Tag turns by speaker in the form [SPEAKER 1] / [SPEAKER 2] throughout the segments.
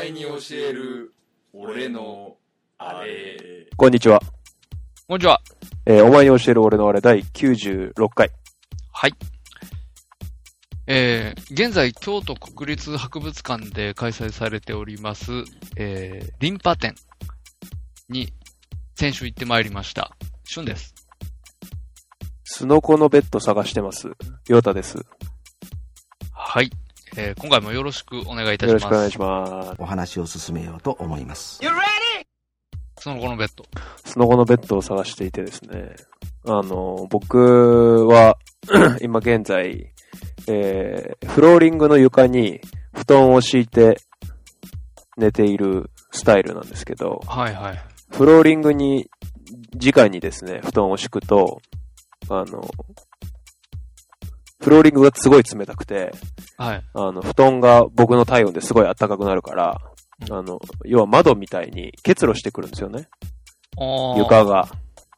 [SPEAKER 1] える俺のあれ
[SPEAKER 2] こんにちは。
[SPEAKER 3] こんにちは。
[SPEAKER 2] えーお前に教える俺のあれ第96回。
[SPEAKER 3] はい。えー、現在、京都国立博物館で開催されております、えー、リンパ展に先週行ってまいりました。シュンです。
[SPEAKER 2] スノコのベッド探してます。ヨタです。よ
[SPEAKER 3] はい。えー、今回もよろしくお願いいたし
[SPEAKER 2] ろ
[SPEAKER 3] ま
[SPEAKER 2] し
[SPEAKER 3] す。
[SPEAKER 2] くお願いしま
[SPEAKER 4] お話を進めようと思います。
[SPEAKER 3] その後のベッド。
[SPEAKER 2] す。スノコのベッドを探していてですね。あの、僕は、 今現在、えーフローリングの床に布団を敷いて寝ているスタイルなんですけど、
[SPEAKER 3] はいはい。
[SPEAKER 2] フローリングに、直にですね、布団を敷くと、あの、フローリングがすごい冷たくて、
[SPEAKER 3] はい。
[SPEAKER 2] あの、布団が僕の体温ですごい暖かくなるから、
[SPEAKER 3] うん
[SPEAKER 2] あの、要は窓みたいに結露してくるんですよね、
[SPEAKER 3] あー。
[SPEAKER 2] 床が。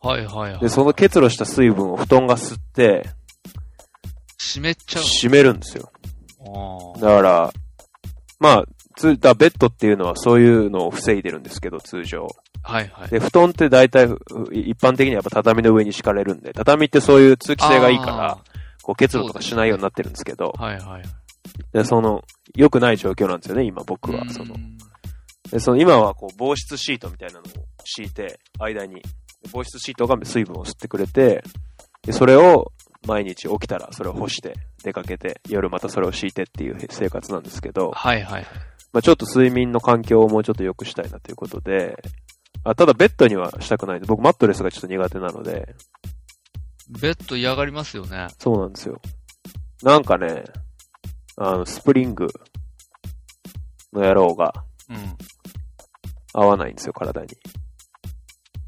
[SPEAKER 3] はいはいはい。
[SPEAKER 2] で、その結露した水分を布団が吸って、
[SPEAKER 3] 湿っちゃう
[SPEAKER 2] 湿めるんですよ。
[SPEAKER 3] の。あー
[SPEAKER 2] だから、まあ、つ、だベッドっていうのはそういうのを防いでるんですけど、通常。
[SPEAKER 3] はいはい。
[SPEAKER 2] で、布団って大体、う一般的にはやっぱ畳の上に敷かれるんで、畳ってそういう通気性がいいから、こう結露とかしないようになってるんですけど、
[SPEAKER 3] ら。はいはい。
[SPEAKER 2] で、その、良くない状況なんですよね、今僕
[SPEAKER 3] う
[SPEAKER 2] は。
[SPEAKER 3] ん
[SPEAKER 2] その、で、その今はこう防湿シートみたいなのを敷いて、間に。防湿シートが水分を吸ってくれて、で、それを毎日起きたらそれを干して、出かけて、夜またそれを敷いてっていう生活なんですけど、
[SPEAKER 3] はいはい。
[SPEAKER 2] まあちょっと睡眠の環境をもうちょっと良くしたいなということで、あただベッドにはしたくないんで、僕マットレスがちょっと苦手なので、
[SPEAKER 3] ベッド嫌がりますよね。
[SPEAKER 2] そうなんですよ。なんかね、あの、スプリングの野郎が
[SPEAKER 3] うん。
[SPEAKER 2] 合わないんですよ、体に。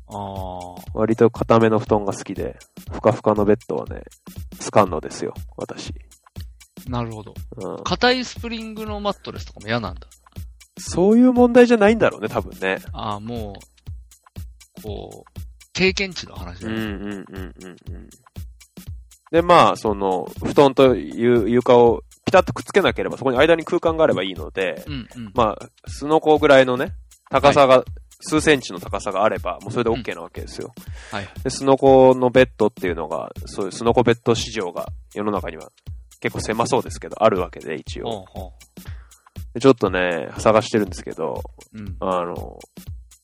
[SPEAKER 3] ああ。
[SPEAKER 2] 割と固めの布団が好きで、ふかふかのベッドはね、つかんのですよ、私。
[SPEAKER 3] なるほど。
[SPEAKER 2] うん、
[SPEAKER 3] 硬いスプリングのマットレスとかも嫌なんだ。
[SPEAKER 2] そういう問題じゃないんだろうね、多分ね。
[SPEAKER 3] ああ、もう、こう、経験値の話
[SPEAKER 2] う
[SPEAKER 3] だ
[SPEAKER 2] んうん
[SPEAKER 3] ね。
[SPEAKER 2] うんうんうん。で、まあ、その、布団という床をピタッとくっつけなければ、そこに間に空間があればいいので、
[SPEAKER 3] うん、うん。
[SPEAKER 2] まあ、スノコぐらいのね、高さが、数センチの高さがあれば、もうそれで OK なわけですよ。
[SPEAKER 3] はい。
[SPEAKER 2] で、スノコのベッドっていうのが、そういうスノコベッド市場が世の中には結構狭そうですけど、あるわけで、一応。
[SPEAKER 3] ほうほ
[SPEAKER 2] でちょっとね、探してるんですけど、
[SPEAKER 3] う。うん。
[SPEAKER 2] あの、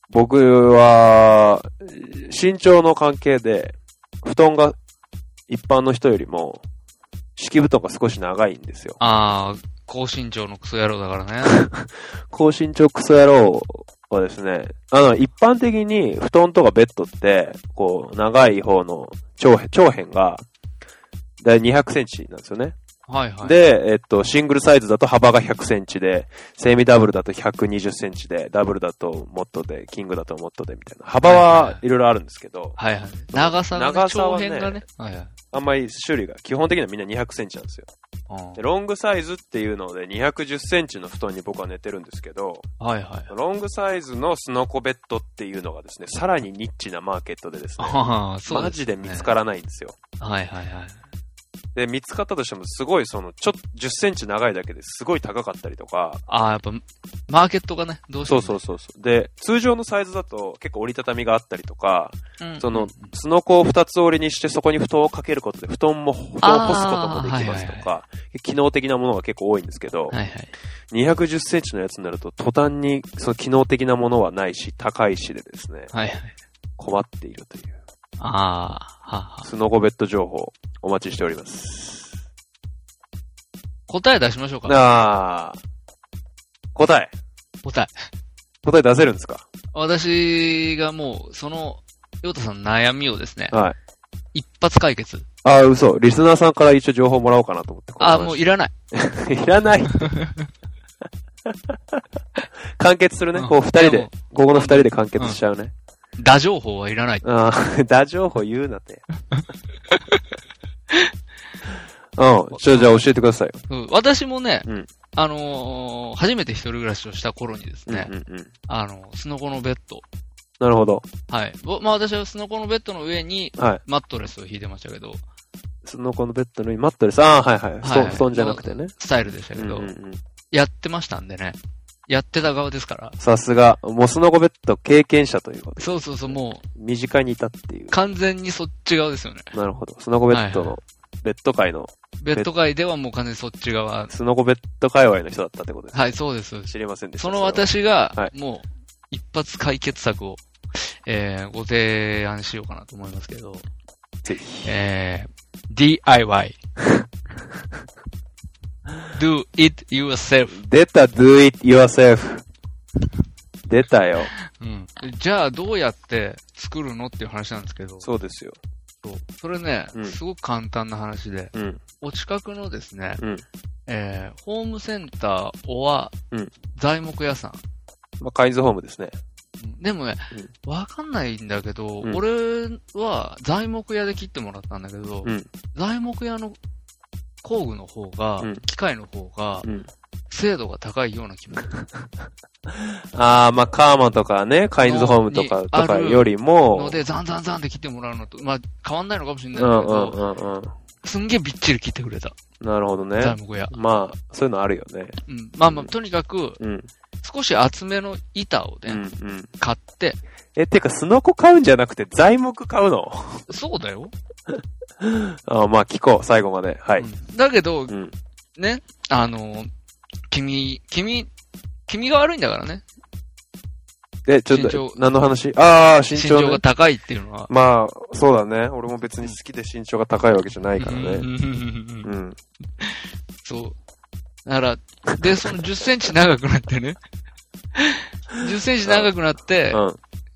[SPEAKER 2] 僕は、身長の関係で、布団が一般の人よりも、敷布団が少し長いんですよ。
[SPEAKER 3] ああ、高身長のクソ野郎だからね。
[SPEAKER 2] 高身長クソ野郎はですね、あの、一般的に布団とかベッドって、こう、長い方の長辺長辺が、だい200センチなんですよね。
[SPEAKER 3] はいはい。、
[SPEAKER 2] で、えっと、シングルサイズだと幅が100センチで、セミダブルだと120センチで、ダブルだともっとで、キングだともっとでみたいな。幅
[SPEAKER 3] はいはい
[SPEAKER 2] は
[SPEAKER 3] はい
[SPEAKER 2] ろいろあるんですけど、
[SPEAKER 3] はいはい。長さが、ね、
[SPEAKER 2] 長さは
[SPEAKER 3] 長
[SPEAKER 2] ね
[SPEAKER 3] 辺がね。はいはい。
[SPEAKER 2] あんまり種類が、基本的にはみんな200センチなんですよ。
[SPEAKER 3] うん
[SPEAKER 2] でロングサイズっていうので210センチの布団に僕は寝てるんですけど、
[SPEAKER 3] はいはい。
[SPEAKER 2] ロングサイズのスノコベッドっていうのがですね、さらにニッチなマーケットでですね、
[SPEAKER 3] ああ、 そう
[SPEAKER 2] マジで見つからないんですよ。
[SPEAKER 3] らはいはいはい。
[SPEAKER 2] で、見つかったとしてもすごいその、ちょっと10センチ長いだけですごい高かったりとか、
[SPEAKER 3] ああ、やっぱ、マーケットがね、どうして
[SPEAKER 2] そ
[SPEAKER 3] も
[SPEAKER 2] う
[SPEAKER 3] ね
[SPEAKER 2] そうそうそう。で、通常のサイズだと結構折りたたみがあったりとか、
[SPEAKER 3] うん
[SPEAKER 2] そ
[SPEAKER 3] うん
[SPEAKER 2] の、スノコを二つ折りにしてそこに布団をかけることで、布団も、布団を干すこともできますと
[SPEAKER 3] あーはいはい
[SPEAKER 2] か、機能的なものが結構多いんですけど、
[SPEAKER 3] はいはい。
[SPEAKER 2] 210センチのやつになると途端にその機能的なものはないし、高いしでですね、
[SPEAKER 3] はいはい。
[SPEAKER 2] 困っているという、
[SPEAKER 3] ああ、はあはあ。
[SPEAKER 2] スノコベッド情報、お待ちしております。
[SPEAKER 3] 答え出しましょうか。
[SPEAKER 2] なあ、答え、
[SPEAKER 3] 答え。
[SPEAKER 2] 答え出せるんですか
[SPEAKER 3] 私がもう、その、ヨウタさんの悩みをですね、
[SPEAKER 2] はい。
[SPEAKER 3] 一発解決。
[SPEAKER 2] ああ、嘘。リスナーさんから一応情報もらおうかなと思って。この
[SPEAKER 3] あ、
[SPEAKER 2] 話
[SPEAKER 3] もういらない。
[SPEAKER 2] いらない。完結するね。
[SPEAKER 3] うん
[SPEAKER 2] こう二人
[SPEAKER 3] いやも
[SPEAKER 2] で、ここの二人で完結しちゃうね。
[SPEAKER 3] 打情報はいらない。
[SPEAKER 2] あ あ、ダ情報言うなって。うん。ちょ、じゃあ教えてくださいよ。
[SPEAKER 3] うん私もね、
[SPEAKER 2] うん
[SPEAKER 3] あのー初めて一人暮らしをした頃にです
[SPEAKER 2] うん
[SPEAKER 3] ね、
[SPEAKER 2] うんうん。
[SPEAKER 3] あの、スノコのベッド。
[SPEAKER 2] なるほど。
[SPEAKER 3] はい。ぼまあ私はスノコのベッドの上に
[SPEAKER 2] はい。
[SPEAKER 3] マットレスを引いてましたけど、
[SPEAKER 2] そのこのベッドの上にマットレス。ああ、はいはい。布
[SPEAKER 3] はいは
[SPEAKER 2] 団
[SPEAKER 3] い
[SPEAKER 2] 布団じゃなくてね。
[SPEAKER 3] スタイルでした
[SPEAKER 2] う
[SPEAKER 3] け
[SPEAKER 2] んう
[SPEAKER 3] ど、
[SPEAKER 2] んうん。
[SPEAKER 3] やってましたんでね。やってた側ですから。
[SPEAKER 2] さすが、モスのゴベット経験者ということで、
[SPEAKER 3] そうそうそう、もう
[SPEAKER 2] 身近にいたっていう。
[SPEAKER 3] 完全にそっち側ですよね。
[SPEAKER 2] なるほど。スノゴベットの、ベッド界の、
[SPEAKER 3] ベッド界ではもう完全にそっち側。
[SPEAKER 2] スノゴベット界隈の人だったってことですね。
[SPEAKER 3] はい、そうです。そうです
[SPEAKER 2] 知りませんでした。
[SPEAKER 3] その
[SPEAKER 2] れは、
[SPEAKER 3] 私が
[SPEAKER 2] は、
[SPEAKER 3] もう一発解決策を、えー、ご提案しようかなと思いますけど、
[SPEAKER 2] ぜひ。
[SPEAKER 3] えー、DIY。do it yourself.
[SPEAKER 2] 出た、do it yourself。出たよ。
[SPEAKER 3] うん。じゃあどうやって作るのっていう話なんですけど、
[SPEAKER 2] そうですよ。
[SPEAKER 3] そうそれね、
[SPEAKER 2] うん
[SPEAKER 3] すごく簡単な話で、
[SPEAKER 2] うん。
[SPEAKER 3] お近くのですね、
[SPEAKER 2] うん
[SPEAKER 3] えーホームセンター、おわ、
[SPEAKER 2] うん
[SPEAKER 3] 材木屋さん。
[SPEAKER 2] まあ、カインズホームですね。
[SPEAKER 3] うんでもね、わかんないんだけど、
[SPEAKER 2] うん
[SPEAKER 3] 俺は材木屋で切ってもらったんだけど、
[SPEAKER 2] うん
[SPEAKER 3] 材木屋の工具の方が、
[SPEAKER 2] うん
[SPEAKER 3] 機械の方が、
[SPEAKER 2] うん
[SPEAKER 3] 精度が高いような気もする。
[SPEAKER 2] ああ、まあ、カーマとかね、カインズホームとか、
[SPEAKER 3] に
[SPEAKER 2] とかよりも、
[SPEAKER 3] ので、ザンザンザンって切ってもらうのと、まあ、変わんないのかもしれ
[SPEAKER 2] う
[SPEAKER 3] なんいけ
[SPEAKER 2] うん
[SPEAKER 3] ど、
[SPEAKER 2] うんうん。
[SPEAKER 3] すんげえびっちり切ってくれた。
[SPEAKER 2] なるほどね
[SPEAKER 3] 材。木屋。
[SPEAKER 2] まあ、そういうのあるよね。
[SPEAKER 3] うん。まあま
[SPEAKER 2] う
[SPEAKER 3] あ、
[SPEAKER 2] ん
[SPEAKER 3] とにかく、
[SPEAKER 2] うん。
[SPEAKER 3] 少し厚めの板を
[SPEAKER 2] うん、う
[SPEAKER 3] ね、
[SPEAKER 2] ん。
[SPEAKER 3] 買って、
[SPEAKER 2] え、てか、スノコ買うんじゃなくて、材木買うの
[SPEAKER 3] そうだよ。
[SPEAKER 2] あーまあ、聞こう、最後まで。はい。
[SPEAKER 3] うんだけど
[SPEAKER 2] う、ん。
[SPEAKER 3] ね、あの、君、君、君が悪いんだからね。
[SPEAKER 2] で、ちょっ
[SPEAKER 3] 身長
[SPEAKER 2] と、何の話ああ、身
[SPEAKER 3] 身
[SPEAKER 2] 長,、
[SPEAKER 3] 長が高いっていうのは。
[SPEAKER 2] まあ、そうだね。俺も別に好きで身長が高いわけじゃないから
[SPEAKER 3] うん
[SPEAKER 2] ね。
[SPEAKER 3] うんうんうん
[SPEAKER 2] う
[SPEAKER 3] うん
[SPEAKER 2] ん。
[SPEAKER 3] そう。だから、で、その10センチ長くなってね。10センチ長くなって
[SPEAKER 2] う、ん。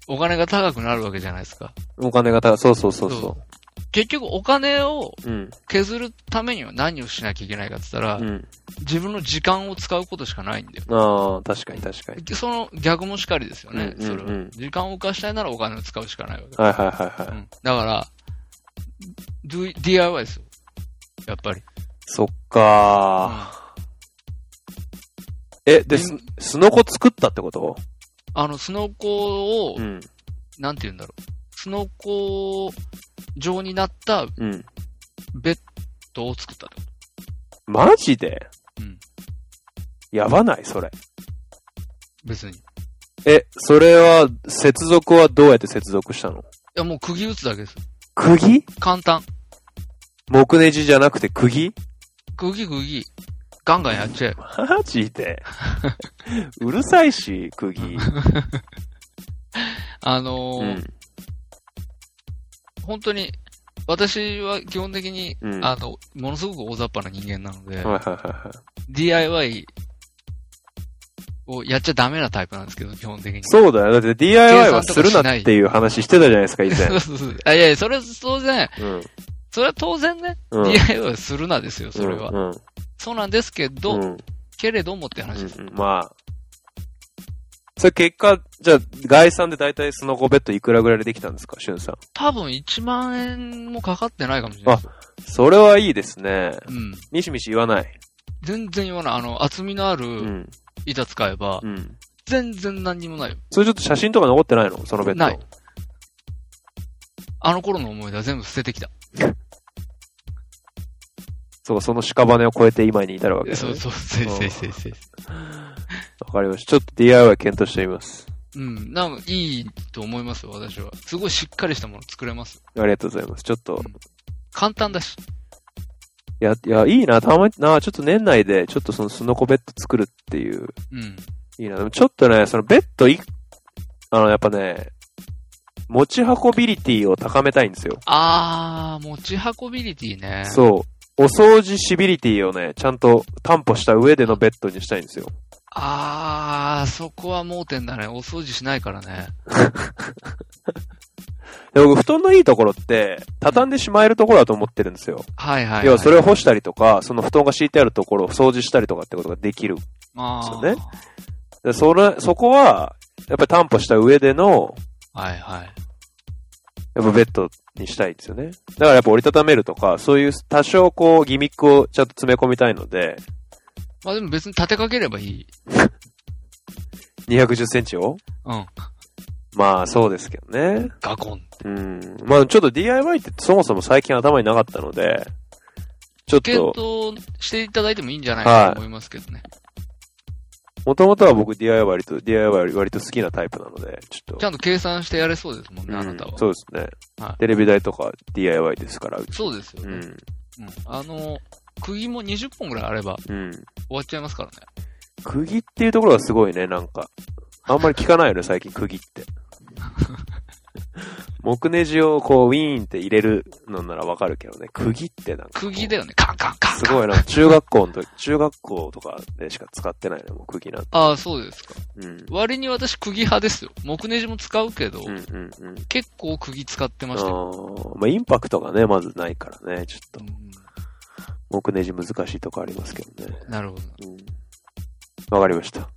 [SPEAKER 3] お金が高くなるわけじゃないですか。
[SPEAKER 2] お金がた、そうそうそうそ
[SPEAKER 3] 結局お金を
[SPEAKER 2] う。うん。
[SPEAKER 3] 削るためには何をしなきゃいけないかって言ったら
[SPEAKER 2] う、ん。
[SPEAKER 3] 自分の時間を使うことしかないんだよ。
[SPEAKER 2] ああ、確かに確かに。
[SPEAKER 3] でその逆もしかりですよね。
[SPEAKER 2] うんうんうん
[SPEAKER 3] それは時間を浮かしたいならお金を使うしかないわけ。
[SPEAKER 2] はいはいはいはい。
[SPEAKER 3] うんだから、do- DIY ですよ。やっぱり。
[SPEAKER 2] そっかー。え、で、すスノコ作ったってこと
[SPEAKER 3] あの、スノコを、
[SPEAKER 2] ん。
[SPEAKER 3] なんて言うんだろう。スノコ状になった
[SPEAKER 2] うん。
[SPEAKER 3] ベッドを作ったってこ
[SPEAKER 2] マジで
[SPEAKER 3] うん。
[SPEAKER 2] やばないそれ。
[SPEAKER 3] と。別に。い
[SPEAKER 2] え、それは、接続はどうやって接続したの
[SPEAKER 3] や、もう釘打つだけです。
[SPEAKER 2] 釘
[SPEAKER 3] 簡単。
[SPEAKER 2] 木ネジじゃなくて釘
[SPEAKER 3] 釘釘。ガンガンやっちゃえ。
[SPEAKER 2] マジ でうるさいし、釘。
[SPEAKER 3] あの
[SPEAKER 2] う
[SPEAKER 3] ー
[SPEAKER 2] ん。
[SPEAKER 3] 本当に、私は基本的に、
[SPEAKER 2] うん。
[SPEAKER 3] あの、ものすごく大雑把な人間なので、
[SPEAKER 2] はいはいはいはい。
[SPEAKER 3] DIY をやっちゃダメなタイプなんですけど、基本的に。
[SPEAKER 2] そうだよ。だって DIY は
[SPEAKER 3] 計算とか
[SPEAKER 2] するな
[SPEAKER 3] しない
[SPEAKER 2] っていう話してたじゃないですか、以 前
[SPEAKER 3] そ。うそうそう。あいやいや、それは当然、
[SPEAKER 2] うん。
[SPEAKER 3] それは当然ね、
[SPEAKER 2] うん。
[SPEAKER 3] DIY をするなですよ、それは。
[SPEAKER 2] うん。
[SPEAKER 3] そうなんですけど、
[SPEAKER 2] うん。うん
[SPEAKER 3] けれどもって話です。
[SPEAKER 2] うんまあ。それ結果、じゃあ、概算で大体スノコベッドいくらぐらいでできたんですか、しゅんさん。
[SPEAKER 3] 多分1万円もかかってないかもしれないです。
[SPEAKER 2] それはいいですね。
[SPEAKER 3] うん。
[SPEAKER 2] みしみし言わない。
[SPEAKER 3] 全然言わない。あの、厚みのあ
[SPEAKER 2] う
[SPEAKER 3] る
[SPEAKER 2] ん。
[SPEAKER 3] 板使えば、
[SPEAKER 2] うん。
[SPEAKER 3] 全然何にもないよ。
[SPEAKER 2] それちょっと写真とか残ってないのそのベッド。
[SPEAKER 3] ないあの頃の思い出は全部捨ててきた。
[SPEAKER 2] そうか、その屍を越えて今に至るわけです、
[SPEAKER 3] そ
[SPEAKER 2] ね
[SPEAKER 3] う。そう、せいせいせいせい。
[SPEAKER 2] わかりました。ちょっと DIY 検討してみます。
[SPEAKER 3] うん。なんか、いいと思いますよ、私は。すごいしっかりしたもの作れます。
[SPEAKER 2] ありがとうございます。ちょっと、
[SPEAKER 3] 簡単だし。
[SPEAKER 2] いや、いや、いいな、たまに、な、ちょっと年内で、ちょっとそのスノコベッド作るっていう、
[SPEAKER 3] うん。
[SPEAKER 2] いいな。でもちょっとね、そのベッドい、あの、やっぱね、持ち運びリティを高めたいんですよ。
[SPEAKER 3] あー、持ち運びリティね。
[SPEAKER 2] そう。お掃除シビリティをね、ちゃんと担保した上でのベッドにしたいんですよ。
[SPEAKER 3] あー、そこは盲点だね。お掃除しないからね。
[SPEAKER 2] で僕、布団のいいところって、畳んでしまえるところだと思ってるんですよ。
[SPEAKER 3] はいはい、はい。
[SPEAKER 2] 要は、それを干したりとか、その布団が敷いてあるところを掃除したりとかってことができる。
[SPEAKER 3] あ
[SPEAKER 2] ですよ
[SPEAKER 3] ー
[SPEAKER 2] ねでそれ、そこは、やっぱり担保した上での、
[SPEAKER 3] はいはい。
[SPEAKER 2] やっぱベッドにしたいんですよね。だからやっぱ折りたためるとか、そういう多少こうギミックをちゃんと詰め込みたいので、
[SPEAKER 3] まあでも別に立てかければいい。
[SPEAKER 2] 210センチを
[SPEAKER 3] うん。
[SPEAKER 2] まあそうですけどね。
[SPEAKER 3] ガコン。
[SPEAKER 2] うん。まあちょっと DIY ってそもそも最近頭になかったので、ちょっ
[SPEAKER 3] 検
[SPEAKER 2] と、
[SPEAKER 3] 討していただいてもいいんじゃないかと思いますけどね。
[SPEAKER 2] もともとは僕 DIY 割と、DIY 割と好きなタイプなので、ちょっ
[SPEAKER 3] ちゃ
[SPEAKER 2] と。
[SPEAKER 3] んと計算してやれそうですもんね、
[SPEAKER 2] うん
[SPEAKER 3] あなたは。
[SPEAKER 2] そうですね。
[SPEAKER 3] はい
[SPEAKER 2] テレビ台とか DIY ですから、うち
[SPEAKER 3] そうですよ
[SPEAKER 2] う
[SPEAKER 3] ね。
[SPEAKER 2] ん。
[SPEAKER 3] うんあの、釘も20本ぐらいあれば
[SPEAKER 2] うん。
[SPEAKER 3] 終わっちゃいますからね。
[SPEAKER 2] 釘っていうところがすごいね、なんか。あんまり聞かないよ ね、最近、釘って。木ネジをこう、ウィーンって入れるのならわかるけどね、釘ってなんか。
[SPEAKER 3] 釘だよね、カンカンカンカン。
[SPEAKER 2] すごいな、中学校の時、中学校とかでしか使ってないね、もう釘なんて。
[SPEAKER 3] ああ、そうですか。
[SPEAKER 2] うん。
[SPEAKER 3] 割に私、釘派ですよ。木ネジも使うけど、
[SPEAKER 2] うんうんうん。
[SPEAKER 3] 結構釘使って
[SPEAKER 2] あ
[SPEAKER 3] ましたよ。
[SPEAKER 2] ーまあ、インパクトがね、まずないからね、ちょっと
[SPEAKER 3] う。ん
[SPEAKER 2] 木ネジ難しいとこありますけどね。
[SPEAKER 3] なるほど。
[SPEAKER 2] うん。わかりました。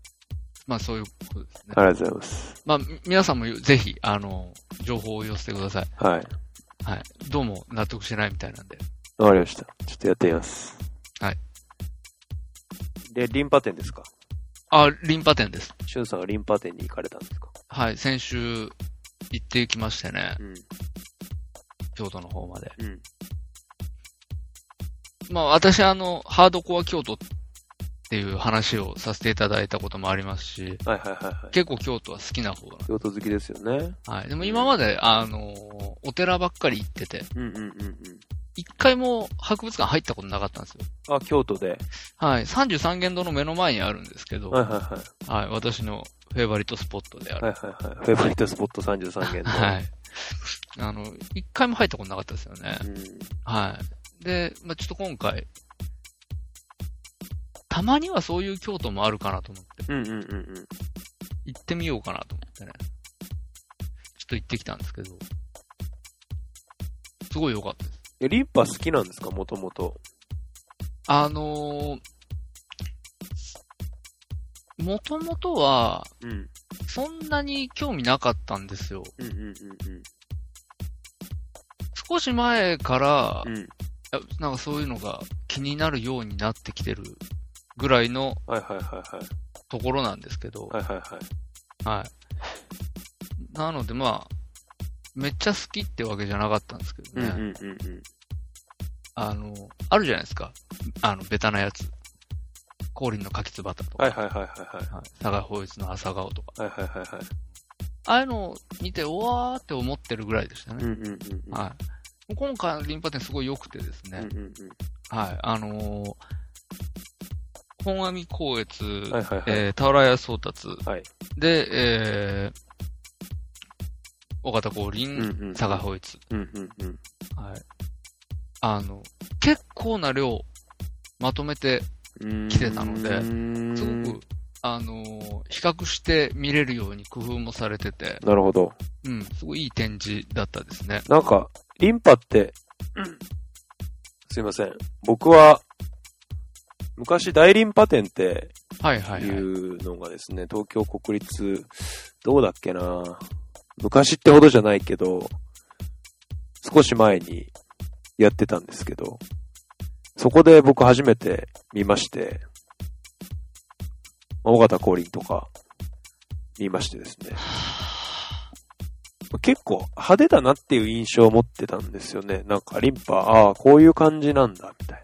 [SPEAKER 3] まあ、そういうことですね。
[SPEAKER 2] ありがとうございます。
[SPEAKER 3] まあ、み皆さんもぜひ、あの、情報を寄せてください。
[SPEAKER 2] はい。
[SPEAKER 3] はい。どうも納得しないみたいなんで。
[SPEAKER 2] わかりました。ちょっとやってみます。
[SPEAKER 3] はい。
[SPEAKER 2] で、リンパ店ですか
[SPEAKER 3] あ、リンパ店です。
[SPEAKER 2] しゅんさんはリンパ店に行かれたんですか
[SPEAKER 3] はい。先週、行ってきましてね、
[SPEAKER 2] うん。
[SPEAKER 3] 京都の方まで。
[SPEAKER 2] うん。
[SPEAKER 3] まあ、私、あの、ハードコア京都っていう話をさせていただいたこともありますし、
[SPEAKER 2] はいはいはいはい。
[SPEAKER 3] 結構京都は好きな方だ
[SPEAKER 2] 京都好きですよね。
[SPEAKER 3] な。はい。でも今まで、あの、お寺ばっかり行ってて、
[SPEAKER 2] うんうんうんうん。
[SPEAKER 3] 一回も博物館入ったことなかったんですよ。
[SPEAKER 2] あ、京都で。
[SPEAKER 3] はい。33軒堂の目の前にあるんですけど、
[SPEAKER 2] はい
[SPEAKER 3] は
[SPEAKER 2] はいはい。
[SPEAKER 3] い。私のフェイバリットスポットである。
[SPEAKER 2] はいはいはい。フェイバリットスポット33件の。
[SPEAKER 3] はい。あの、一回も入ったことなかったですよね
[SPEAKER 2] う。ん。
[SPEAKER 3] はい。で、まあ、ちょっと今回、たまにはそういう京都もあるかなと思って、
[SPEAKER 2] うんうんうんうん。
[SPEAKER 3] 行ってみようかなと思ってね。ちょっと行ってきたんですけど、すごい良かったです。
[SPEAKER 2] え、リンパ好きなんですかもともと。
[SPEAKER 3] あのー、もともとは、
[SPEAKER 2] うん。うん
[SPEAKER 3] そんなに興味なかったんですよ。
[SPEAKER 2] うんうんうん。
[SPEAKER 3] 少し前から、
[SPEAKER 2] うん。
[SPEAKER 3] いやなんかそういうのが気になるようになってきてるぐらいの
[SPEAKER 2] はいはいはいはい。
[SPEAKER 3] ところなんですけど、
[SPEAKER 2] はいはいはい。
[SPEAKER 3] はい。なのでまあ、めっちゃ好きってわけじゃなかったんですけど
[SPEAKER 2] うんう
[SPEAKER 3] ね。
[SPEAKER 2] んうんうん。
[SPEAKER 3] あの、あるじゃないですか。あの、ベタなやつ。降臨の柿つばたとか、
[SPEAKER 2] はいはいはいはいはい。
[SPEAKER 3] はい佐賀法律の朝顔とか。
[SPEAKER 2] はいはいはいはい。
[SPEAKER 3] ああいうのを見て、うわーって思ってるぐらいでした
[SPEAKER 2] うん
[SPEAKER 3] ね。
[SPEAKER 2] うんうんうん。
[SPEAKER 3] はい。今回のリンパ店すごい良くてですね。
[SPEAKER 2] うんうん
[SPEAKER 3] はい。あのー本阿弥光悦、
[SPEAKER 2] うん。はいはいはい。
[SPEAKER 3] えー、田浦屋宗達、
[SPEAKER 2] はい
[SPEAKER 3] で、えー、岡田光林、
[SPEAKER 2] うんうん
[SPEAKER 3] 佐賀法律、
[SPEAKER 2] うんうんうん。
[SPEAKER 3] はい。あの、結構な量、まとめて、来てたので
[SPEAKER 2] です
[SPEAKER 3] ごく、あのー比較して見れるように工夫もされてて、
[SPEAKER 2] なるほど。
[SPEAKER 3] うん、すごいいい展示だったですね。
[SPEAKER 2] なんか、リンパって、すいません。僕は、昔大リンパ店って
[SPEAKER 3] はいはいいはい。
[SPEAKER 2] うのがですね、東京国立、どうだっけな昔ってほどじゃないけど、少し前にやってたんですけど、そこで僕初めて見まして、まあ尾形光林とか見ましてですね、結構派手だなっていう印象を持ってたんですよね。なんかリンパ、ああ、こういう感じなんだ、みたいな。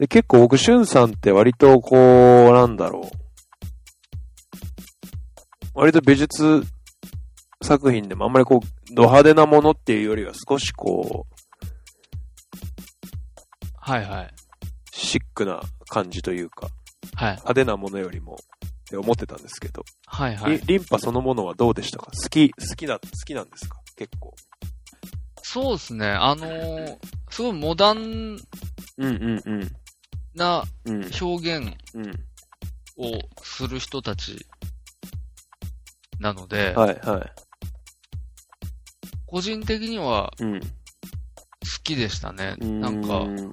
[SPEAKER 2] で、結構僕、しゅんさんって割とこう、なんだろう。割と美術作品でもあんまりこう、ド派手なものっていうよりは少しこう、
[SPEAKER 3] はいはい。
[SPEAKER 2] シックな感じというか、
[SPEAKER 3] はい。
[SPEAKER 2] 派手なものよりも、って思ってたんですけど、
[SPEAKER 3] はいはい
[SPEAKER 2] リ。リンパそのものはどうでしたか好き、好きな、好きなんですか結構。
[SPEAKER 3] そうですね。あのーすごいモダン
[SPEAKER 2] うんうんうん。
[SPEAKER 3] な
[SPEAKER 2] うん
[SPEAKER 3] 表現
[SPEAKER 2] うん。
[SPEAKER 3] をする人たちなので、
[SPEAKER 2] はいは。
[SPEAKER 3] 個人的にはい
[SPEAKER 2] うん。
[SPEAKER 3] 好きでしたね。なんか、うん、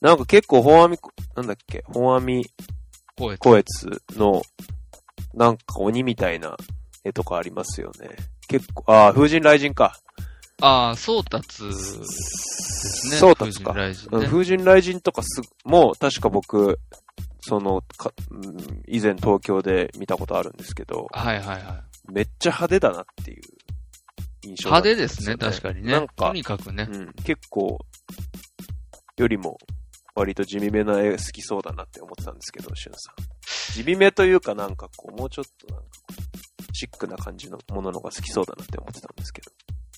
[SPEAKER 2] なんか結構本阿弥、なんだっけ、本阿弥
[SPEAKER 3] 声と。
[SPEAKER 2] 光悦の、なんか鬼みたいな絵とかありますよね。結構、ああ、風神雷神か。
[SPEAKER 3] ああ、宗達ね。
[SPEAKER 2] そうたつか。
[SPEAKER 3] 風神
[SPEAKER 2] うん
[SPEAKER 3] 雷神ね
[SPEAKER 2] 風神雷神とかす、もう確か僕、その、かうん以前東京で見たことあるんですけど、
[SPEAKER 3] はいはいはい。
[SPEAKER 2] めっちゃ派手だなっていう印象だった
[SPEAKER 3] 派
[SPEAKER 2] ん
[SPEAKER 3] 手ですね、
[SPEAKER 2] よ
[SPEAKER 3] 確かにね。
[SPEAKER 2] なんか
[SPEAKER 3] とにかくね。
[SPEAKER 2] うん、結構、よりも、割と地味めな絵好きそうだなって思ってたんですけど、しゅんさん。地味めというかなんかこう、もうちょっとなんかこう、シックな感じのものの方が好きそうだなって思ってたんですけど、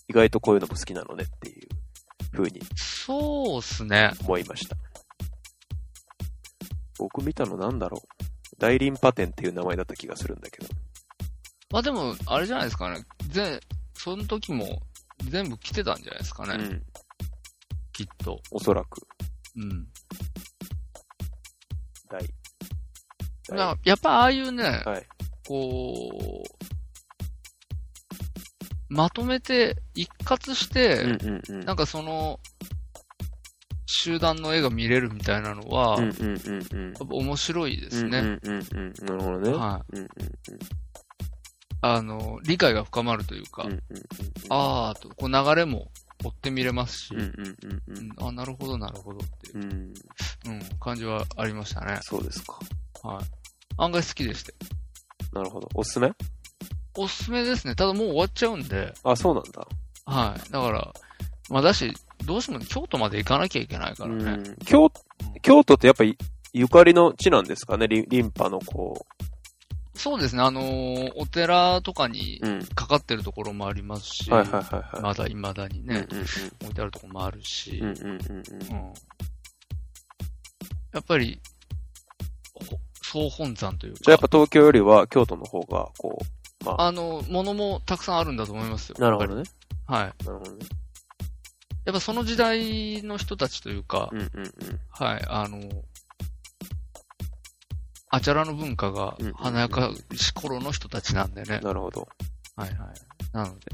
[SPEAKER 2] 意外とこういうのも好きなのねっていう風に
[SPEAKER 3] そうっすね。
[SPEAKER 2] 思いました。僕見たのなんだろう。大リンパ店っていう名前だった気がするんだけど。
[SPEAKER 3] まあでも、あれじゃないですかね。全、その時も全部来てたんじゃないですかね。
[SPEAKER 2] うん。
[SPEAKER 3] きっと。
[SPEAKER 2] おそらく。
[SPEAKER 3] うん。
[SPEAKER 2] 大。大
[SPEAKER 3] だからやっぱああいうね、
[SPEAKER 2] はい。
[SPEAKER 3] こう、まとめて、一括して、
[SPEAKER 2] うんうんうん。
[SPEAKER 3] なんかその、集団の絵が見れるみたいなのは、
[SPEAKER 2] うん
[SPEAKER 3] やっ
[SPEAKER 2] うんうんうん。
[SPEAKER 3] ぱ面白いですね。
[SPEAKER 2] うんうんうんうん。なるほどね。
[SPEAKER 3] はい
[SPEAKER 2] うんうん
[SPEAKER 3] あの、理解が深まるというか、
[SPEAKER 2] うんうんうんうん。
[SPEAKER 3] あーと、こう流れも追って見れますし、
[SPEAKER 2] うん
[SPEAKER 3] うん
[SPEAKER 2] うんうんうん。
[SPEAKER 3] あ、なるほど、なるほどっていうう、
[SPEAKER 2] ん、
[SPEAKER 3] うん、感じはありましたね。
[SPEAKER 2] そうですか。
[SPEAKER 3] はい。案外好きでした。
[SPEAKER 2] なるほど。おすすめ
[SPEAKER 3] おすすめですね。ただもう終わっちゃうんで、
[SPEAKER 2] あ、そうなんだ。
[SPEAKER 3] はい。だから、まあだし、どうしても京都まで行かなきゃいけないからね。
[SPEAKER 2] うん、京京都ってやっぱりゆかりの地なんですかねリリンパのこ
[SPEAKER 3] そうですね。あのーお寺とかに
[SPEAKER 2] う。うん。
[SPEAKER 3] かかってるところもありますし、
[SPEAKER 2] はいはいはいはい。
[SPEAKER 3] まだ未だにね、
[SPEAKER 2] うんう
[SPEAKER 3] 置いてあるところもあるし、
[SPEAKER 2] んうん。うんうんうんうん。
[SPEAKER 3] うんやっぱり、ほ総本山というか、
[SPEAKER 2] じゃあやっぱ東京よりは京都の方が、こう、まあ、
[SPEAKER 3] あの、ものもたくさんあるんだと思いますよ。
[SPEAKER 2] なるほどね。
[SPEAKER 3] はい。
[SPEAKER 2] なるほどね。
[SPEAKER 3] やっぱその時代の人たちというか、
[SPEAKER 2] うんうんうん。
[SPEAKER 3] はい、あの、あちゃらの文化が
[SPEAKER 2] うんうんうん
[SPEAKER 3] 華やかし頃の人たちなんでね。
[SPEAKER 2] なるほど。
[SPEAKER 3] はいはい。なので。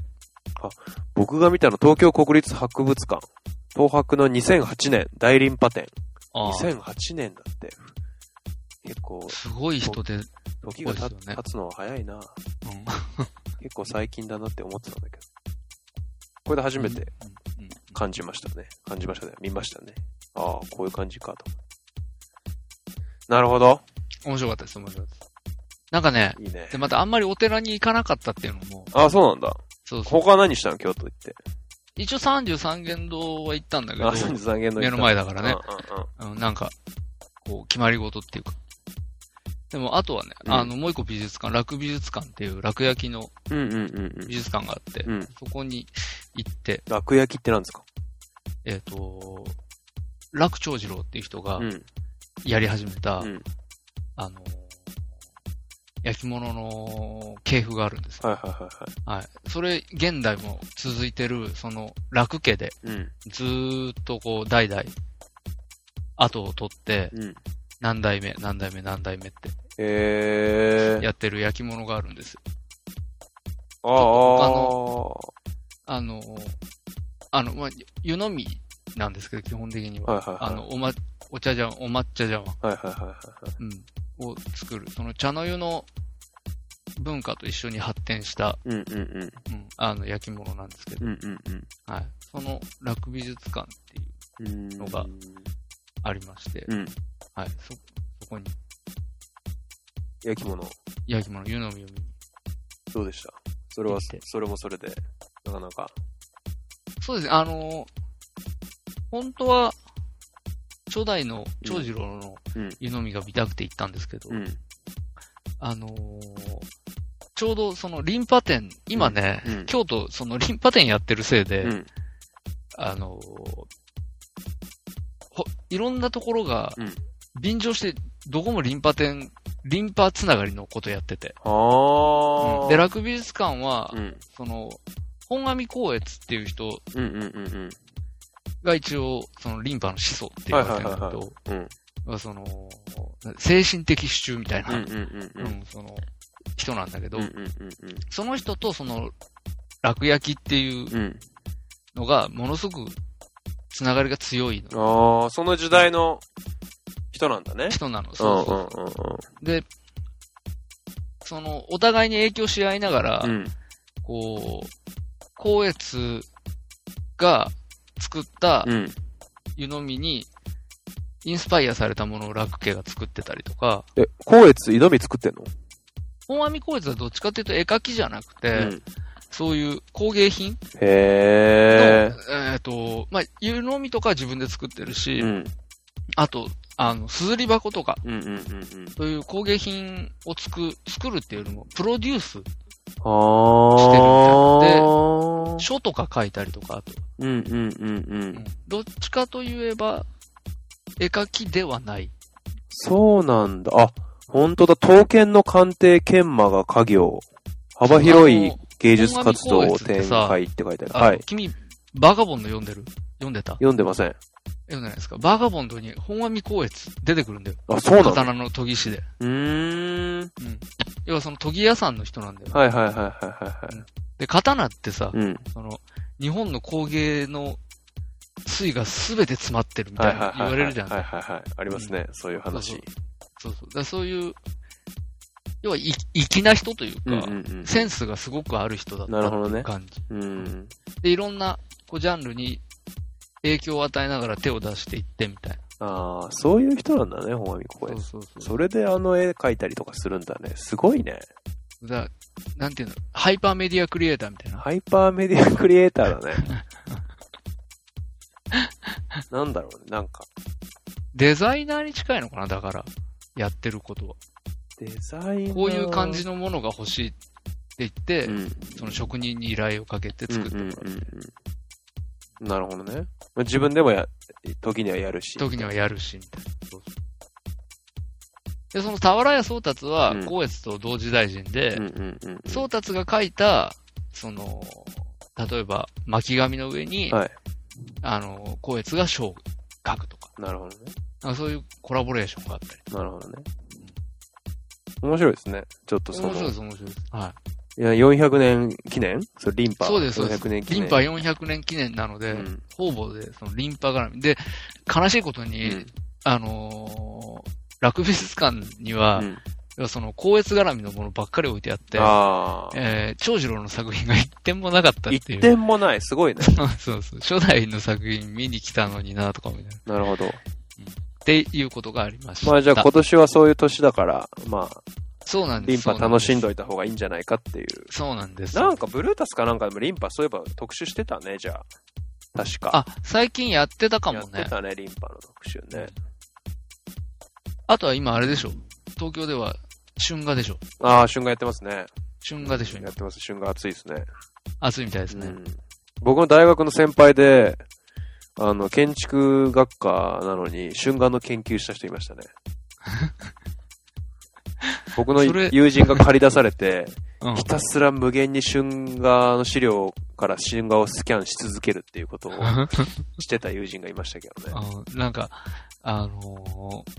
[SPEAKER 2] 僕が見たの東京国立博物館。東博の2008年、大リンパ展。
[SPEAKER 3] ああ、
[SPEAKER 2] 2008年だって。結構、
[SPEAKER 3] すごい人で、うん。
[SPEAKER 2] 時が
[SPEAKER 3] そ
[SPEAKER 2] た
[SPEAKER 3] うですよね
[SPEAKER 2] 経つのは早いな。結構最近だなって思ってたんだけど。これで初めて
[SPEAKER 3] うんうん
[SPEAKER 2] 感じましたね。感じましたね。見ましたね。ああ、こういう感じかと。なるほど。
[SPEAKER 3] 面白かったです、面白かったです。なんかね、
[SPEAKER 2] いいね
[SPEAKER 3] で、。またあんまりお寺に行かなかったっていうのも、
[SPEAKER 2] ああ、そうなんだ。
[SPEAKER 3] そうそう。
[SPEAKER 2] 他は何したの京都行って。
[SPEAKER 3] 一応33元堂は行ったんだけど
[SPEAKER 2] あ、、33限の
[SPEAKER 3] 目の前だから
[SPEAKER 2] うん
[SPEAKER 3] ね。
[SPEAKER 2] うんうん
[SPEAKER 3] うんなんか、こう、決まり事っていうか。でも、あとはね、
[SPEAKER 2] うん
[SPEAKER 3] あの、もう一個美術館、楽美術館っていう楽焼きの
[SPEAKER 2] うんうんうんうん
[SPEAKER 3] 美術館があって、
[SPEAKER 2] うん
[SPEAKER 3] そこに行って、
[SPEAKER 2] 楽焼きってなんですか
[SPEAKER 3] えっ、と、楽長次郎っていう人が
[SPEAKER 2] うん。
[SPEAKER 3] やり始めた、
[SPEAKER 2] うん
[SPEAKER 3] あの、焼き物の系譜があるんですよ
[SPEAKER 2] はいはいはい
[SPEAKER 3] はい。それ、現代も続いてる、その、楽家で、
[SPEAKER 2] はい。うん。
[SPEAKER 3] ずーっとこう、代々、後を取って、
[SPEAKER 2] うん。
[SPEAKER 3] 何代目、何代目、何代目って
[SPEAKER 2] えー。
[SPEAKER 3] やってる焼き物があるんですよ。
[SPEAKER 2] ああ
[SPEAKER 3] あの、あの、まあ、湯飲みなんですけど、基本的には。
[SPEAKER 2] はいはいはい
[SPEAKER 3] あの、おま、お茶じゃん、お抹茶じゃん、
[SPEAKER 2] はいはいはいはい。
[SPEAKER 3] うん、を作る。その茶の湯の文化と一緒に発展した、
[SPEAKER 2] うんうんうん。
[SPEAKER 3] うん、あの、焼き物なんですけど、
[SPEAKER 2] うんうんうん。
[SPEAKER 3] はい。その、楽美術館っていう、
[SPEAKER 2] うん
[SPEAKER 3] のがありまして、
[SPEAKER 2] うん。
[SPEAKER 3] はい。そ、そこに、
[SPEAKER 2] 焼き物、
[SPEAKER 3] 焼き物、湯飲みを見に
[SPEAKER 2] どうでしたそれは
[SPEAKER 3] できて、
[SPEAKER 2] それもそれで、なかなか。
[SPEAKER 3] そうですね、あの、本当は、初代の長次郎の
[SPEAKER 2] うん
[SPEAKER 3] 湯飲みが見たくて行ったんですけど、
[SPEAKER 2] うん。
[SPEAKER 3] あのーちょうどそのリンパ店、今ね、
[SPEAKER 2] うんうん
[SPEAKER 3] 京都、そのリンパ店やってるせいで、
[SPEAKER 2] うん。
[SPEAKER 3] あのーほいろんなところが
[SPEAKER 2] うん、
[SPEAKER 3] 便乗して、どこもリンパ店、リンパつながりのことやってて。
[SPEAKER 2] ああ。
[SPEAKER 3] で、楽美術館は、
[SPEAKER 2] うん。
[SPEAKER 3] その、本阿弥光悦っていう人
[SPEAKER 2] うんうんうんうん。
[SPEAKER 3] が一応、そのリンパの始祖って言われてるんだけど、
[SPEAKER 2] はいはいうん。
[SPEAKER 3] まあその、精神的支柱みたいな、
[SPEAKER 2] うんうんうんう。
[SPEAKER 3] うんんその、人なんだけど、
[SPEAKER 2] うんうんうん
[SPEAKER 3] その人とその、落焼きっていう
[SPEAKER 2] うん。うん。
[SPEAKER 3] のが、ものすごく、つながりが強いの
[SPEAKER 2] ああ、その時代の人なんだね。
[SPEAKER 3] 人なの。そうそう。
[SPEAKER 2] んうんうん
[SPEAKER 3] で、その、お互いに影響し合いながら、
[SPEAKER 2] うん。
[SPEAKER 3] こう、光悦が作った
[SPEAKER 2] うん。
[SPEAKER 3] 湯飲みに、インスパイアされたものを楽家が作ってたりとか、
[SPEAKER 2] え、光悦、井戸美作ってんの
[SPEAKER 3] 本阿弥光悦はどっちかっていうと絵描きじゃなくて、
[SPEAKER 2] うん。
[SPEAKER 3] そういう工芸品の、
[SPEAKER 2] へ
[SPEAKER 3] えっ、と、まあ、湯飲みとかは自分で作ってるし、
[SPEAKER 2] え。うん。
[SPEAKER 3] あと、あの、すずり箱とか、
[SPEAKER 2] うんうんうんうん。
[SPEAKER 3] そういう工芸品をつく、作るっていうよりも、プロデュース、
[SPEAKER 2] あー。
[SPEAKER 3] 書とか書いたりとか、あと、
[SPEAKER 2] うんうんうんう
[SPEAKER 3] うん
[SPEAKER 2] ん。
[SPEAKER 3] どっちかといえば、絵描きではない。
[SPEAKER 2] そうなんだ。あ、本当だ。刀剣の鑑定研磨が家業。幅広い芸術活動を展開って書いてある。
[SPEAKER 3] あの
[SPEAKER 2] はい。
[SPEAKER 3] 君、バガボンド読んでる読んでた
[SPEAKER 2] 読んでません。
[SPEAKER 3] 読んでないですかバガボンドに本阿弥光悦出てくるんだよ。
[SPEAKER 2] あ、そうなんだ。
[SPEAKER 3] 刀の研ぎ師で。
[SPEAKER 2] うーん。
[SPEAKER 3] うん。要はその研ぎ屋さんの人なんだよ。
[SPEAKER 2] はいはいはいはいはいはい。
[SPEAKER 3] で、刀ってさ、
[SPEAKER 2] うん。
[SPEAKER 3] その、日本の工芸の粋が全て詰まってるみ
[SPEAKER 2] は
[SPEAKER 3] た
[SPEAKER 2] い
[SPEAKER 3] いな
[SPEAKER 2] はい
[SPEAKER 3] 言
[SPEAKER 2] はい。
[SPEAKER 3] われるじゃん。
[SPEAKER 2] はいはいはい。ありますね。そういう話。
[SPEAKER 3] そうそう。だからそういう、要はい粋な人というか、
[SPEAKER 2] うんうん
[SPEAKER 3] センスがすごくある人だった
[SPEAKER 2] なるほど
[SPEAKER 3] ってい
[SPEAKER 2] ね
[SPEAKER 3] う感じ。
[SPEAKER 2] うん。うん。
[SPEAKER 3] で、いろんなこうジャンルに影響を与えながら手を出していってみたい
[SPEAKER 2] ああ、そういう人なんだね、本阿弥光
[SPEAKER 3] な。
[SPEAKER 2] 悦。
[SPEAKER 3] そうそうそ
[SPEAKER 2] それであの絵描いたりとかするんだね。すごいね。
[SPEAKER 3] う。だなんていうの、ハイパーメディアクリエイターみたいな。
[SPEAKER 2] ハイパーメディアクリエイターだね。なんだろうね、なんか。
[SPEAKER 3] デザイナーに近いのかなだから、やってることは。
[SPEAKER 2] デザイン。
[SPEAKER 3] こういう感じ
[SPEAKER 2] の。
[SPEAKER 3] のものが欲しいって言って、
[SPEAKER 2] うん。
[SPEAKER 3] その職人に依頼をかけて
[SPEAKER 2] うん
[SPEAKER 3] 作っ
[SPEAKER 2] う
[SPEAKER 3] て
[SPEAKER 2] んうん
[SPEAKER 3] もらう。
[SPEAKER 2] うん。なるほどね。まあ自分でもや、時にはやるし。
[SPEAKER 3] 時にはやるし、みたいな。で、その俵屋宗達は
[SPEAKER 2] うん、
[SPEAKER 3] 光悦と同時代人で
[SPEAKER 2] うん、うんうんうん。
[SPEAKER 3] 宗達が書いた、その、例えば巻き紙の上に、
[SPEAKER 2] はい。
[SPEAKER 3] あの、光悦が章を書くとか、
[SPEAKER 2] なるほどね。
[SPEAKER 3] なんかそういうコラボレーションがあったり。
[SPEAKER 2] なるほどね。面白いですね。ちょっとその
[SPEAKER 3] 面、白いです、面白いです。はい
[SPEAKER 2] や、400年記念それ、リンパ。
[SPEAKER 3] い。そうです、そうです。
[SPEAKER 2] 400年記
[SPEAKER 3] リ
[SPEAKER 2] 念。
[SPEAKER 3] ンパ400年記念なので、
[SPEAKER 2] うん
[SPEAKER 3] 方々で、そのリンパ絡み。で、悲しいことに、
[SPEAKER 2] うん
[SPEAKER 3] あのー、楽美術館には、
[SPEAKER 2] うん
[SPEAKER 3] 要はその、光悦絡みのものばっかり置いてあって、
[SPEAKER 2] ああ。
[SPEAKER 3] えー、長次郎の作品が一点もなかったっ
[SPEAKER 2] 一
[SPEAKER 3] ていう。
[SPEAKER 2] 点もない。すごいね。
[SPEAKER 3] そうそう。初代の作品見に来たのになとかみたいな。っ
[SPEAKER 2] なるほど。
[SPEAKER 3] ていうことがありました。
[SPEAKER 2] まあじゃあ今年はそういう年だから、まあ、
[SPEAKER 3] そうなんで
[SPEAKER 2] リン
[SPEAKER 3] す。
[SPEAKER 2] パ楽しん
[SPEAKER 3] だ。
[SPEAKER 2] どいた方がいいんじゃないかっていう。
[SPEAKER 3] そうなんです。
[SPEAKER 2] なんかブルータスかなんかでもリンパそういえば特集してたね、じゃあ。確か。
[SPEAKER 3] あ、最近やってたかも
[SPEAKER 2] やっ
[SPEAKER 3] ね
[SPEAKER 2] て。たね、リンパの特集ね。
[SPEAKER 3] あとは今あれでしょ。東京では、春画でしょ。
[SPEAKER 2] ああ、旬がやってますね。
[SPEAKER 3] 春画でしょ、
[SPEAKER 2] や
[SPEAKER 3] 今
[SPEAKER 2] ってます。旬が暑いですね。
[SPEAKER 3] 暑いみたいです
[SPEAKER 2] う
[SPEAKER 3] ね。
[SPEAKER 2] ん僕の大学の先輩で、あの、建築学科なのに、春画の研究した人いま したね。僕の
[SPEAKER 3] それ
[SPEAKER 2] 友人が借り出されて、
[SPEAKER 3] うん。
[SPEAKER 2] ひたすら無限に春画の資料から春画をスキャンし続けるっていう ことをしてた友人がいましたけどね。
[SPEAKER 3] あのなんか、あのー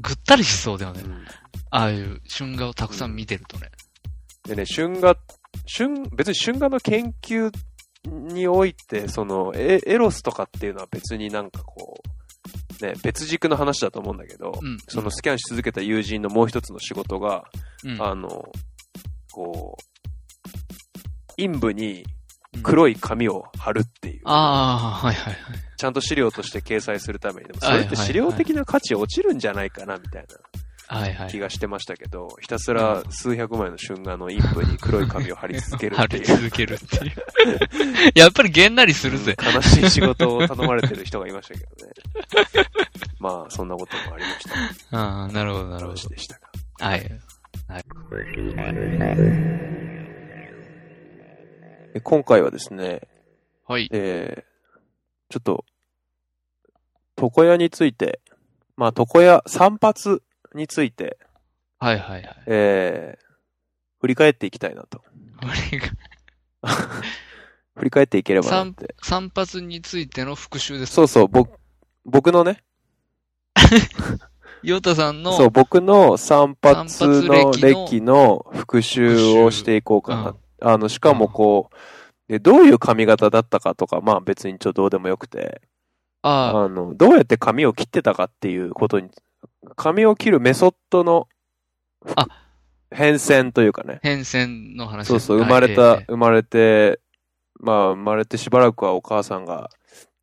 [SPEAKER 3] ぐったりしそうだよね。
[SPEAKER 2] うん
[SPEAKER 3] ああいう春画をたくさん見てるとね。
[SPEAKER 2] でね、春画、春、別に春画の研究において、その、エエロスとかっていうのは別になんかこう、ね、別軸の話だと思うんだけど、
[SPEAKER 3] うん。
[SPEAKER 2] そのスキャンし続けた友人のもう一つの仕事が、
[SPEAKER 3] うん、
[SPEAKER 2] あの、こう、陰部に
[SPEAKER 3] うん
[SPEAKER 2] 黒い紙を貼るっていう、
[SPEAKER 3] ああ、はいはいはい。
[SPEAKER 2] ちゃんと資料として掲載するために、でもそれって資料的な価値落ちるんじゃないかな、みたい
[SPEAKER 3] はいは。
[SPEAKER 2] ない気がしてましたけど、ひたすら数百枚の春画の陰部に黒い紙を貼り続け る
[SPEAKER 3] 貼
[SPEAKER 2] って
[SPEAKER 3] り
[SPEAKER 2] いう。
[SPEAKER 3] 続けるっていう。 やっぱりげんなりするぜ。
[SPEAKER 2] 悲しい仕事を頼まれてる人がいましたけ どね。まあ、そんなこともありました。
[SPEAKER 3] ああ、なるほどなるほ
[SPEAKER 2] 話でしたが。
[SPEAKER 3] ど。はい。
[SPEAKER 2] え今回はですね、
[SPEAKER 3] はい。
[SPEAKER 2] えーちょっと、床屋について、まあ、床屋散髪について、
[SPEAKER 3] はいはいはい。
[SPEAKER 2] えー振り返っていきたいなと。
[SPEAKER 3] 俺が
[SPEAKER 2] 振り返っていければなって。
[SPEAKER 3] 散髪についての復習です。
[SPEAKER 2] そうそう、僕、僕のね、
[SPEAKER 3] ヨタさんの
[SPEAKER 2] そう、僕の散髪
[SPEAKER 3] 散
[SPEAKER 2] の
[SPEAKER 3] 髪歴の
[SPEAKER 2] 歴の復習をしていこうかな。
[SPEAKER 3] 復
[SPEAKER 2] あの、しかもこう、でどういう髪型だったかとか、まあ別にちょっとどうでもよくて、
[SPEAKER 3] ああ、
[SPEAKER 2] あの、どうやって髪を切ってたかっていうことに、髪を切るメソッドの、
[SPEAKER 3] あ
[SPEAKER 2] 変遷というかね。
[SPEAKER 3] 変遷の話
[SPEAKER 2] そう
[SPEAKER 3] です
[SPEAKER 2] そう、生まれた、生まれて、まあ生まれてしばらくはお母さんが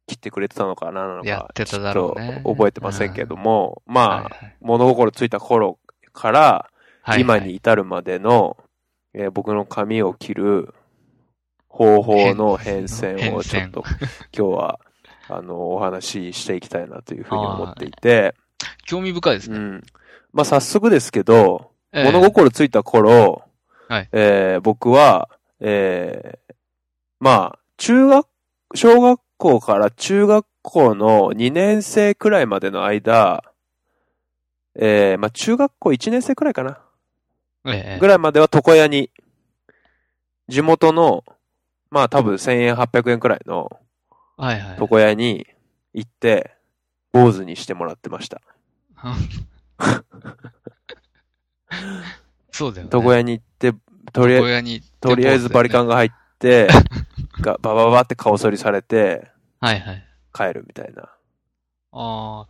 [SPEAKER 2] 切ってくれてたのかな、なの
[SPEAKER 3] や
[SPEAKER 2] か
[SPEAKER 3] っ、てただろうね
[SPEAKER 2] ちょっと覚えてませんけども、まあ、
[SPEAKER 3] あ、
[SPEAKER 2] 物心ついた頃から、今
[SPEAKER 3] はい
[SPEAKER 2] に至るまでの、えー僕の髪 を切る方法の変遷をちょっと今日はあの、お話ししていきたいなというふうに思っていて、
[SPEAKER 3] 興味深いです
[SPEAKER 2] う
[SPEAKER 3] ね。
[SPEAKER 2] ん。まあ、早速ですけど、
[SPEAKER 3] ええ
[SPEAKER 2] 物心ついた頃、
[SPEAKER 3] はい
[SPEAKER 2] えー僕は、えーまあ、中学、小学校から中学校の2年生くらいまでの間、えーまあ、中学校1年生くらいかな、
[SPEAKER 3] え
[SPEAKER 2] ぐらいまでは床屋に、地元の、まあ多分1000円800円くらいの
[SPEAKER 3] え。はいはい。
[SPEAKER 2] 床屋に行って、坊主にしてもらってました。
[SPEAKER 3] そうだよね。
[SPEAKER 2] 床屋に行って、とりあえず
[SPEAKER 3] 床屋に行って
[SPEAKER 2] とりあえずバリカンが入って、がババババって顔剃りされて、
[SPEAKER 3] はいはい。
[SPEAKER 2] 帰るみたいな。
[SPEAKER 3] あ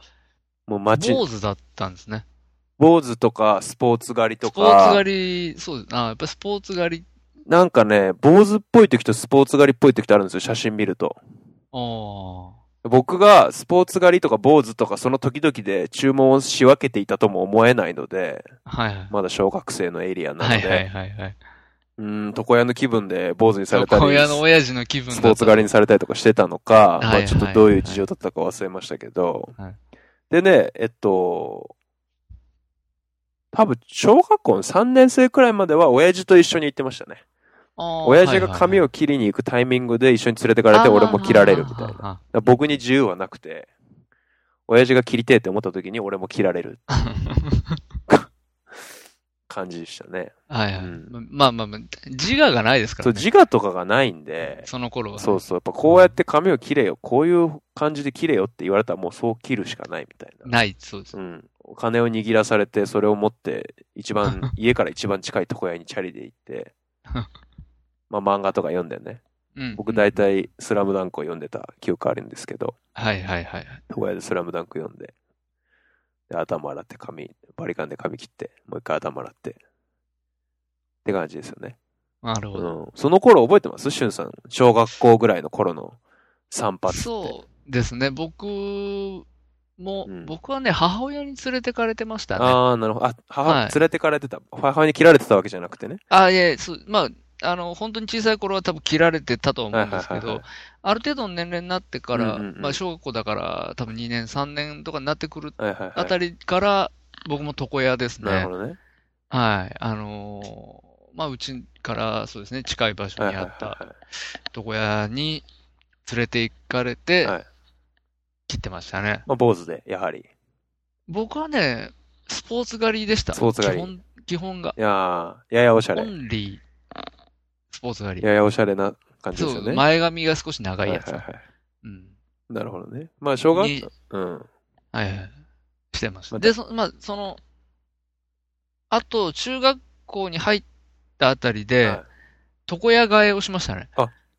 [SPEAKER 2] もう
[SPEAKER 3] あ、
[SPEAKER 2] 街、
[SPEAKER 3] 坊主だったんですね。
[SPEAKER 2] 坊主とかスポーツ狩りと
[SPEAKER 3] スポーツ
[SPEAKER 2] か、
[SPEAKER 3] 狩り、そうです。ああ、やっぱスポーツ狩り、
[SPEAKER 2] なんかね、坊主っぽい時とスポーツ狩りっぽい時とあるんですよ、写真見ると。
[SPEAKER 3] ああ、
[SPEAKER 2] 僕がスポーツ狩りとか坊主とかその時々で注文を仕分けていたとも思えないので、
[SPEAKER 3] はいはい。
[SPEAKER 2] まだ小学生のエリアなの
[SPEAKER 3] は
[SPEAKER 2] で、
[SPEAKER 3] いはいはいはい。
[SPEAKER 2] うーん、床屋の気分で坊主にされたり、
[SPEAKER 3] 小屋の親父の気分だ
[SPEAKER 2] ス
[SPEAKER 3] と
[SPEAKER 2] ポーツ狩りにされたりとかしてたのか、
[SPEAKER 3] い
[SPEAKER 2] まあちょっとどういう事情だったか忘れましたけど
[SPEAKER 3] はい、
[SPEAKER 2] でね、えっと、多分、小学校の3年生くらいまでは親父と一緒に行ってましたね。
[SPEAKER 3] ああ
[SPEAKER 2] 親父が髪を切りに行くタイミングで一緒に連れてかれて、俺も切られるみたいな。だか
[SPEAKER 3] な。
[SPEAKER 2] ら僕に自由はなくて、親父が切りてえって思った時に俺も切られる
[SPEAKER 3] あ
[SPEAKER 2] 感じでしたね。
[SPEAKER 3] あはいはい。
[SPEAKER 2] うん
[SPEAKER 3] まあまあまあ、自我がないですか
[SPEAKER 2] そ
[SPEAKER 3] ら
[SPEAKER 2] う、
[SPEAKER 3] ね。
[SPEAKER 2] 自我とかがないんで、
[SPEAKER 3] その頃は。
[SPEAKER 2] そうそう、やっぱこうやって髪を切れよ、こういう感じで切れよって言われたらもうそう切るしかないみたいな。
[SPEAKER 3] ない、そうです
[SPEAKER 2] う。ん。お金を握らされて、それを持って、一 番、家から一番近い床屋にチャリで行って、まあ漫画とか読んでね。
[SPEAKER 3] うん。
[SPEAKER 2] 僕大体スラムダンクを読んでた記憶あるんですけど、
[SPEAKER 3] はいはいはいはい。
[SPEAKER 2] 床屋でスラムダンク読んで、で、頭洗って髪、バリカンで髪切って、もう一回頭洗って、って感じですよね。
[SPEAKER 3] なるほ
[SPEAKER 2] う
[SPEAKER 3] ど。
[SPEAKER 2] ん。その頃覚えてますしゅんさん。小学校ぐらいの頃の散髪って。
[SPEAKER 3] そうですね。僕も、
[SPEAKER 2] うん
[SPEAKER 3] 僕はね、母親に連れてかれてましたね。あ
[SPEAKER 2] ああ、なるほど。あ、母、
[SPEAKER 3] はい
[SPEAKER 2] 連れてかれてた。母に切られてたわけじゃなくてね。
[SPEAKER 3] あ、いやいやそう、まあ、あの、本当に小さい頃は多分切られてたと思うんですけ
[SPEAKER 2] はいはいはい
[SPEAKER 3] ど
[SPEAKER 2] は、
[SPEAKER 3] ある程度の年齢になってから、
[SPEAKER 2] うんうんうん
[SPEAKER 3] まあ、小学校だから多分2年、3年とかになってくる
[SPEAKER 2] はいはいはい。
[SPEAKER 3] あたりから、僕も床屋です
[SPEAKER 2] なる
[SPEAKER 3] ね
[SPEAKER 2] ほ。どね。
[SPEAKER 3] はい。あのーまあ、うちからそうですね、近い場所
[SPEAKER 2] はい
[SPEAKER 3] に
[SPEAKER 2] はい
[SPEAKER 3] あ
[SPEAKER 2] はい
[SPEAKER 3] った
[SPEAKER 2] はい。
[SPEAKER 3] 床屋に連れて行かれて
[SPEAKER 2] はい、
[SPEAKER 3] 切ってましたね。
[SPEAKER 2] まあ、坊主で、やはり。い
[SPEAKER 3] 僕はね、スポーツ狩りでした。
[SPEAKER 2] スポーツ狩り
[SPEAKER 3] 基本、基本が。
[SPEAKER 2] やー、ややおしゃ
[SPEAKER 3] オ
[SPEAKER 2] れ。
[SPEAKER 3] ンリー、スポーツ狩り。
[SPEAKER 2] ややおしゃれな感じです
[SPEAKER 3] そ
[SPEAKER 2] よ
[SPEAKER 3] う、
[SPEAKER 2] ね。
[SPEAKER 3] 前髪が少し長
[SPEAKER 2] はいいはい
[SPEAKER 3] やつ。
[SPEAKER 2] は
[SPEAKER 3] うん。
[SPEAKER 2] い。なるほどね。まあ、小学
[SPEAKER 3] に
[SPEAKER 2] 校、うん。
[SPEAKER 3] はいはい。してました。
[SPEAKER 2] また
[SPEAKER 3] で、そまあ、その、あと、中学校に入ったあたりで
[SPEAKER 2] はい、
[SPEAKER 3] 床屋替えをしましたね。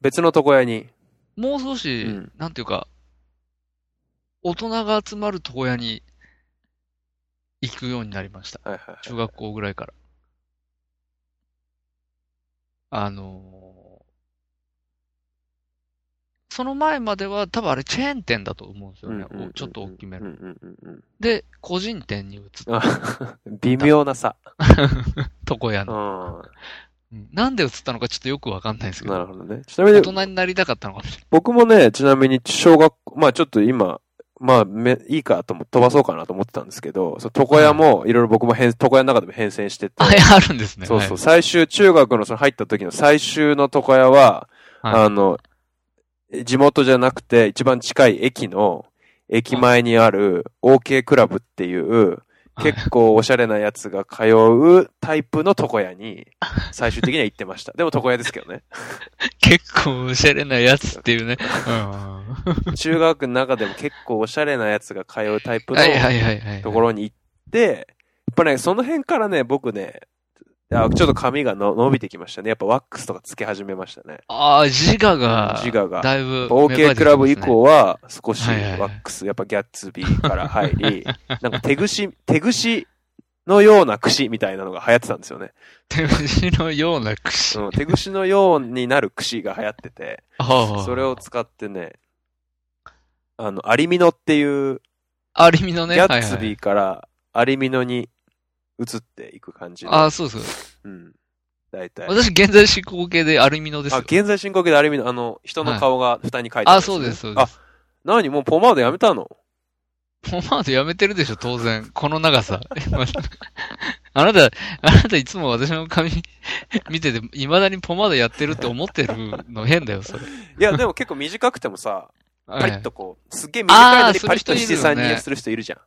[SPEAKER 2] 別の床屋に。
[SPEAKER 3] もう少し、
[SPEAKER 2] うん
[SPEAKER 3] なんていうか、大人が集まる床屋に行くようになりました。
[SPEAKER 2] はいはい
[SPEAKER 3] 中学校ぐらいから。あのーその前までは多分あれチェーン店だと思うんですよね。
[SPEAKER 2] うんうんうんうん
[SPEAKER 3] おちょっと大きめ
[SPEAKER 2] う
[SPEAKER 3] の。
[SPEAKER 2] んうんうんうん。
[SPEAKER 3] で、個人店に移って、
[SPEAKER 2] あ 微妙な差。
[SPEAKER 3] 床
[SPEAKER 2] う
[SPEAKER 3] 屋
[SPEAKER 2] ん。
[SPEAKER 3] の。うんなんで移ったのかちょっとよくわかんないですけ
[SPEAKER 2] なる
[SPEAKER 3] ど。
[SPEAKER 2] ほどね。ちなみ
[SPEAKER 3] 大
[SPEAKER 2] に、
[SPEAKER 3] 人になりたかったのかもしれ
[SPEAKER 2] 僕もね、ちなみに小学校、まあちょっと今、まあめ、いいかと思飛ばそうかなと思ってたんですけど、そう床屋も、いろいろ僕も変、床屋の中でも変遷して て、
[SPEAKER 3] ない。あ、あるんですね。
[SPEAKER 2] そうそ
[SPEAKER 3] は
[SPEAKER 2] う、
[SPEAKER 3] い
[SPEAKER 2] 最終、中学のその入った時の最終の床屋は、
[SPEAKER 3] はい
[SPEAKER 2] あの、地元じゃなくて、一番近い駅の、駅前にある OK クラブっていう、
[SPEAKER 3] はい
[SPEAKER 2] 結構おしゃれなやつが通うタイプの床屋に、最終的には行ってました。でも床屋ですけど ね。
[SPEAKER 3] 結構おしゃれなやつってい うね。うん
[SPEAKER 2] 中学の中でも結構おしゃれなやつが通うタイプの
[SPEAKER 3] はいはいはいはい。
[SPEAKER 2] ところに行って、やっぱね、その辺からね、僕ね、あちょっと髪がの伸びてきましたね。やっぱワックスとかつけ始めましたね。
[SPEAKER 3] ああ、自我が、
[SPEAKER 2] 自我が
[SPEAKER 3] だいぶ、
[SPEAKER 2] OK クラブ以降は少し
[SPEAKER 3] はいはいはい
[SPEAKER 2] ワックス、やっぱギャッツビー から入り、なんか手ぐし、手ぐしのような櫛みたいなのが流行ってたんですよね。
[SPEAKER 3] 手口のような櫛。
[SPEAKER 2] うん、手ぐしのようになる櫛が流行ってて、
[SPEAKER 3] ああ
[SPEAKER 2] それを、使ってね、あの、アリミノっていう
[SPEAKER 3] アリミのね、
[SPEAKER 2] ギャッツ
[SPEAKER 3] はいは
[SPEAKER 2] ビ
[SPEAKER 3] い
[SPEAKER 2] ーからアリミノに移っていく感じの。
[SPEAKER 3] ああ、そうです。
[SPEAKER 2] うん。大体。
[SPEAKER 3] 私、現在進行形でアルミノです
[SPEAKER 2] あ、
[SPEAKER 3] よ。
[SPEAKER 2] 現在進行形でアリミノ、あの、人の顔が蓋に書いてる
[SPEAKER 3] あ
[SPEAKER 2] や
[SPEAKER 3] あ、
[SPEAKER 2] つ
[SPEAKER 3] そうです、そうで
[SPEAKER 2] あ
[SPEAKER 3] す。、
[SPEAKER 2] 何もうポマードやめたの
[SPEAKER 3] ポマードやめてるでしょ、当然。この長さ。 あなた、あなたいつも私の髪 見てて、未だにポマードやってるって思ってるの変だよ、それ。
[SPEAKER 2] いや、でも結構短くても さ、パ
[SPEAKER 3] は
[SPEAKER 2] リッ
[SPEAKER 3] い。
[SPEAKER 2] とこう、すっげえ短いの
[SPEAKER 3] あー
[SPEAKER 2] にパリッと
[SPEAKER 3] そういう人いるよね
[SPEAKER 2] 7、3人する人いるじゃん。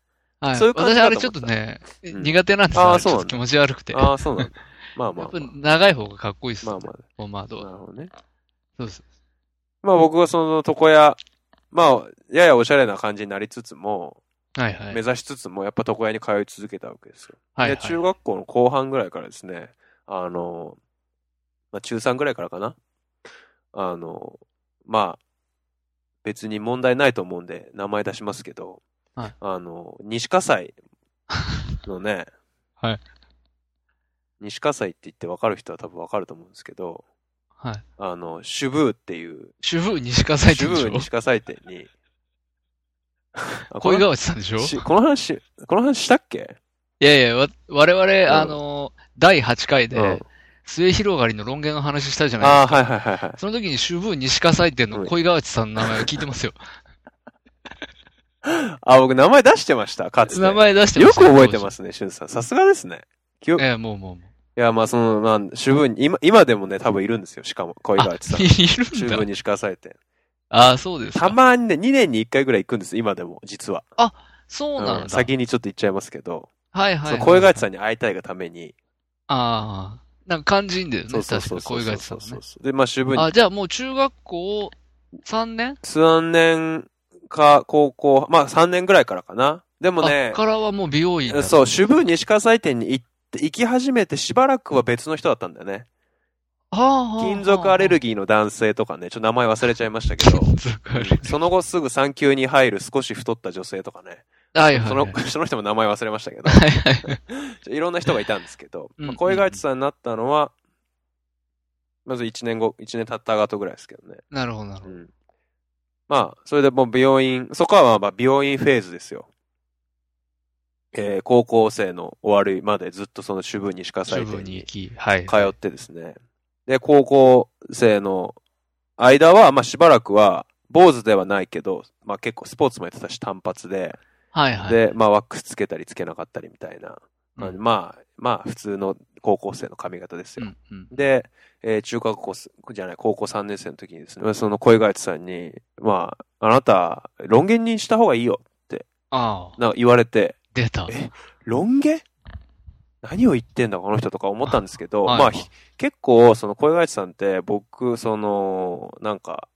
[SPEAKER 3] はい、
[SPEAKER 2] そういう感じ
[SPEAKER 3] 私
[SPEAKER 2] だと
[SPEAKER 3] あ
[SPEAKER 2] 思っ
[SPEAKER 3] れち
[SPEAKER 2] た
[SPEAKER 3] ょっとね、
[SPEAKER 2] うん
[SPEAKER 3] 苦手なんです
[SPEAKER 2] あー
[SPEAKER 3] よ。あれち
[SPEAKER 2] そう
[SPEAKER 3] ょ
[SPEAKER 2] な
[SPEAKER 3] っ
[SPEAKER 2] んだ
[SPEAKER 3] と気持ち悪くて。
[SPEAKER 2] ああ、そうなんだ。まあま
[SPEAKER 3] や
[SPEAKER 2] あ
[SPEAKER 3] っ
[SPEAKER 2] ま
[SPEAKER 3] ぱ
[SPEAKER 2] あ、
[SPEAKER 3] 長い方がかっこいいっす、
[SPEAKER 2] ま
[SPEAKER 3] ね。
[SPEAKER 2] あまあ、
[SPEAKER 3] ポマード
[SPEAKER 2] な
[SPEAKER 3] は。
[SPEAKER 2] るほどね。
[SPEAKER 3] そうです。
[SPEAKER 2] まあ僕はその床屋、まあ、ややおしゃれな感じになりつつも、
[SPEAKER 3] はいはい。
[SPEAKER 2] 目指しつつも、やっぱ床屋に通い続けたわけですよ。
[SPEAKER 3] はい、
[SPEAKER 2] で中学校の後半ぐらいからですね、あの、まあ中3ぐらいからかな。あの、まあ、別に問題ないと思うんで、名前出しますけど、
[SPEAKER 3] はい
[SPEAKER 2] あの、西葛西のね、
[SPEAKER 3] はい
[SPEAKER 2] 西葛西って言って分かる人は多分分かると思うんですけど、
[SPEAKER 3] はい。
[SPEAKER 2] あの、主婦っていう、
[SPEAKER 3] 主婦西葛西
[SPEAKER 2] 主
[SPEAKER 3] 店でし
[SPEAKER 2] 婦
[SPEAKER 3] ょ
[SPEAKER 2] 西葛西店 に、あ
[SPEAKER 3] 小井川内さんでしょ
[SPEAKER 2] しこの話、この話したっけ
[SPEAKER 3] いやいや、わ我々、
[SPEAKER 2] ん
[SPEAKER 3] あの、第8回で、
[SPEAKER 2] うん
[SPEAKER 3] 末広がりの論言の話したじゃないです
[SPEAKER 2] あ
[SPEAKER 3] か。
[SPEAKER 2] あ、はいはいはいはい。
[SPEAKER 3] その時に主婦西葛西店の小井川内さんの名前を聞い てますよ。
[SPEAKER 2] あ、僕名前出してました、かつて。
[SPEAKER 3] 名前出して。
[SPEAKER 2] よく覚えてますすね、しゅんさん。さすがですね。記憶い
[SPEAKER 3] ええ、もうもうもう。
[SPEAKER 2] や、まあ、その、まあ、主文に、今、今でもね、多分いるんですよ、しかも、小井
[SPEAKER 3] あ
[SPEAKER 2] 川内さん。
[SPEAKER 3] い
[SPEAKER 2] 主
[SPEAKER 3] るんだ
[SPEAKER 2] 文。にしかされて。
[SPEAKER 3] ああ、そうです
[SPEAKER 2] た
[SPEAKER 3] か。
[SPEAKER 2] まにね、2年に1回ぐらい行くんです、今でも、実は。
[SPEAKER 3] そうなん
[SPEAKER 2] うん
[SPEAKER 3] だ。はい
[SPEAKER 2] 先にちょっと行っちゃいますけど、
[SPEAKER 3] はいはい。
[SPEAKER 2] その小井川内さんに会いたいがために、
[SPEAKER 3] ああ。なんか肝心だよね。
[SPEAKER 2] そうそう
[SPEAKER 3] 確か
[SPEAKER 2] そう
[SPEAKER 3] に
[SPEAKER 2] そ
[SPEAKER 3] 小
[SPEAKER 2] う
[SPEAKER 3] 井
[SPEAKER 2] そ
[SPEAKER 3] 川
[SPEAKER 2] う
[SPEAKER 3] 内さんのね。
[SPEAKER 2] そうで、まあ、主文に、
[SPEAKER 3] あ、じゃあもう中学校3年
[SPEAKER 2] 3年か、高校、まあ、3年ぐらいからかな。でもね
[SPEAKER 3] あ、からはもう美容院だ
[SPEAKER 2] そう、主文西川祭店に行って、行き始めてしばらくは別の人だったんだよね。
[SPEAKER 3] ああ。
[SPEAKER 2] 金属アレル
[SPEAKER 3] ギ
[SPEAKER 2] ギーの男性とかね、ちょっと名前忘れちゃいましたけど、
[SPEAKER 3] 金属アレルギー。
[SPEAKER 2] その後すぐ産休に入る少し太った女性とかね、
[SPEAKER 3] はいはい。
[SPEAKER 2] その、 その人も名前忘れま したけど、
[SPEAKER 3] はい はい。
[SPEAKER 2] いろんな人がいたんですけど、
[SPEAKER 3] うん
[SPEAKER 2] まあ、声がさんになったのは、まず1年後、1年経った後ぐらいですけどね。
[SPEAKER 3] なるほどなるほ
[SPEAKER 2] う
[SPEAKER 3] ど。
[SPEAKER 2] ん。まあ、それでもう病院、そこはまあ病院フェーズですよ。えー高校生の終わりまでずっとその主婦西川
[SPEAKER 3] 主
[SPEAKER 2] 祭
[SPEAKER 3] 婦
[SPEAKER 2] 店
[SPEAKER 3] に行
[SPEAKER 2] に
[SPEAKER 3] き、はい。
[SPEAKER 2] 通ってですね。で、高校生の間は、まあしばらくは、坊主ではないけど、まあ結構スポーツもやってたし単発で、
[SPEAKER 3] はいはい。
[SPEAKER 2] で、まあワックスつけたりつけなかったりみたいな、
[SPEAKER 3] うん、
[SPEAKER 2] まあ、まあ普通の高校生の髪型です
[SPEAKER 3] う
[SPEAKER 2] よ。
[SPEAKER 3] ん、うん。
[SPEAKER 2] で、えー中学校す、じゃない、高校3年生の時にですね、その小井川内さんに、まあ、あなた、論言にした方がいいよ、
[SPEAKER 3] ああ、
[SPEAKER 2] なんか言われて、
[SPEAKER 3] 出た。
[SPEAKER 2] え論言何を言ってんだこの人とか思ったんですけど、
[SPEAKER 3] はい
[SPEAKER 2] まあ、ひ結構、その小井川内さんって、僕、その、なんか、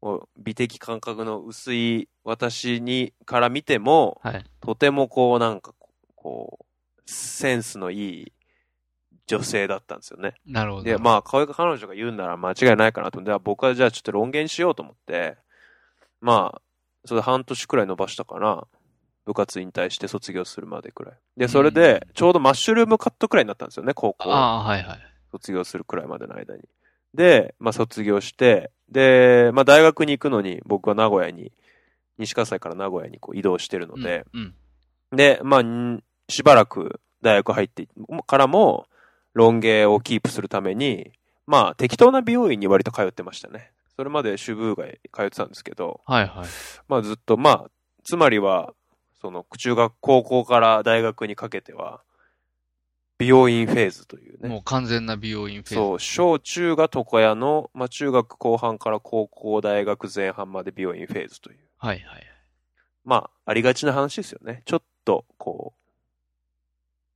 [SPEAKER 2] お美的感覚の薄い私に、から見ても、
[SPEAKER 3] はい。
[SPEAKER 2] とてもこう、なんか、こう、センスのいい女性だったんですよね。
[SPEAKER 3] なるほど。
[SPEAKER 2] で、まあ、可愛く彼女が言うんなら間違いないかなと思って、で僕はじゃあちょっと論言しようと思って、まあ、それで半年くらい伸ばしたかな。部活引退して卒業するまでくらい。で、それで、ちょうどマッシュルームカットくらいになったんですよね、高校。
[SPEAKER 3] ああ、はいはい。
[SPEAKER 2] 卒業するくらいまでの間に。で、まあ卒業して、で、まあ大学に行くのに、僕は名古屋に、西葛西から名古屋にこう移動してるので、
[SPEAKER 3] うん、うん。
[SPEAKER 2] で、まあ、んしばらく大学入ってからも、ロン毛をキープするために、まあ、適当な美容院に割と通ってましたね。それまで主婦街通ってたんですけど、
[SPEAKER 3] はいはい。
[SPEAKER 2] まあずっと、まあ、つまりは、その、中学、高校から大学にかけては、美容院フェーズという
[SPEAKER 3] も
[SPEAKER 2] ね。
[SPEAKER 3] う完全な美容院フェーズ。
[SPEAKER 2] そう、小中が床屋の、まあ中学後半から高校、大学前半まで美容院フェーズという。
[SPEAKER 3] はいはい。
[SPEAKER 2] まあ、ありがちな話ですよね。ちょっと、こ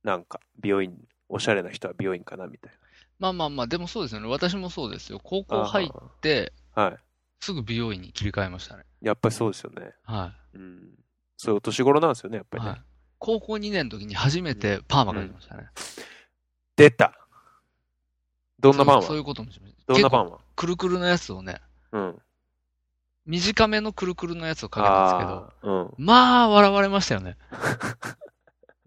[SPEAKER 2] う、なんか、美容院、おしゃれな人は美容院かな、みたい
[SPEAKER 3] まあまあまあ、でもそうですよね。私もそうですよ。高
[SPEAKER 2] な。
[SPEAKER 3] 校入って、
[SPEAKER 2] あーはい。
[SPEAKER 3] すぐ美容院に切り替えましたね。
[SPEAKER 2] やっぱりそうですよね。
[SPEAKER 3] は
[SPEAKER 2] うん。そういうお年頃なんですよね、やっ
[SPEAKER 3] い。
[SPEAKER 2] ぱりね。
[SPEAKER 3] はい。高校2年の時に初めてパーマかけましたね。
[SPEAKER 2] 出たどんなパン
[SPEAKER 3] そうそうい
[SPEAKER 2] は
[SPEAKER 3] うこともしました。
[SPEAKER 2] どんなパ
[SPEAKER 3] 結構
[SPEAKER 2] ンは
[SPEAKER 3] くるくるのやつをね、
[SPEAKER 2] うん。
[SPEAKER 3] 短めのくるくるのやつをかけたんですけど、
[SPEAKER 2] ああー、
[SPEAKER 3] まあ、笑われましたよね。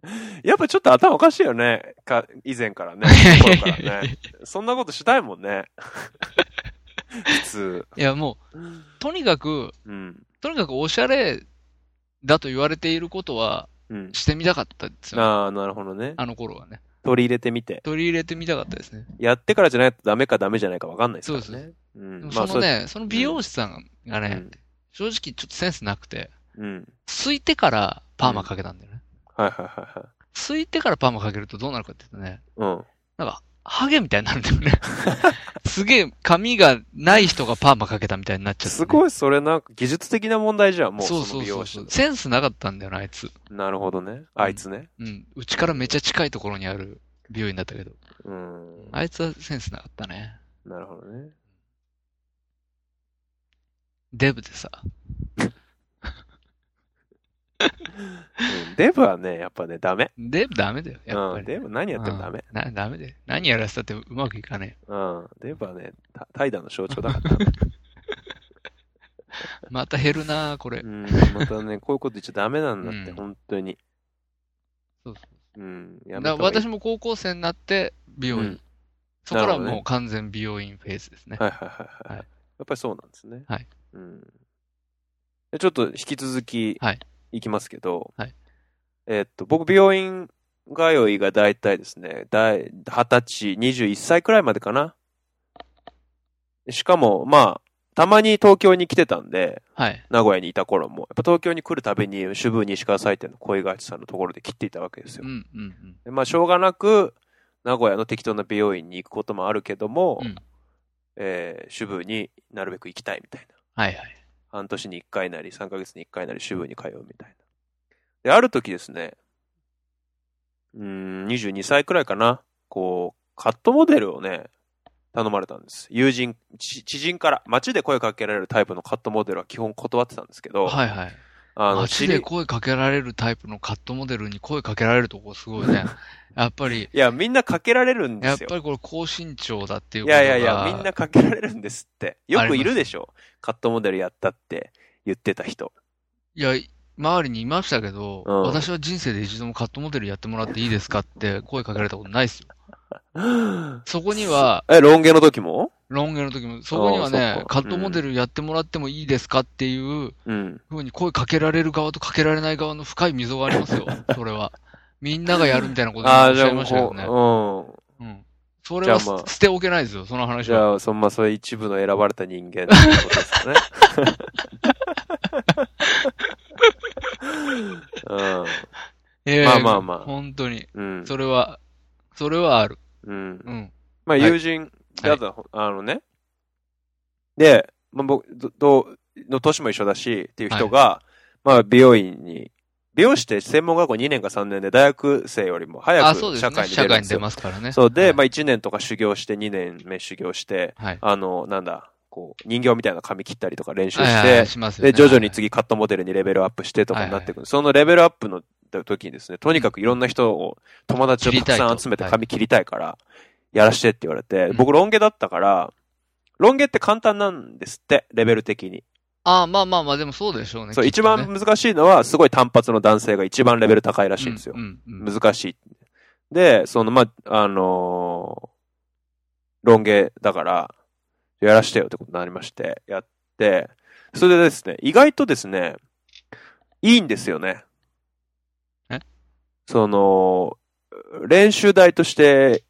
[SPEAKER 2] うん。やっぱちょっと頭おかしいよね。か、以前から ね。頃からね。そんなことしたいもんね。普通。
[SPEAKER 3] いや、もう、とにかく、
[SPEAKER 2] うん。
[SPEAKER 3] とにかくおしゃれだと言われていることは
[SPEAKER 2] うん。
[SPEAKER 3] してみたかったですよね。
[SPEAKER 2] ああ、なるほどね。
[SPEAKER 3] あの頃はね。
[SPEAKER 2] 取り入れてみて。
[SPEAKER 3] 取り入れてみたかったですね。
[SPEAKER 2] やってからじゃないとダメかダメじゃないか分かんないです
[SPEAKER 3] そ
[SPEAKER 2] か
[SPEAKER 3] う
[SPEAKER 2] ら
[SPEAKER 3] で
[SPEAKER 2] ね。
[SPEAKER 3] すね。
[SPEAKER 2] うん
[SPEAKER 3] でも
[SPEAKER 2] まあ
[SPEAKER 3] そのね、その美容師さんが
[SPEAKER 2] それ
[SPEAKER 3] ね、正直ちょっとセンスなくて、
[SPEAKER 2] うん。
[SPEAKER 3] すいてからパーマかけたんだよね。
[SPEAKER 2] はいはいはいはい。
[SPEAKER 3] すいてからパーマかけるとどうなるかって言うとね、
[SPEAKER 2] うん。
[SPEAKER 3] なんか、ハゲみたいになるんだよ ね。すげえ、髪がない人がパーマかけたみたいになっちゃって、
[SPEAKER 2] すごい、それなんか技術的な問題じゃん、もうそ
[SPEAKER 3] そ
[SPEAKER 2] の
[SPEAKER 3] うそう
[SPEAKER 2] 美
[SPEAKER 3] そ
[SPEAKER 2] 容
[SPEAKER 3] う
[SPEAKER 2] 師
[SPEAKER 3] そ
[SPEAKER 2] の
[SPEAKER 3] う。。センスなかったんだよな、あいつ。
[SPEAKER 2] なるほどね。あいつね。
[SPEAKER 3] うん。うちからめっちゃ近いところにある美容院だったけど。
[SPEAKER 2] うん。
[SPEAKER 3] あいつはセンスなかったね。
[SPEAKER 2] なるほどね。
[SPEAKER 3] デブでさ。
[SPEAKER 2] うんデブはね、やっぱね、ダメ。
[SPEAKER 3] デブダメだよ、やっぱ
[SPEAKER 2] う
[SPEAKER 3] り。
[SPEAKER 2] ん。デブ何やってもダメ。
[SPEAKER 3] うんなダメだよ。何やらせたってうまくいかね
[SPEAKER 2] うん。デブはね、た怠惰の象徴だから。
[SPEAKER 3] え。また減るなこれ
[SPEAKER 2] う。ん。またね、こういうこと言っちゃダメなんだって、
[SPEAKER 3] うん
[SPEAKER 2] 本当に。
[SPEAKER 3] そう
[SPEAKER 2] うん。や
[SPEAKER 3] だ
[SPEAKER 2] めた
[SPEAKER 3] から
[SPEAKER 2] 方がいい
[SPEAKER 3] 私も高校生になって美容院。
[SPEAKER 2] うん
[SPEAKER 3] そこからは
[SPEAKER 2] なるほど
[SPEAKER 3] もう
[SPEAKER 2] ね
[SPEAKER 3] 完全美容院フェーズですね。
[SPEAKER 2] はいはいはいはい。
[SPEAKER 3] はい
[SPEAKER 2] やっぱりそうなんですね。
[SPEAKER 3] はい。
[SPEAKER 2] うん。でちょっと引き続き、
[SPEAKER 3] はい。
[SPEAKER 2] きますけど、
[SPEAKER 3] はい。
[SPEAKER 2] えっと、僕、病院通いが大体ですね、大、二十歳、21歳くらいまでかな。しかも、まあ、たまに東京に来てたんで、
[SPEAKER 3] はい。
[SPEAKER 2] 名古屋にいた頃も、やっぱ東京に来るたびに、主婦西川祭店の小井川内さんのところで切っていたわけですよ
[SPEAKER 3] うん。うんうん。
[SPEAKER 2] でまあ、しょうがなく、名古屋の適当な美容院に行くこともあるけども、
[SPEAKER 3] うん
[SPEAKER 2] えー主婦になるべく行きたいみたいな。
[SPEAKER 3] はいはい。
[SPEAKER 2] 半年に1回なり、3ヶ月に1回なり、主婦に通うみたいな。で、ある時ですね、うーん、22歳くらいかな、こう、カットモデルをね、頼まれたんです。友人、ち知人から、街で声かけられるタイプのカットモデルは基本断ってたんですけど、
[SPEAKER 3] はいはい。
[SPEAKER 2] あの、知
[SPEAKER 3] 街
[SPEAKER 2] り
[SPEAKER 3] で声かけられるタイプのカットモデルに声かけられるとこすご いね。やっぱり、
[SPEAKER 2] いや、みんなかけられるんで
[SPEAKER 3] やっ
[SPEAKER 2] すよ。
[SPEAKER 3] ぱりこれ高身長だっていう
[SPEAKER 2] い
[SPEAKER 3] ことが
[SPEAKER 2] やいやいや、みんなかけられるんですって。よくいるでしょ。カットモデルやったって言ってた人。
[SPEAKER 3] いや、周りにいましたけど、
[SPEAKER 2] うん
[SPEAKER 3] 私は人生で一度もカットモデルやってもらっていいですかって声かけられたことないですよ。そこには、
[SPEAKER 2] え、ロン毛の時も
[SPEAKER 3] ロン毛の時も、そこには
[SPEAKER 2] ああそ
[SPEAKER 3] ね
[SPEAKER 2] っ、
[SPEAKER 3] カ
[SPEAKER 2] か
[SPEAKER 3] ットモデルやってもらってもいいですかっていう
[SPEAKER 2] うん。
[SPEAKER 3] 風に声かけられる側とかけられない側の深い溝がありま すよ。それは。みんながやるみたいなことを
[SPEAKER 2] あ
[SPEAKER 3] お
[SPEAKER 2] あ、
[SPEAKER 3] っ
[SPEAKER 2] じ
[SPEAKER 3] し
[SPEAKER 2] ゃ
[SPEAKER 3] ゃ
[SPEAKER 2] あ
[SPEAKER 3] いましたけどね。
[SPEAKER 2] もう、
[SPEAKER 3] うん。それは
[SPEAKER 2] じゃあまあ
[SPEAKER 3] 捨ておけないですよ、その
[SPEAKER 2] うん。
[SPEAKER 3] 話
[SPEAKER 2] じ
[SPEAKER 3] は。
[SPEAKER 2] ゃあ、そんま、そういう一部の選ばれた人間ってことですね。
[SPEAKER 3] ええ
[SPEAKER 2] まあまあまあ
[SPEAKER 3] 本当に。
[SPEAKER 2] うん。うん。
[SPEAKER 3] それは、それはある。
[SPEAKER 2] うん。
[SPEAKER 3] うん。
[SPEAKER 2] まあ、
[SPEAKER 3] はい
[SPEAKER 2] 友人、だと、あのね。で、まあ、僕、ど、どの年も一緒だし、っていう人が、まあ、美容院に、美容師って専門学校2年か3年で大学生よりも早
[SPEAKER 3] あ、そう
[SPEAKER 2] く
[SPEAKER 3] です
[SPEAKER 2] 社
[SPEAKER 3] ね。
[SPEAKER 2] 会に出
[SPEAKER 3] 社
[SPEAKER 2] るん
[SPEAKER 3] 会
[SPEAKER 2] で
[SPEAKER 3] に
[SPEAKER 2] す
[SPEAKER 3] 出
[SPEAKER 2] よ。
[SPEAKER 3] ますからね。
[SPEAKER 2] そうで、ま
[SPEAKER 3] は
[SPEAKER 2] あ
[SPEAKER 3] い、
[SPEAKER 2] 1年とか修行して、2年目修行して、
[SPEAKER 3] はい。
[SPEAKER 2] あの、なんだ、こう、人形みたいな髪切ったりとか練習
[SPEAKER 3] はい
[SPEAKER 2] し
[SPEAKER 3] はいは
[SPEAKER 2] て
[SPEAKER 3] い、しますよね
[SPEAKER 2] で、徐々に次カットモデルにレベルアップしてとかになっていくんですそのレベルアップの時にですね、とにかくいろんな人を、友達をたくさん集めて髪切りたいから、やらしてって言われて
[SPEAKER 3] う、ん
[SPEAKER 2] 僕ロン毛だったから、ロン毛って簡単なんですって、レベル的に。
[SPEAKER 3] ああ、まあまあまあ、でもそうでしょうね。
[SPEAKER 2] そう、
[SPEAKER 3] きっ
[SPEAKER 2] 一
[SPEAKER 3] とね
[SPEAKER 2] 番難しいのは、すごい単発の男性が一番レベル高いらしいんですよ
[SPEAKER 3] う。んうんうん
[SPEAKER 2] 難しい。で、その、まあ、あのーロン毛だから、やらしてよってことになりまして、やって、それでですね、意外とですね、いいんですよね。
[SPEAKER 3] え
[SPEAKER 2] その、練習台として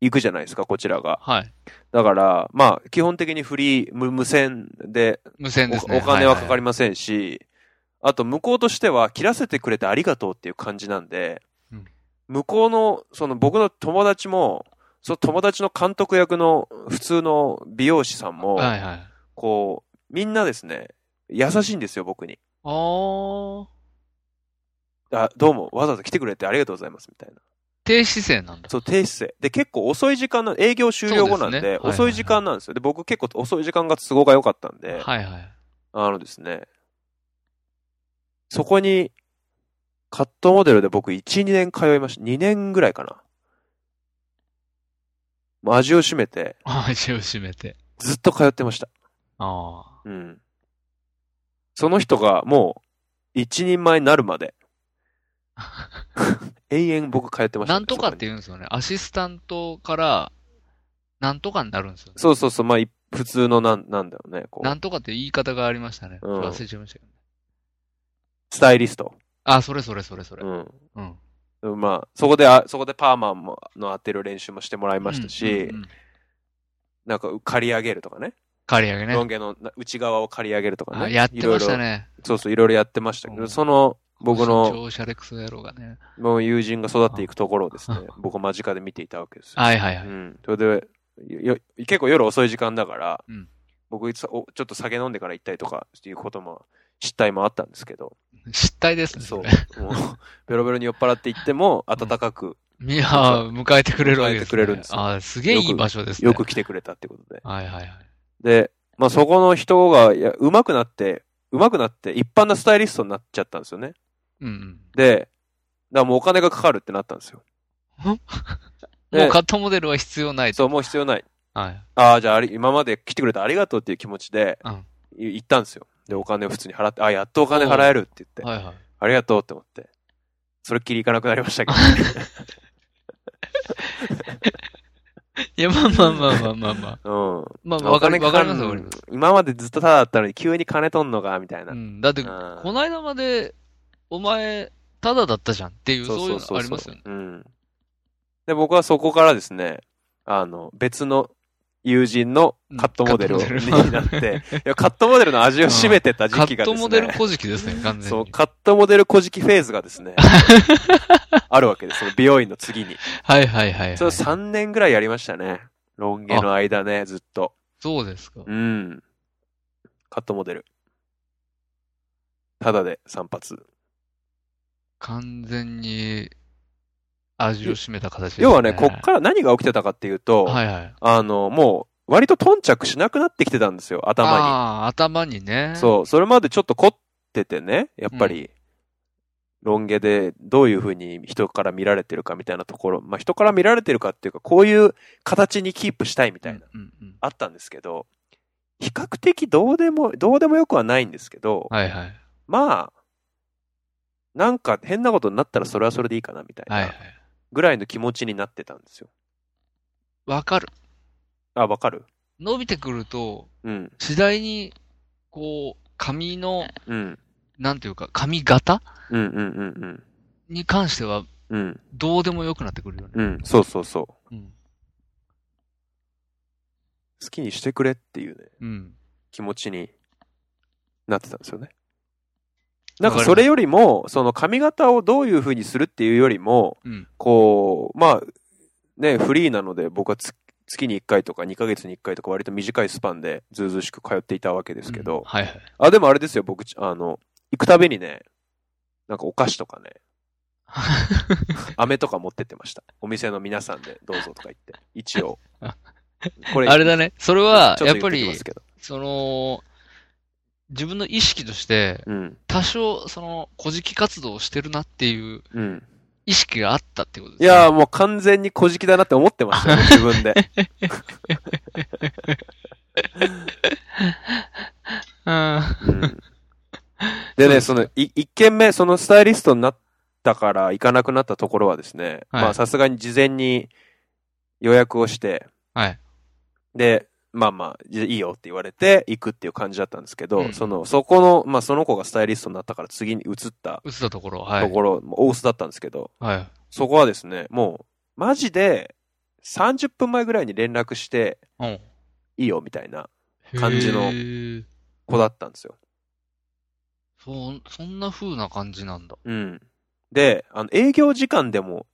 [SPEAKER 2] 行くじゃないですか、こちらが。
[SPEAKER 3] はい。
[SPEAKER 2] だから、まあ、基本的にフリー、無無線で
[SPEAKER 3] 無線ですね。
[SPEAKER 2] おお金はかかり
[SPEAKER 3] り
[SPEAKER 2] ませんし、あと向こうとしては切らせてくれてありがとうっていう感じなんで、
[SPEAKER 3] うん
[SPEAKER 2] 向こうの、その僕の友達も、その友達の監督役の普通の美容師さんも、
[SPEAKER 3] はいはい。あ
[SPEAKER 2] こう、みんなですね、優しいんですよ、僕に。
[SPEAKER 3] あー、
[SPEAKER 2] あ、どうも、わざわざ来てくれてありがとうございます、みたいな。
[SPEAKER 3] 低姿勢なんだ。
[SPEAKER 2] そう、低姿勢。で、結構遅い時間の、営業終了後なん
[SPEAKER 3] そうです
[SPEAKER 2] で、
[SPEAKER 3] ねはいはいはい
[SPEAKER 2] 遅い時間なんですよ。で、僕結構遅い時間が都合が良かったんで、
[SPEAKER 3] はいはい。
[SPEAKER 2] あのですね、そこに、カットモデルで僕1、2年通いました。2年ぐらいかな。もう味を占めて、
[SPEAKER 3] 足を締めて。
[SPEAKER 2] ずっと通ってました。
[SPEAKER 3] ああ。
[SPEAKER 2] うん。その人がもう、一人前になるまで、永遠僕通ってましたね、
[SPEAKER 3] なんとかって言うんですよね。アシスタントから、なんとかになるんですよね。
[SPEAKER 2] そうそうそう、まあ、い普通のなん、なんだろうね、こ
[SPEAKER 3] なんとかって言い方がありましたね。
[SPEAKER 2] うん
[SPEAKER 3] 忘れちゃいましたけどね。
[SPEAKER 2] う、スタイリスト。
[SPEAKER 3] あ、それそれそれそれ。うん。
[SPEAKER 2] うん。
[SPEAKER 3] うん。
[SPEAKER 2] まあ、そこで、あそこでパーマンもの当てる練習もしてもらいましたし、
[SPEAKER 3] うんうん
[SPEAKER 2] なんか、刈り上げるとかね。
[SPEAKER 3] 刈り上げね
[SPEAKER 2] ロン。毛のな内側を刈り上げるとか
[SPEAKER 3] あ
[SPEAKER 2] ね。
[SPEAKER 3] やってました
[SPEAKER 2] いろいろ
[SPEAKER 3] ね。
[SPEAKER 2] そうそう、いろいろやってましたけ
[SPEAKER 3] うん
[SPEAKER 2] ど、その、僕の、
[SPEAKER 3] 超シャレクソ野郎がね。
[SPEAKER 2] もう友人が育っていくところをですね、僕を間近で見ていたわけですよ。
[SPEAKER 3] はいはいは
[SPEAKER 2] う
[SPEAKER 3] い。
[SPEAKER 2] ん。それで、よ結構夜遅い時間だから、
[SPEAKER 3] うん
[SPEAKER 2] 僕いつお、ちょっと酒飲んでから行ったりとかっていうことも、失態もあったんですけど、
[SPEAKER 3] 失態ですね。
[SPEAKER 2] そ
[SPEAKER 3] そうれ。。
[SPEAKER 2] もう、 ベロベロに酔っ払って行っても、温かく、
[SPEAKER 3] いやー迎えてくれるわけ
[SPEAKER 2] 迎え
[SPEAKER 3] です、ね。
[SPEAKER 2] てくれるんですよ
[SPEAKER 3] あーすげえいい場所ですね。
[SPEAKER 2] よく来てくれたってことで。
[SPEAKER 3] はいはいはい。
[SPEAKER 2] で、まあそこの人が、いや、上手くなって、上手くなって、一般なスタイリストになっちゃったんですよね。
[SPEAKER 3] うんうん。
[SPEAKER 2] で、だからもうお金がかかるってなったんですよ。 で
[SPEAKER 3] もうカットモデルは必要ないと。
[SPEAKER 2] そう、もう必要ない。
[SPEAKER 3] はい。
[SPEAKER 2] ああ、じゃああり、今まで来てくれてありがとうっていう気持ちで
[SPEAKER 3] うん、
[SPEAKER 2] い行ったんですよ。で、お金を普通に払って、あ、やっとお金払えるって言って。
[SPEAKER 3] はいはい。
[SPEAKER 2] ありがとうって思って。それっきり行かなくなりましたけど。
[SPEAKER 3] いや、まあまあまあまあまあまあ。
[SPEAKER 2] うん。
[SPEAKER 3] ま あ、わかり、わかりますよ、わかり
[SPEAKER 2] よ
[SPEAKER 3] ます。
[SPEAKER 2] 今までずっとただだったのに急に金取んのか、みたいな。
[SPEAKER 3] うん。だって、こ
[SPEAKER 2] うん
[SPEAKER 3] の間まで、お前、タダだったじゃんっていう、そういうのありますよね。
[SPEAKER 2] うん。で、僕はそこからですね、あの、別の友人のカットモデルを
[SPEAKER 3] うんカット
[SPEAKER 2] に
[SPEAKER 3] モデル
[SPEAKER 2] なって、いやカットモデルの味を占めてた時
[SPEAKER 3] カ
[SPEAKER 2] 期が
[SPEAKER 3] ッ
[SPEAKER 2] です
[SPEAKER 3] ト
[SPEAKER 2] ね。
[SPEAKER 3] モデル小敷 ですね、完全
[SPEAKER 2] そ
[SPEAKER 3] に
[SPEAKER 2] う、。カットモデル小じきフェーズがですね、 あるわけです。その美容院の次に。
[SPEAKER 3] はいはいはいはい。
[SPEAKER 2] それ3年ぐらいやりましたね。ロン毛の間ね、ずっと。
[SPEAKER 3] そうですか。
[SPEAKER 2] うん。カットモデル。ただで散髪。
[SPEAKER 3] 完全に、味を占めた形です、ね。
[SPEAKER 2] 要はね、こっから何が起きてたかっていうと、
[SPEAKER 3] はいはい。
[SPEAKER 2] あの、もう、割と頓着しなくなってきてたんですよ、頭
[SPEAKER 3] ああ、頭にね。
[SPEAKER 2] に。そう、それまでちょっと凝っててね、やっぱり、ロン毛でどういうふうに人から見られてるかみたいなところ、まあ人から見られてるかっていうか、こういう形にキープしたいみたいな、
[SPEAKER 3] うんうん
[SPEAKER 2] あったんですけど、比較的どうでも、どうでもよくはないんですけど、
[SPEAKER 3] はいはい。
[SPEAKER 2] まあ、なんか変なことになったらそれはそれでいいかなみたい
[SPEAKER 3] はいは。
[SPEAKER 2] ないぐらいの気持ちになってたんですよ。
[SPEAKER 3] わかる。
[SPEAKER 2] あ、わかる
[SPEAKER 3] 伸びてくると、
[SPEAKER 2] うん、
[SPEAKER 3] 次第に、こう、髪の、
[SPEAKER 2] うん、
[SPEAKER 3] なんていうか、髪型
[SPEAKER 2] うん、うん、うん、
[SPEAKER 3] に関しては、
[SPEAKER 2] うん、うん、
[SPEAKER 3] どうでもよくなってくるよね。
[SPEAKER 2] うん、そうそうそう。
[SPEAKER 3] うん。
[SPEAKER 2] 好きにしてくれっていうね、
[SPEAKER 3] うん。
[SPEAKER 2] 気持ちになってたんですよね。なんかそれよりも、その髪型をどういう風にするっていうよりも、
[SPEAKER 3] うん
[SPEAKER 2] こう、まあ、ね、フリーなので僕はつ月に1回とか2ヶ月に1回とか割と短いスパンでずうずうしく通っていたわけですけど、
[SPEAKER 3] うんはいはい。
[SPEAKER 2] あ、でもあれですよ、僕、ちあの、行くたびにね、なんかお菓子とか ね、飴とか持ってってました。お店の皆さんでどうぞとか言って、一 応。こ
[SPEAKER 3] あれだね。それは、
[SPEAKER 2] ちょ
[SPEAKER 3] や
[SPEAKER 2] っ
[SPEAKER 3] っ
[SPEAKER 2] と
[SPEAKER 3] ぱ
[SPEAKER 2] 言てきま
[SPEAKER 3] り
[SPEAKER 2] す、けど
[SPEAKER 3] その、自分の意識として、
[SPEAKER 2] うん、
[SPEAKER 3] 多少、その、小敷活動をしてるなっていう
[SPEAKER 2] うん。
[SPEAKER 3] 意識があったってことです、
[SPEAKER 2] い
[SPEAKER 3] ね。
[SPEAKER 2] やーもう完全に小敷だなって思ってま したよ、自分で。
[SPEAKER 3] うん。
[SPEAKER 2] うんでね、その、い一軒目、そのスタイリストになったから行かなくなったところはですね、
[SPEAKER 3] はい
[SPEAKER 2] まあさすがに事前に予約をして、
[SPEAKER 3] はい。で、
[SPEAKER 2] で、まあまあ、じゃあいいよって言われて行くっていう感じだったんですけど、
[SPEAKER 3] うん
[SPEAKER 2] その、そこの、まあその子がスタイリストになったから次に移った
[SPEAKER 3] 打つたところ、は
[SPEAKER 2] と
[SPEAKER 3] い。
[SPEAKER 2] ころ、もう大須だったんですけど、
[SPEAKER 3] はい。
[SPEAKER 2] そこはですね、もう、マジで30分前ぐらいに連絡して、
[SPEAKER 3] うん。
[SPEAKER 2] いいよみたいな感じの
[SPEAKER 3] へー
[SPEAKER 2] 子だったんですよ。
[SPEAKER 3] そう、そんな風な感じなんだ。
[SPEAKER 2] うん。で、あの、営業時間でも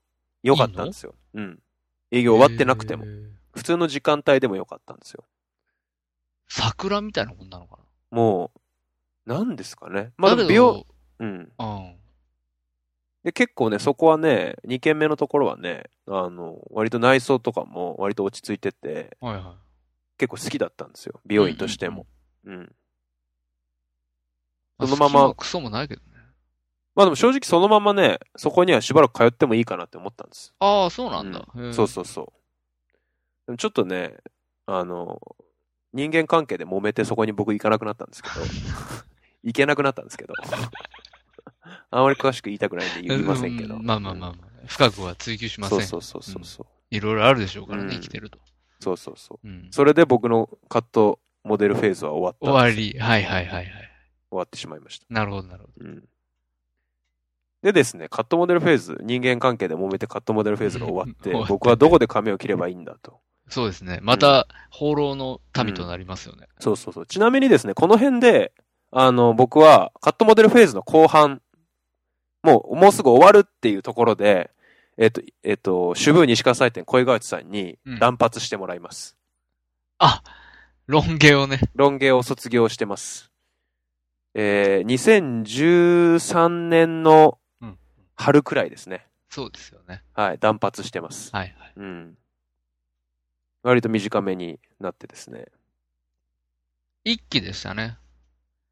[SPEAKER 2] 良かったんですよ。うん。営業終わってなくても
[SPEAKER 3] へ。ー。
[SPEAKER 2] 普通の時間帯でも良かったんですよ。
[SPEAKER 3] 桜みたいなもんなのか
[SPEAKER 2] もう、なんですかね。
[SPEAKER 3] な
[SPEAKER 2] まあ、
[SPEAKER 3] だ
[SPEAKER 2] で
[SPEAKER 3] け
[SPEAKER 2] も
[SPEAKER 3] ど
[SPEAKER 2] 美容、うん。
[SPEAKER 3] うん。
[SPEAKER 2] で、結構ね、そこはね、2軒目のところはね、あの、割と内装とかも割と落ち着いてて、
[SPEAKER 3] はいは
[SPEAKER 2] 結構好きだったんですよ。美容院としても。うん。
[SPEAKER 3] い。
[SPEAKER 2] そのまま
[SPEAKER 3] 隙間クソもないけどね。
[SPEAKER 2] まあでも正直そのままね、そこにはしばらく通ってもいいかなって思ったんです。
[SPEAKER 3] ああ、そうなんだ。へー
[SPEAKER 2] そうそうそう。でもちょっとね、あの、人間関係で揉めてそこに僕行かなくなったん ですけど、行けなくなったんですけど、あんまり詳しく言いたくないんで言いませんけど。
[SPEAKER 3] うまあまあまあまあ。深くは追求しません。
[SPEAKER 2] そうそうそうそう。
[SPEAKER 3] いろいろあるでしょうからね、
[SPEAKER 2] う
[SPEAKER 3] 生
[SPEAKER 2] ん
[SPEAKER 3] きてると。
[SPEAKER 2] そうそうそう。
[SPEAKER 3] うん。
[SPEAKER 2] それで僕のカットモデルフェーズは終わった。
[SPEAKER 3] 終わ。り。はいはいはいはい。
[SPEAKER 2] 終わってしまいました。
[SPEAKER 3] なるほどなるほ
[SPEAKER 2] う
[SPEAKER 3] ど。
[SPEAKER 2] ん。でですね、カットモデルフェーズ、人間関係で揉めてカットモデルフェーズが終わって
[SPEAKER 3] うん終わっ、て
[SPEAKER 2] 僕はどこで髪を切ればいいんだと。
[SPEAKER 3] そうですね。また、放浪の民となりますよね。
[SPEAKER 2] そうそうそう。ちなみにですね、この辺で、あの、僕はカットモデルフェーズの後半、もう、もうすぐ終わるっていうところで、えっと、えっと、主婦西川祭典恋川内さんに
[SPEAKER 3] うん
[SPEAKER 2] 断髪してもらいます。
[SPEAKER 3] あロン毛をね。
[SPEAKER 2] ロン毛を卒業してます。えー、2013年の
[SPEAKER 3] うん
[SPEAKER 2] 春くらいですね。
[SPEAKER 3] そうですよね。
[SPEAKER 2] はい、断髪してます。
[SPEAKER 3] はいはい。
[SPEAKER 2] うん。割と短めになってですね。
[SPEAKER 3] 一気でしたね。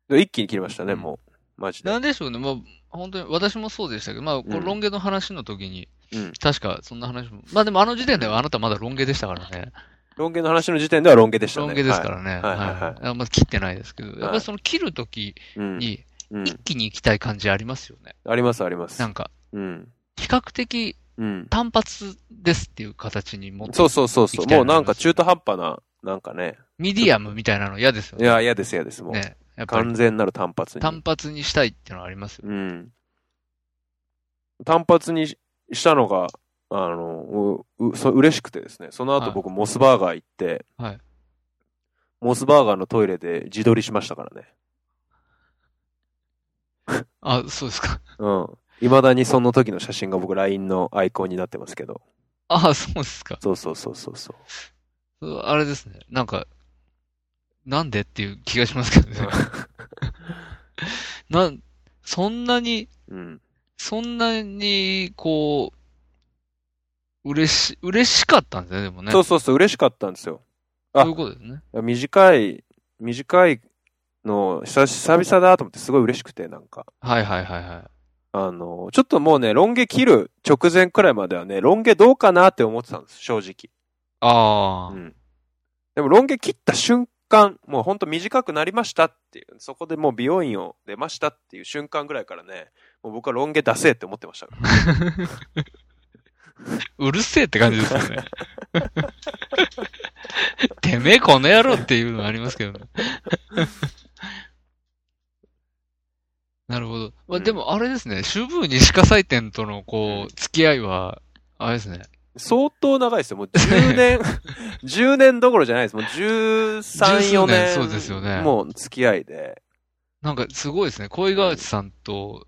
[SPEAKER 2] で一気に切りましたね、
[SPEAKER 3] うん
[SPEAKER 2] もう。マジで。
[SPEAKER 3] なんでしょうね。まあ、本当に、私もそうでしたけど、まあ、こ
[SPEAKER 2] う
[SPEAKER 3] の
[SPEAKER 2] ん
[SPEAKER 3] ロン毛の話の時に、
[SPEAKER 2] うん
[SPEAKER 3] 確かそんな話も。まあでもあの時点ではあなたまだロン毛でしたからね。
[SPEAKER 2] ロン毛の話の時点ではロン毛でしたね。
[SPEAKER 3] ロン毛ですか
[SPEAKER 2] は
[SPEAKER 3] らね。
[SPEAKER 2] はいはい
[SPEAKER 3] あまあ切ってないですけど、やっぱりその切る時
[SPEAKER 2] い。うん。
[SPEAKER 3] に
[SPEAKER 2] うん
[SPEAKER 3] 一気に行きたい感じありますよね。
[SPEAKER 2] ありますあります。
[SPEAKER 3] なんか、
[SPEAKER 2] うん。
[SPEAKER 3] 比較的
[SPEAKER 2] うん。
[SPEAKER 3] 単発ですっていう形に持って、
[SPEAKER 2] そうそうそうそ
[SPEAKER 3] 行
[SPEAKER 2] う。
[SPEAKER 3] きたい
[SPEAKER 2] も
[SPEAKER 3] な
[SPEAKER 2] うなんか中途半端な、なんかね。
[SPEAKER 3] ミディアムみたいなの嫌ですよ
[SPEAKER 2] い
[SPEAKER 3] ね。
[SPEAKER 2] や、嫌です嫌です。もう、
[SPEAKER 3] ね。やっぱり
[SPEAKER 2] 完全なる単発に。
[SPEAKER 3] 単発にしたいっていうのはありますよ。
[SPEAKER 2] うん。単発にししたのが、あの、う、う、そ嬉しくてですね。その
[SPEAKER 3] は
[SPEAKER 2] 後
[SPEAKER 3] い
[SPEAKER 2] 僕、モスバーガー行って、
[SPEAKER 3] はい
[SPEAKER 2] モスバーガーのトイレで自撮りしましたからね。
[SPEAKER 3] あ、そうですか。
[SPEAKER 2] うん。未だにその時の写真が僕、LINE のアイコンになってますけど。
[SPEAKER 3] あ、そうですか。
[SPEAKER 2] そうそうそうそうそう。
[SPEAKER 3] そうあれですね。なんか、なんでっていう気がしますけど ね。なん、そんなに、
[SPEAKER 2] うん。
[SPEAKER 3] そんなに、こう、嬉し、嬉しかったんですね、でもね。
[SPEAKER 2] そうそうそう、嬉しかったんですよ。あ
[SPEAKER 3] そういうことですね。
[SPEAKER 2] 短い、短いの、久し久々だと思ってすごい嬉しくて、なんか。
[SPEAKER 3] はいはいはいは
[SPEAKER 2] あの、ちょっともうね、ロン毛切る直前くらいまではね、ロン毛どうかなって思ってたんです、正直。
[SPEAKER 3] い。ああ、
[SPEAKER 2] うん。でもロン毛切った瞬間、もうほんと短くなりましたっていう、そこでもう美容院を出ましたっていう瞬間ぐらいからね、もう僕はロン毛出せって思ってましたから。
[SPEAKER 3] うるせえって感じですよね。てめえこの野郎っていうのありますけどね。なるほど。まあ、
[SPEAKER 2] うん
[SPEAKER 3] でもあれですね、主婦西火祭店とのこう、付き合いは、あれですね、
[SPEAKER 2] 相当長いですよ、もう10年、10年どころじゃないです、もう13、4年。
[SPEAKER 3] そうですよね
[SPEAKER 2] もう付き合いで。
[SPEAKER 3] なんかすごいですね、恋川内さんと、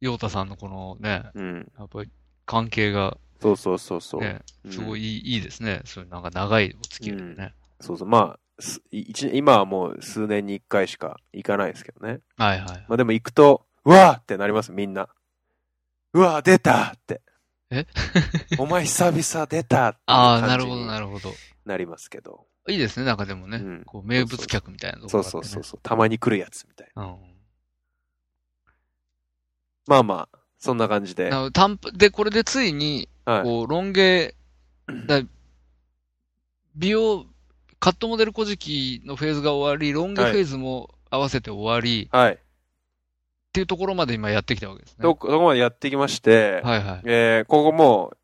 [SPEAKER 3] 陽太さんのこのね、
[SPEAKER 2] うん。
[SPEAKER 3] やっぱり関係が、
[SPEAKER 2] そうそうそうそう。
[SPEAKER 3] ね、
[SPEAKER 2] うん
[SPEAKER 3] すごいいい,、いいですね。そういうなんか長いお付き合いでね。
[SPEAKER 2] そうそう。まあ、すい一今はもう数年に一回しか行かないですけどね。
[SPEAKER 3] はいはい。
[SPEAKER 2] まあでも行くと、うわーってなります、みんな。うわー出たって。
[SPEAKER 3] え
[SPEAKER 2] お前久々出たって
[SPEAKER 3] ああ、なるほど
[SPEAKER 2] な
[SPEAKER 3] なるほど。
[SPEAKER 2] なりますけど。
[SPEAKER 3] いいですね、なんかでもね、
[SPEAKER 2] うん
[SPEAKER 3] こう名物客みたいなとこ
[SPEAKER 2] そ
[SPEAKER 3] ろ
[SPEAKER 2] う
[SPEAKER 3] があって
[SPEAKER 2] そ
[SPEAKER 3] ね、
[SPEAKER 2] うそうそう。たまに来るやつみたいな。
[SPEAKER 3] う
[SPEAKER 2] まあまあ、そんな感じで。
[SPEAKER 3] ん。
[SPEAKER 2] はい。
[SPEAKER 3] な短パで、これでついに、こう、ロン毛、だ美容、カットモデル小じきのフェーズが終わり、ロン毛フェーズも合わせて終わり、っ
[SPEAKER 2] はい。
[SPEAKER 3] ていうところまで今やってきたわけですね。
[SPEAKER 2] どこ、どこまでやってきまして、
[SPEAKER 3] はいはい。
[SPEAKER 2] えー、ここもう、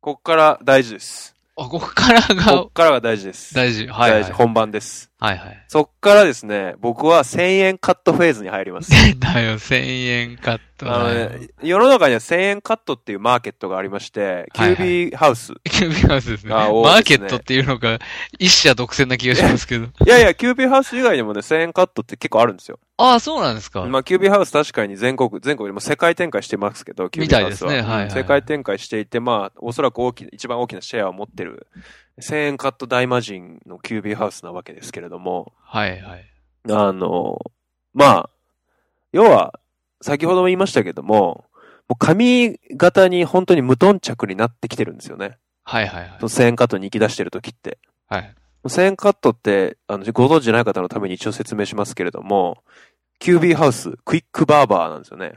[SPEAKER 2] こっから大事です。
[SPEAKER 3] あ、ここから
[SPEAKER 2] こ
[SPEAKER 3] が
[SPEAKER 2] っからが大事です。
[SPEAKER 3] 大事。はいはい。
[SPEAKER 2] 大事、本番です。
[SPEAKER 3] はいはい。
[SPEAKER 2] そっからですね、僕は1000円カットフェーズに入り ます。
[SPEAKER 3] だよ、1000円カット
[SPEAKER 2] あ
[SPEAKER 3] だよ。
[SPEAKER 2] の ね、世の中には1000円カットっていうマーケットがありまして、キ
[SPEAKER 3] は
[SPEAKER 2] ュ
[SPEAKER 3] いはい
[SPEAKER 2] ービーハウス。い
[SPEAKER 3] キュービーハウスですね。
[SPEAKER 2] あ
[SPEAKER 3] マ
[SPEAKER 2] 多
[SPEAKER 3] ー
[SPEAKER 2] いで
[SPEAKER 3] ケ
[SPEAKER 2] すね
[SPEAKER 3] ットっていうのが、一社独占な気がしま すけど。
[SPEAKER 2] やいや、キュービーハウス以外にもね、1000円カットって結構あるんですよ。
[SPEAKER 3] ああ、そうなんですか。
[SPEAKER 2] まあ、キュービーハウス確かに全国、全国でも世界展開してますけど、キュービーハウスは。
[SPEAKER 3] みたいですねはいは
[SPEAKER 2] う
[SPEAKER 3] い
[SPEAKER 2] ん世界展開していて、まあ、おそらく大きな、一番大きなシェアを持ってる、1000円カット大魔人のキュービーハウスなわけですけれども、
[SPEAKER 3] はいはい。
[SPEAKER 2] あの、まあ、要は、先ほども言いましたけども、もう髪型に本当に無頓着になってきてるんですよね。
[SPEAKER 3] はいはいはい
[SPEAKER 2] その1000円カットに行き出してる時って。
[SPEAKER 3] はい。
[SPEAKER 2] 1000円カットって、あの、ご存知ない方のために一応説明しますけれども、キュービーハウス、クイックバーバーなんですよね。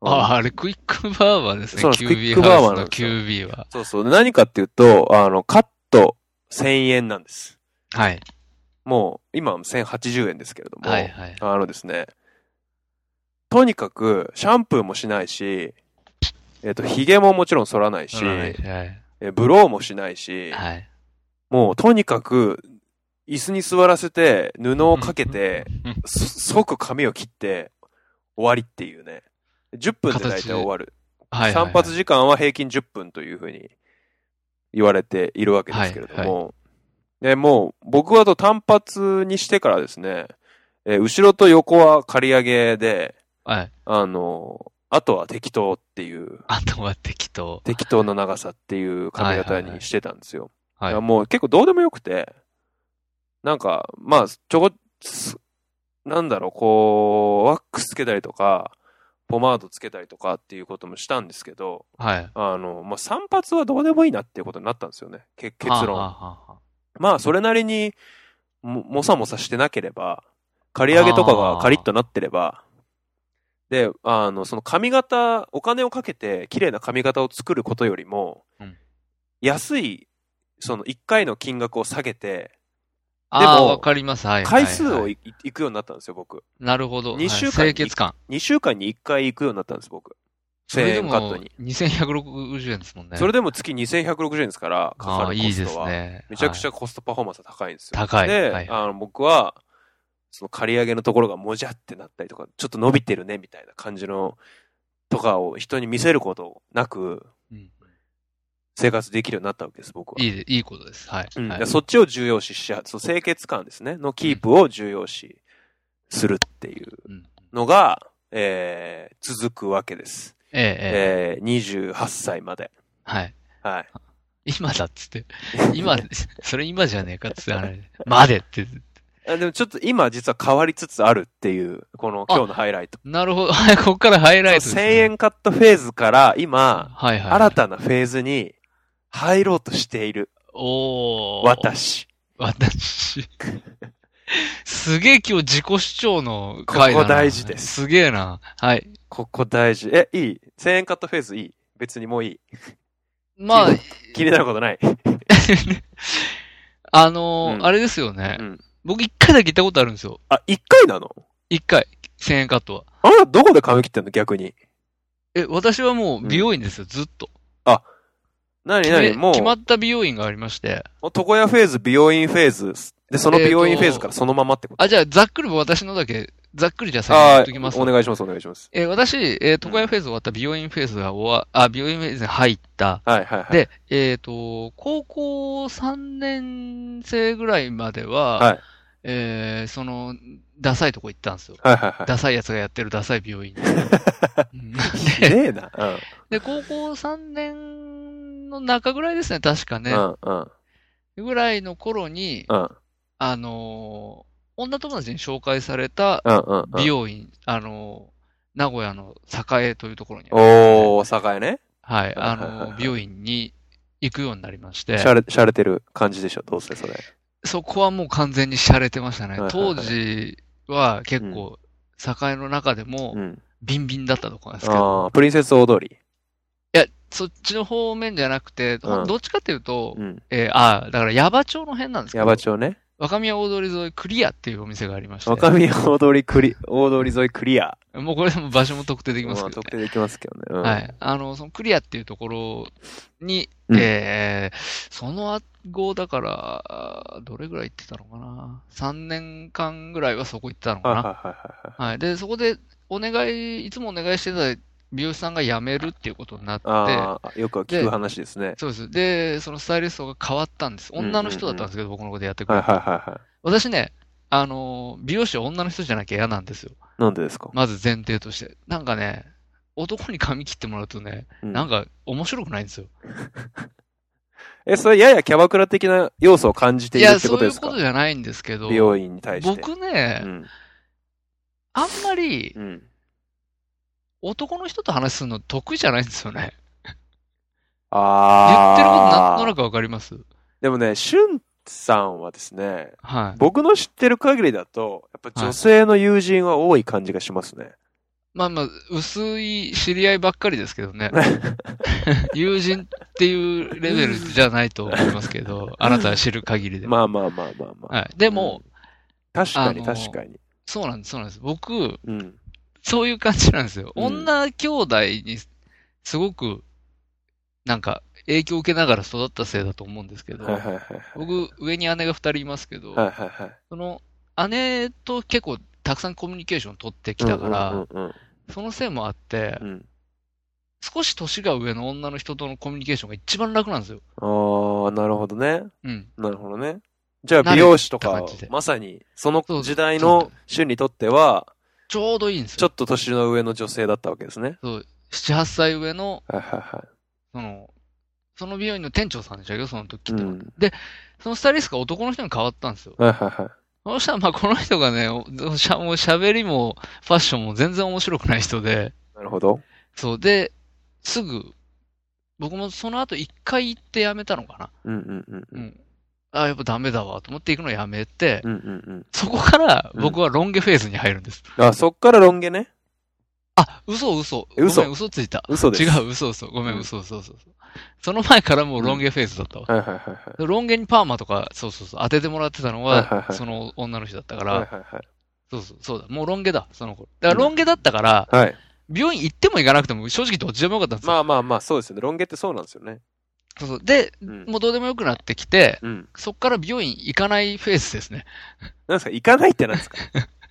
[SPEAKER 3] ああ、あれ、クイックバーバーですね。
[SPEAKER 2] そうなんです
[SPEAKER 3] キュービー
[SPEAKER 2] クイックバ
[SPEAKER 3] ハ
[SPEAKER 2] ーバー
[SPEAKER 3] ウス
[SPEAKER 2] なん
[SPEAKER 3] の
[SPEAKER 2] です
[SPEAKER 3] キ
[SPEAKER 2] よ
[SPEAKER 3] ュービーは。
[SPEAKER 2] そうそう。で何かっていうと、あの、カット1000円なんです。
[SPEAKER 3] はい。
[SPEAKER 2] もう、今は1080円ですけれども、
[SPEAKER 3] はいはい。
[SPEAKER 2] あのですね、とにかく、シャンプーもしないし、えっ、と、髭ももちろん剃らないし、
[SPEAKER 3] はいはい。
[SPEAKER 2] えブローもしないし、
[SPEAKER 3] はい。
[SPEAKER 2] もうとにかく、椅子に座らせて、布をかけて、
[SPEAKER 3] うん
[SPEAKER 2] そ即髪を切って終わりっていうね。10分で大体終わる。
[SPEAKER 3] はい。
[SPEAKER 2] 散髪時間は平均10分というふうに言われているわけですけれども、で、もう、僕はと単発にしてからですね、えー後ろと横は刈り上げで、
[SPEAKER 3] はい。
[SPEAKER 2] あの、あとは適当っていう、
[SPEAKER 3] あとは適当。
[SPEAKER 2] 適当な長さっていう髪
[SPEAKER 3] は
[SPEAKER 2] 型
[SPEAKER 3] いはいはい
[SPEAKER 2] にしてたんですよ。
[SPEAKER 3] はい
[SPEAKER 2] だからもう結構どうでもよくて、なんか、まあ、ちょこ、すなんだろう、こう、ワックスつけたりとか、ポマードつけたりとかっていうこともしたんですけど、
[SPEAKER 3] はい。
[SPEAKER 2] あの、まあ、散髪はどうでもいいなっていうことになったんですよね。け結論。
[SPEAKER 3] はあはあは
[SPEAKER 2] まあ、それなりにも、もさもさしてなければ、刈り上げとかがカリッとなってれば、で、あの、その髪型、お金をかけて綺麗な髪型を作ることよりも、
[SPEAKER 3] うん
[SPEAKER 2] 安い、その1回の金額を下げて、
[SPEAKER 3] あ
[SPEAKER 2] で
[SPEAKER 3] ああ、
[SPEAKER 2] も
[SPEAKER 3] わかります。はい。
[SPEAKER 2] 回数
[SPEAKER 3] はい
[SPEAKER 2] を
[SPEAKER 3] はい
[SPEAKER 2] い行くようになったんですよ、僕。
[SPEAKER 3] なるほど。
[SPEAKER 2] 二週間
[SPEAKER 3] はい
[SPEAKER 2] に
[SPEAKER 3] 清潔感。
[SPEAKER 2] 2週間に1回行くようになったんです、僕。
[SPEAKER 3] それで
[SPEAKER 2] 1000円
[SPEAKER 3] も
[SPEAKER 2] カットに。
[SPEAKER 3] 2160円ですもんね。
[SPEAKER 2] それでも月2160円ですから、か
[SPEAKER 3] あ
[SPEAKER 2] か
[SPEAKER 3] あ、
[SPEAKER 2] る
[SPEAKER 3] い
[SPEAKER 2] コ
[SPEAKER 3] いで
[SPEAKER 2] ス
[SPEAKER 3] す
[SPEAKER 2] トは。
[SPEAKER 3] ね。
[SPEAKER 2] めちゃくち
[SPEAKER 3] ゃ。
[SPEAKER 2] ゃコストパフォーマンスが高いんですよ。
[SPEAKER 3] 高い
[SPEAKER 2] で、
[SPEAKER 3] はい
[SPEAKER 2] あの僕は、その刈り上げのところがもじゃってなったりとか、ちょっと伸びてるねみたいな感じの、とかを人に見せることなく
[SPEAKER 3] うん
[SPEAKER 2] 生活できるようになったわけです、僕は。
[SPEAKER 3] いいで、いいことです。はい。
[SPEAKER 2] うん
[SPEAKER 3] はい
[SPEAKER 2] でそっちを重要視し、その清潔感ですね、のキープを重要視するっていう
[SPEAKER 3] うん
[SPEAKER 2] のが、えー続くわけです。
[SPEAKER 3] ええ、ええ、
[SPEAKER 2] えー28歳まで。
[SPEAKER 3] はい。
[SPEAKER 2] はい。
[SPEAKER 3] 今だっつって。今、それ今じゃねえかっつって、あれ、までって。
[SPEAKER 2] あでもちょっと今実は変わりつつあるっていう、この今日のハイライト。
[SPEAKER 3] なるほど。 はい、ここからハイライトで
[SPEAKER 2] 1000
[SPEAKER 3] す、ね。
[SPEAKER 2] 円カットフェーズから今、
[SPEAKER 3] はいはい。
[SPEAKER 2] 新たなフェーズに入ろうとしている
[SPEAKER 3] おー。。
[SPEAKER 2] 私。
[SPEAKER 3] 私。 すげえ今日自己主張の回だな
[SPEAKER 2] ここ大事です
[SPEAKER 3] すげえな。はい。
[SPEAKER 2] ここ大事。え、いい ?1000 円カットフェーズいい別にもういい。
[SPEAKER 3] まあ、
[SPEAKER 2] 気になることない。
[SPEAKER 3] あのー
[SPEAKER 2] うん
[SPEAKER 3] あれですよね。
[SPEAKER 2] うん
[SPEAKER 3] 僕一回だけ行ったことあるんですよ。
[SPEAKER 2] あ、1回なの
[SPEAKER 3] 一回。1000円カットは。
[SPEAKER 2] あなたどこで髪切ってんの逆に。
[SPEAKER 3] え、私はもう美容院ですよ、ずっと。
[SPEAKER 2] なに
[SPEAKER 3] 決
[SPEAKER 2] な
[SPEAKER 3] め
[SPEAKER 2] にもう
[SPEAKER 3] 決、まった美容院がありまして。
[SPEAKER 2] 床屋フェーズ、美容院フェーズ。で、その美容院フェーズからそのままってこと。
[SPEAKER 3] あ、じゃあ、ざっくり私のだけ、ざっくりじゃあ先に言
[SPEAKER 2] あ
[SPEAKER 3] っときます
[SPEAKER 2] ーお。願いします、お願いします。
[SPEAKER 3] えー私、えー、床屋フェーズ終わった美容院フェーズが終わ、あ、美容院フェーズに入った。
[SPEAKER 2] はいはいはい。
[SPEAKER 3] で、えっ、と、高校3年生ぐらいまでは、
[SPEAKER 2] はい
[SPEAKER 3] えーその、ダサいとこ行ったんですよ。
[SPEAKER 2] はいはいはい。
[SPEAKER 3] ダサいやつがやってるダサ い病院。うん
[SPEAKER 2] ひでえな。うん。
[SPEAKER 3] で、高校3年の中ぐらいですね、確かね。
[SPEAKER 2] うん、うん、
[SPEAKER 3] ぐらいの頃に、
[SPEAKER 2] うん、
[SPEAKER 3] あのー女友達に紹介された
[SPEAKER 2] うん、うん。うん
[SPEAKER 3] 美容院、あのー名古屋の栄というところにある
[SPEAKER 2] おー、栄ね。
[SPEAKER 3] はい、あ
[SPEAKER 2] はいはい
[SPEAKER 3] の
[SPEAKER 2] は
[SPEAKER 3] ー
[SPEAKER 2] い
[SPEAKER 3] 美容院に行くようになりまして
[SPEAKER 2] し、ゃれ、しゃれてる感じでしょ、どうせそれ。
[SPEAKER 3] そこはもう完全に洒落てましたね
[SPEAKER 2] はいは。いは
[SPEAKER 3] 当
[SPEAKER 2] い
[SPEAKER 3] 時は結構、栄の中でも、
[SPEAKER 2] ん。
[SPEAKER 3] ビンビンだったとこなんですけど、
[SPEAKER 2] ああ、プリンセス大通り。
[SPEAKER 3] いや、そっちの方面じゃなくて、ほん
[SPEAKER 2] うん
[SPEAKER 3] どっちかっていうと、
[SPEAKER 2] うん。
[SPEAKER 3] えーああ、だから矢場町の辺なんですけど、
[SPEAKER 2] 矢場町ね。
[SPEAKER 3] 若宮大通り沿いクリアっていうお店がありまして、
[SPEAKER 2] 若宮大通りクリ、大通り沿いクリア。
[SPEAKER 3] もうこれでも場所も特定できます
[SPEAKER 2] まあ
[SPEAKER 3] けど、
[SPEAKER 2] 特
[SPEAKER 3] ね。
[SPEAKER 2] 定できますけどね。うん
[SPEAKER 3] は。い。あの、そのクリアっていうところに、
[SPEAKER 2] うん
[SPEAKER 3] えーその後、だから、あーどれぐらい行ってたのかな ?3 年間ぐらいはそこ行ってたの
[SPEAKER 2] はいはい
[SPEAKER 3] かな
[SPEAKER 2] はいはい。
[SPEAKER 3] はい。で、そこでお願い、いつもお願いしてた美容師さんが辞めるっていうことになって、
[SPEAKER 2] ああ、よく聞く話ですね。
[SPEAKER 3] そうです。で、そのスタイリストが変わったんです。
[SPEAKER 2] んうんうん
[SPEAKER 3] 女の人だったんですけど、僕のことやってく
[SPEAKER 2] はい
[SPEAKER 3] れ
[SPEAKER 2] は
[SPEAKER 3] た。
[SPEAKER 2] いはいは
[SPEAKER 3] 私ね、あの、美容師は女の人じゃなきゃ嫌なんですよ。
[SPEAKER 2] い。なんでですか
[SPEAKER 3] まず前提として。なんかね、男に髪切ってもらうとね、なん
[SPEAKER 2] か。
[SPEAKER 3] か面白くないんですよ。
[SPEAKER 2] え、それややキャバクラ的な要素を感じて
[SPEAKER 3] い
[SPEAKER 2] いる
[SPEAKER 3] や、
[SPEAKER 2] ってこ
[SPEAKER 3] そう
[SPEAKER 2] と
[SPEAKER 3] い
[SPEAKER 2] で
[SPEAKER 3] う
[SPEAKER 2] す
[SPEAKER 3] こ
[SPEAKER 2] か
[SPEAKER 3] とじゃないんですけど、
[SPEAKER 2] 美容院に対して。
[SPEAKER 3] 僕ね、
[SPEAKER 2] うん。
[SPEAKER 3] あんまり
[SPEAKER 2] うん。
[SPEAKER 3] 男の人と話すの得意じゃないんですよね。言
[SPEAKER 2] あ
[SPEAKER 3] ってることなん
[SPEAKER 2] あ。
[SPEAKER 3] となくわかります
[SPEAKER 2] でもね、しゅんさんはですね、
[SPEAKER 3] はい。
[SPEAKER 2] 僕の知ってる限りだと、やっぱ女性の友人は多い感じがしますね。
[SPEAKER 3] まあまあ、薄い知り合いばっかりですけ ど ね。友人っていうレベルじゃないと思います けど、あなたは知る限りで。
[SPEAKER 2] まあまあまあまあまあ。
[SPEAKER 3] はい、でも、
[SPEAKER 2] 確かに
[SPEAKER 3] あのー
[SPEAKER 2] 確かに。
[SPEAKER 3] そうなんです、そうなんです。僕、
[SPEAKER 2] うん。
[SPEAKER 3] そういう感じなんですよ。
[SPEAKER 2] うん
[SPEAKER 3] 女兄弟にすごく、なんか、影響を受けながら育ったせいだと思うんですけど、
[SPEAKER 2] はいはいはい。
[SPEAKER 3] 僕、上に姉が二人いますけど、
[SPEAKER 2] はいはいはい。
[SPEAKER 3] その、姉と結構たくさんコミュニケーション取ってきたから、
[SPEAKER 2] うんうんうん
[SPEAKER 3] そのせいもあって、
[SPEAKER 2] うん。うん
[SPEAKER 3] 少し年が上の女の人とのコミュニケーションが一番楽なんですよ。
[SPEAKER 2] ああ、なるほどね。
[SPEAKER 3] うん。
[SPEAKER 2] なるほどね。じゃあ美容師とか
[SPEAKER 3] なるって感じで、
[SPEAKER 2] まさにその
[SPEAKER 3] そう
[SPEAKER 2] 時代の旬にとっては、
[SPEAKER 3] ちょうどいいんです
[SPEAKER 2] ちょ
[SPEAKER 3] よ。
[SPEAKER 2] っと年の上の女性だったわけですね。
[SPEAKER 3] そう、7、8歳上の、
[SPEAKER 2] はいはいは
[SPEAKER 3] その、その美容院の店長さんでしたけど、その時
[SPEAKER 2] い。う
[SPEAKER 3] って、
[SPEAKER 2] ん。
[SPEAKER 3] そのスタイリストが男の人に変わったんですよ。
[SPEAKER 2] はいはいはい。
[SPEAKER 3] そしたら、まあ、この人がね、おしゃもう喋りも、ファッションも全然面白くない人で、
[SPEAKER 2] なるほど。
[SPEAKER 3] そう、で、すぐ、僕もその後一回行って辞めたのかな。
[SPEAKER 2] うんうんうんう。
[SPEAKER 3] うんん。ああ、やっぱダメだわ、と思って行くのやめて、
[SPEAKER 2] うんうん
[SPEAKER 3] そこから僕はロン毛フェーズに入るんです。
[SPEAKER 2] うん。あ、そっからロン毛ね。
[SPEAKER 3] あ、嘘嘘。
[SPEAKER 2] え嘘
[SPEAKER 3] ごめん、嘘ついた。
[SPEAKER 2] 嘘です。
[SPEAKER 3] 違、
[SPEAKER 2] はいう
[SPEAKER 3] 嘘嘘。ごめ、
[SPEAKER 2] うんん
[SPEAKER 3] 嘘嘘嘘。その前からもうロン毛フェーズだったわ。
[SPEAKER 2] はいはいはい。
[SPEAKER 3] ロン毛にパーマとか、そうそうそう、当ててもらってたの
[SPEAKER 2] はいはい
[SPEAKER 3] は
[SPEAKER 2] は、い
[SPEAKER 3] その女の人だったか
[SPEAKER 2] はい
[SPEAKER 3] ら、
[SPEAKER 2] はいは
[SPEAKER 3] そうそう、そうだ、もうロン毛だ、その子。だからロン毛だったから、
[SPEAKER 2] い。はい。
[SPEAKER 3] 病院行っても行かなくても、正直どっちでもよかったんですよ。
[SPEAKER 2] まあまあまあ、そうですよね。ロン毛ってそうなんですよね。
[SPEAKER 3] そうそうで、
[SPEAKER 2] うん。
[SPEAKER 3] もうどうでもよくなってきて、
[SPEAKER 2] うん。
[SPEAKER 3] そっから美容院行かないフェーズですね。
[SPEAKER 2] なんですか行かないってなんですか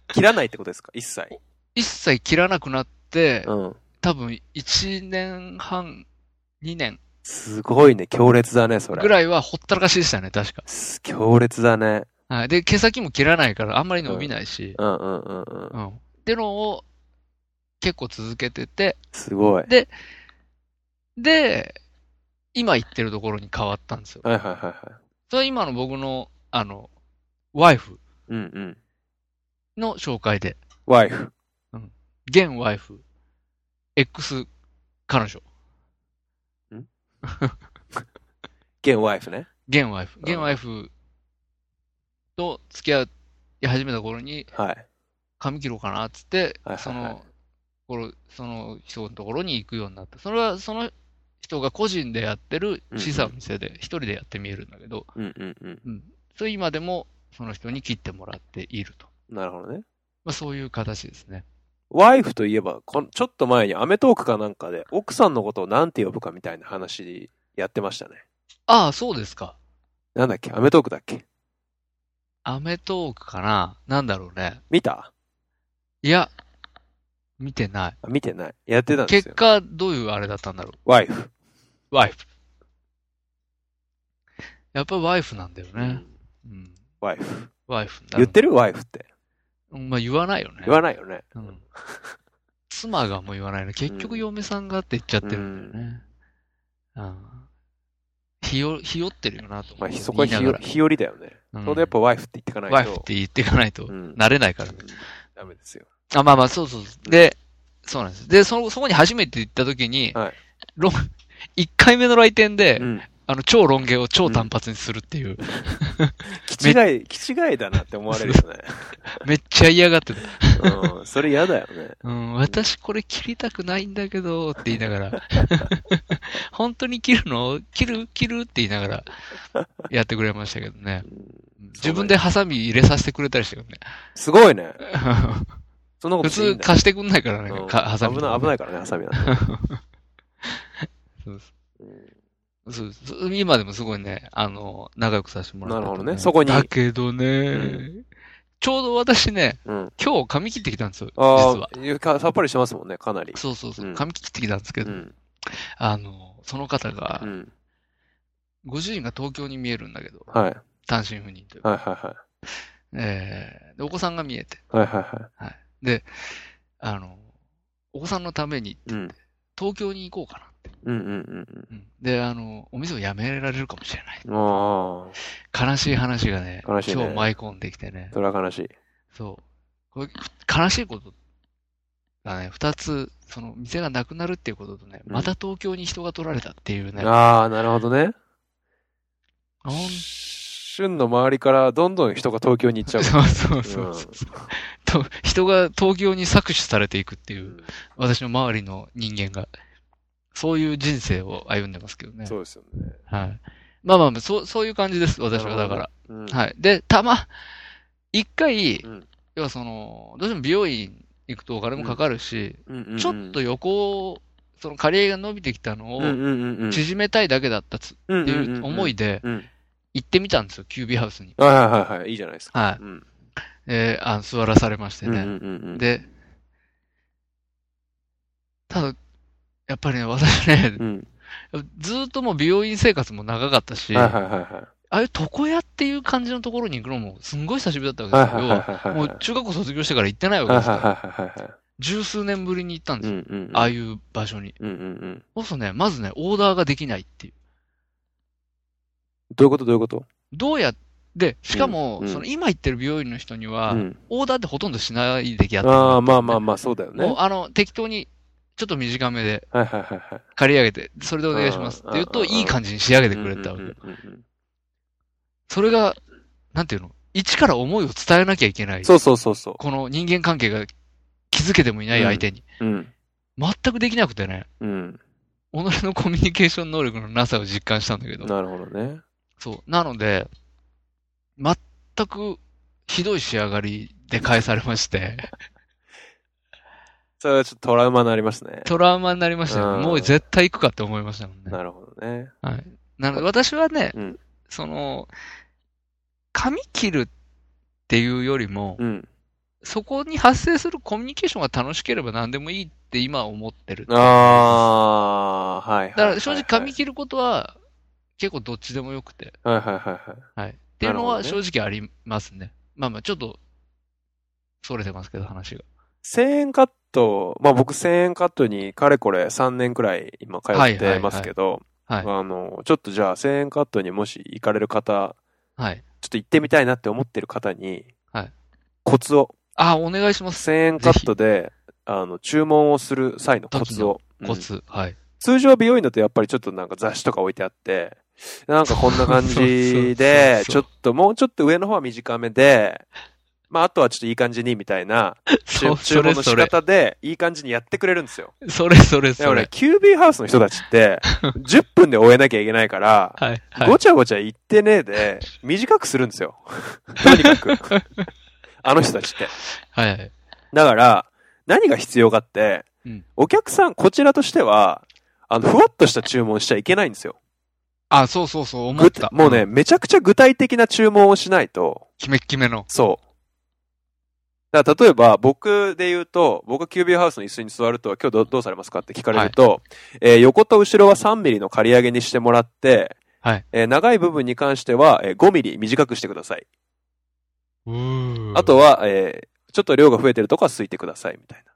[SPEAKER 2] 切らないってことですか一切。
[SPEAKER 3] 一切切らなくなって、
[SPEAKER 2] うん。
[SPEAKER 3] 多分1年半、2年
[SPEAKER 2] すごいね。強烈だね、それ。
[SPEAKER 3] ぐらいはほったらかしでしたね、確か。
[SPEAKER 2] す強烈だね。
[SPEAKER 3] はい。で、毛先も切らないから、あんまり伸びないし、
[SPEAKER 2] うんうんうんうん
[SPEAKER 3] う。ん。ってのを、結構続けてて、
[SPEAKER 2] すごい。はい
[SPEAKER 3] で、今行ってるところに変わったんですよ。
[SPEAKER 2] はいはいはい。
[SPEAKER 3] それは今の僕の、あの、ワイフ
[SPEAKER 2] うんうん。
[SPEAKER 3] の紹介で、
[SPEAKER 2] ワイフ。
[SPEAKER 3] 現ワイフ、X 彼女、
[SPEAKER 2] 現ワイフね。
[SPEAKER 3] 現ワイフ、
[SPEAKER 2] うん
[SPEAKER 3] 現ワイフと付き合い始めた頃に
[SPEAKER 2] はい。
[SPEAKER 3] 髪切ろうかなっつって
[SPEAKER 2] はいはいはい、
[SPEAKER 3] その、このその人のところに行くようになった。それはその人が個人でやってる小さなお店で一人でやってみえるんだけど、
[SPEAKER 2] うんうんうん。
[SPEAKER 3] うん。それ今でもその人に切ってもらっていると。
[SPEAKER 2] なるほどね。
[SPEAKER 3] まあそういう形ですね。
[SPEAKER 2] ワイフといえば、こんちょっと前にアメトークかなんかで、奥さんのことをなんて呼ぶかみたいな話やってましたね。
[SPEAKER 3] ああ、そうですか。
[SPEAKER 2] なんだっけアメトークだっけ
[SPEAKER 3] アメトークかななんだろうね。
[SPEAKER 2] 見た
[SPEAKER 3] いや、見てない。
[SPEAKER 2] あ見てない。やってたんです
[SPEAKER 3] 結
[SPEAKER 2] よ。
[SPEAKER 3] 果、どういうあれだったんだろ
[SPEAKER 2] ワイフ。
[SPEAKER 3] う。ワイフ。やっぱワイフなんだよね。うん。
[SPEAKER 2] ワイフ。
[SPEAKER 3] ワイフ。
[SPEAKER 2] 言ってるワイフって。
[SPEAKER 3] うんまあ言わないよね。
[SPEAKER 2] 言わないよね。
[SPEAKER 3] うん。妻がもう言わないね。結局嫁さんがって言っちゃってるんだよね。うん。ひよ、ひよってるよなと思う。
[SPEAKER 2] まあ、そこは
[SPEAKER 3] 言い
[SPEAKER 2] 日
[SPEAKER 3] な
[SPEAKER 2] 和
[SPEAKER 3] がら
[SPEAKER 2] 日和だよね。
[SPEAKER 3] うん
[SPEAKER 2] それでやっぱワイフって言ってかないと。
[SPEAKER 3] ワイフって言っていかないと、
[SPEAKER 2] うん
[SPEAKER 3] 慣れないからね。
[SPEAKER 2] ダメですよ。
[SPEAKER 3] あ、まあまあ、そうそうそう。で、そうなんです。で、その、そこに初めて行った時に、
[SPEAKER 2] はい
[SPEAKER 3] ロン、1回目の来店で、
[SPEAKER 2] うん。
[SPEAKER 3] あの、超ロン毛を超短髪にするっていう、
[SPEAKER 2] 気違い、気違いだなって思われるよ ね。
[SPEAKER 3] めっちゃ嫌がってた。
[SPEAKER 2] うん。それ嫌だよね。
[SPEAKER 3] うん、私これ切りたくないんだけど、って言いなが ら、本当に切るの切る切るって言いながら、やってくれましたけどね。自分でハサミ入れさせてくれたりしてるね。
[SPEAKER 2] すごいね。そんなこと
[SPEAKER 3] 普
[SPEAKER 2] していいんだ
[SPEAKER 3] 通
[SPEAKER 2] よ
[SPEAKER 3] 貸してくんないからね、
[SPEAKER 2] うん
[SPEAKER 3] かハサミ。。
[SPEAKER 2] 危ない、危ないいからね、ハサミなんて。
[SPEAKER 3] そうそ
[SPEAKER 2] うん
[SPEAKER 3] うそうそう今でもすごいね、あの、仲良くさせてもらっ
[SPEAKER 2] な
[SPEAKER 3] て、
[SPEAKER 2] るほどねそこに
[SPEAKER 3] だけどね、
[SPEAKER 2] う
[SPEAKER 3] ちょうど私ね、
[SPEAKER 2] うん。
[SPEAKER 3] 今日髪切ってきたんですよ、実
[SPEAKER 2] あ
[SPEAKER 3] は。
[SPEAKER 2] あいうか、さっぱりしてますもんね、かなり。
[SPEAKER 3] そうそうそうう、
[SPEAKER 2] ん
[SPEAKER 3] 髪切ってきたんですけ
[SPEAKER 2] う
[SPEAKER 3] ど、
[SPEAKER 2] ん。
[SPEAKER 3] あの、その方が
[SPEAKER 2] う、ん。
[SPEAKER 3] ご主人が東京に見えるんだけど、
[SPEAKER 2] はい。
[SPEAKER 3] 単身赴任というか、
[SPEAKER 2] はいは
[SPEAKER 3] えーでお子さんが見えて、
[SPEAKER 2] いはい。はいはいは
[SPEAKER 3] はい、であの、お子さんのために
[SPEAKER 2] い。うん。
[SPEAKER 3] 東京に行こうかなって、
[SPEAKER 2] うんうん
[SPEAKER 3] うんであの、お店を辞められるかもしれない。
[SPEAKER 2] うんうん。ああ、
[SPEAKER 3] 悲しい話がね、
[SPEAKER 2] 悲しいね
[SPEAKER 3] 今日舞い込んできてね、
[SPEAKER 2] それは悲しい。
[SPEAKER 3] そうこれ悲しいことがね、二つ、その店がなくなるっていうこととね、
[SPEAKER 2] うん
[SPEAKER 3] また東京に人が取られたっていうね、
[SPEAKER 2] ああ、なるほどね。
[SPEAKER 3] ほん
[SPEAKER 2] 旬の周りからどんどん人が東京に行っちゃうか
[SPEAKER 3] そ
[SPEAKER 2] ら
[SPEAKER 3] う。そうそうそう、と人が東京に搾取されていくっていうう。
[SPEAKER 2] ん
[SPEAKER 3] 私の周りの人間が、そういう人生を歩んでますけどね。
[SPEAKER 2] そうですよね。
[SPEAKER 3] はい。まあまあまあ、そう、そういう感じです、私は。
[SPEAKER 2] な
[SPEAKER 3] だ
[SPEAKER 2] るほ
[SPEAKER 3] か
[SPEAKER 2] ど
[SPEAKER 3] ら。
[SPEAKER 2] うん
[SPEAKER 3] はい。で、たま、一回、
[SPEAKER 2] うん
[SPEAKER 3] 要はその、どうしても美容院行くとお金もかかるし、
[SPEAKER 2] うんうんうん
[SPEAKER 3] ちょっと横を、その借り合いが伸びてきたの
[SPEAKER 2] うん
[SPEAKER 3] を
[SPEAKER 2] うんうんうん
[SPEAKER 3] 縮めたいだけだったつ
[SPEAKER 2] うん
[SPEAKER 3] っていう思い
[SPEAKER 2] で。
[SPEAKER 3] で
[SPEAKER 2] うん。
[SPEAKER 3] 行ってみたんですよ、キュービーハウスに。
[SPEAKER 2] はいはいはいはい。いいじゃないですか。
[SPEAKER 3] はい。
[SPEAKER 2] うん。
[SPEAKER 3] えーあの座らされまして
[SPEAKER 2] うん
[SPEAKER 3] ね。
[SPEAKER 2] うんうん
[SPEAKER 3] で、ただ、やっぱりね、私ね、
[SPEAKER 2] うん。
[SPEAKER 3] ずーっともう美容院生活も長かったし、
[SPEAKER 2] はいはいはいはい。
[SPEAKER 3] ああいう床屋っていう感じのところに行くのも、すんごい久しぶりだった
[SPEAKER 2] はい
[SPEAKER 3] わけ
[SPEAKER 2] はいはいはい
[SPEAKER 3] ですけど、
[SPEAKER 2] はい。
[SPEAKER 3] もう中学校卒業してから行ってないわけ
[SPEAKER 2] はい
[SPEAKER 3] です
[SPEAKER 2] はい
[SPEAKER 3] よ。
[SPEAKER 2] はいはいはい。
[SPEAKER 3] 十数年ぶりに行ったんで
[SPEAKER 2] う
[SPEAKER 3] す
[SPEAKER 2] ん
[SPEAKER 3] よ。
[SPEAKER 2] うん。
[SPEAKER 3] ああいう場所に。
[SPEAKER 2] うんうんうん。
[SPEAKER 3] そうするとね、まずね、オーダーができないっていう。
[SPEAKER 2] どういうことどういうこと
[SPEAKER 3] どうやで、しかも、
[SPEAKER 2] うんうん
[SPEAKER 3] その今行ってる美容院の人には、
[SPEAKER 2] うん。
[SPEAKER 3] オーダーってほとんどしないでやってる
[SPEAKER 2] ああ、まあまあまあ、そうだよね。
[SPEAKER 3] もうあの、適当に、ちょっと短めで
[SPEAKER 2] はいはいはいはい。
[SPEAKER 3] 借り上げて、それでお願いしますって言う
[SPEAKER 2] あ
[SPEAKER 3] と、
[SPEAKER 2] ーあー
[SPEAKER 3] いい感じに仕上げ
[SPEAKER 2] 出
[SPEAKER 3] てくれたわけ。
[SPEAKER 2] け。
[SPEAKER 3] それが、なんていうの一から思いを伝えなきゃいけない。
[SPEAKER 2] そうそうそうそ
[SPEAKER 3] この人間関係が気づけてもいない相手に。
[SPEAKER 2] う。うん。
[SPEAKER 3] 全くできなくてね、
[SPEAKER 2] うん。
[SPEAKER 3] 己のコミュニケーション能力のなさを実感したんだけど。
[SPEAKER 2] なるほどね。
[SPEAKER 3] そう。なので、全くひどい仕上がりで返されまして、
[SPEAKER 2] それはちょっとトラウマになりますね。
[SPEAKER 3] トラウマになりましたよ。
[SPEAKER 2] うん
[SPEAKER 3] もう絶対行くかって思いましたもんね。
[SPEAKER 2] なるほどね。
[SPEAKER 3] はい。なので、私はね、
[SPEAKER 2] うん
[SPEAKER 3] その、髪切るっていうよりも、
[SPEAKER 2] うん。
[SPEAKER 3] そこに発生するコミュニケーションが楽しければ何でもいいって今は思ってる。
[SPEAKER 2] ああー、はいはいはいはい。
[SPEAKER 3] だから正直髪切ることは結構どっちでもよくて、
[SPEAKER 2] はいはいはいはい。
[SPEAKER 3] はい。っていうのは
[SPEAKER 2] なるほど
[SPEAKER 3] 正直ありますね。まあまあ、ちょっと、それてますけど話が。
[SPEAKER 2] 1000円カット、まあ僕1000円カットにかれこれ3年くらい今通ってますけど、
[SPEAKER 3] はいはいは
[SPEAKER 2] あの、ちょっとじゃあ1000円カットにもし行かれる方、
[SPEAKER 3] はい。
[SPEAKER 2] ちょっと行ってみたいなって思ってる方に、
[SPEAKER 3] はい
[SPEAKER 2] コツを、
[SPEAKER 3] あ、お願いします。
[SPEAKER 2] 1000円カットで、あの、注文をする際のコツを。うん
[SPEAKER 3] コツ。はい。
[SPEAKER 2] 通常美容院だとやっぱりちょっとなんか雑誌とか置いてあって、なんかこんな感 じで、
[SPEAKER 3] そうそうそうそう
[SPEAKER 2] ちょっともうちょっと上の方は短めで、まああとはちょっといい感じにみたいな、注
[SPEAKER 3] そう
[SPEAKER 2] 注
[SPEAKER 3] そ
[SPEAKER 2] 文
[SPEAKER 3] れ
[SPEAKER 2] の仕
[SPEAKER 3] それ。
[SPEAKER 2] 方でいい感じにやってくれるんですよ。
[SPEAKER 3] それそれ
[SPEAKER 2] で
[SPEAKER 3] そ
[SPEAKER 2] 俺、
[SPEAKER 3] れ。
[SPEAKER 2] キュービーハウスの人たち って、10分で終えなきゃいけないから、
[SPEAKER 3] はい。はい
[SPEAKER 2] ご。ちゃごちゃ言ってねえで、短くするんです よ。とにかく。あの人たちって。
[SPEAKER 3] はいはい。
[SPEAKER 2] だから、何が必要かって、
[SPEAKER 3] うん
[SPEAKER 2] お客さん、こちらとしては、あの、ふわっとした注文しちゃいけないんですよ。
[SPEAKER 3] あ、そうそうそう、思った。
[SPEAKER 2] ぐもうね、。めちゃくちゃ具体的な注文をしないと、
[SPEAKER 3] キメッキメの。
[SPEAKER 2] そう。だから例えば、僕で言うと、僕がキュービーハウスの椅子に座ると、今日どどうされますかって聞かれると、えー横と後ろは3ミリの刈り上げにしてもらって、
[SPEAKER 3] はい
[SPEAKER 2] えー長い部分に関しては、えー5ミリ短くしてください。
[SPEAKER 3] うー
[SPEAKER 2] あとは、えーちょっと量が増えてるとこはすいてください、みたいな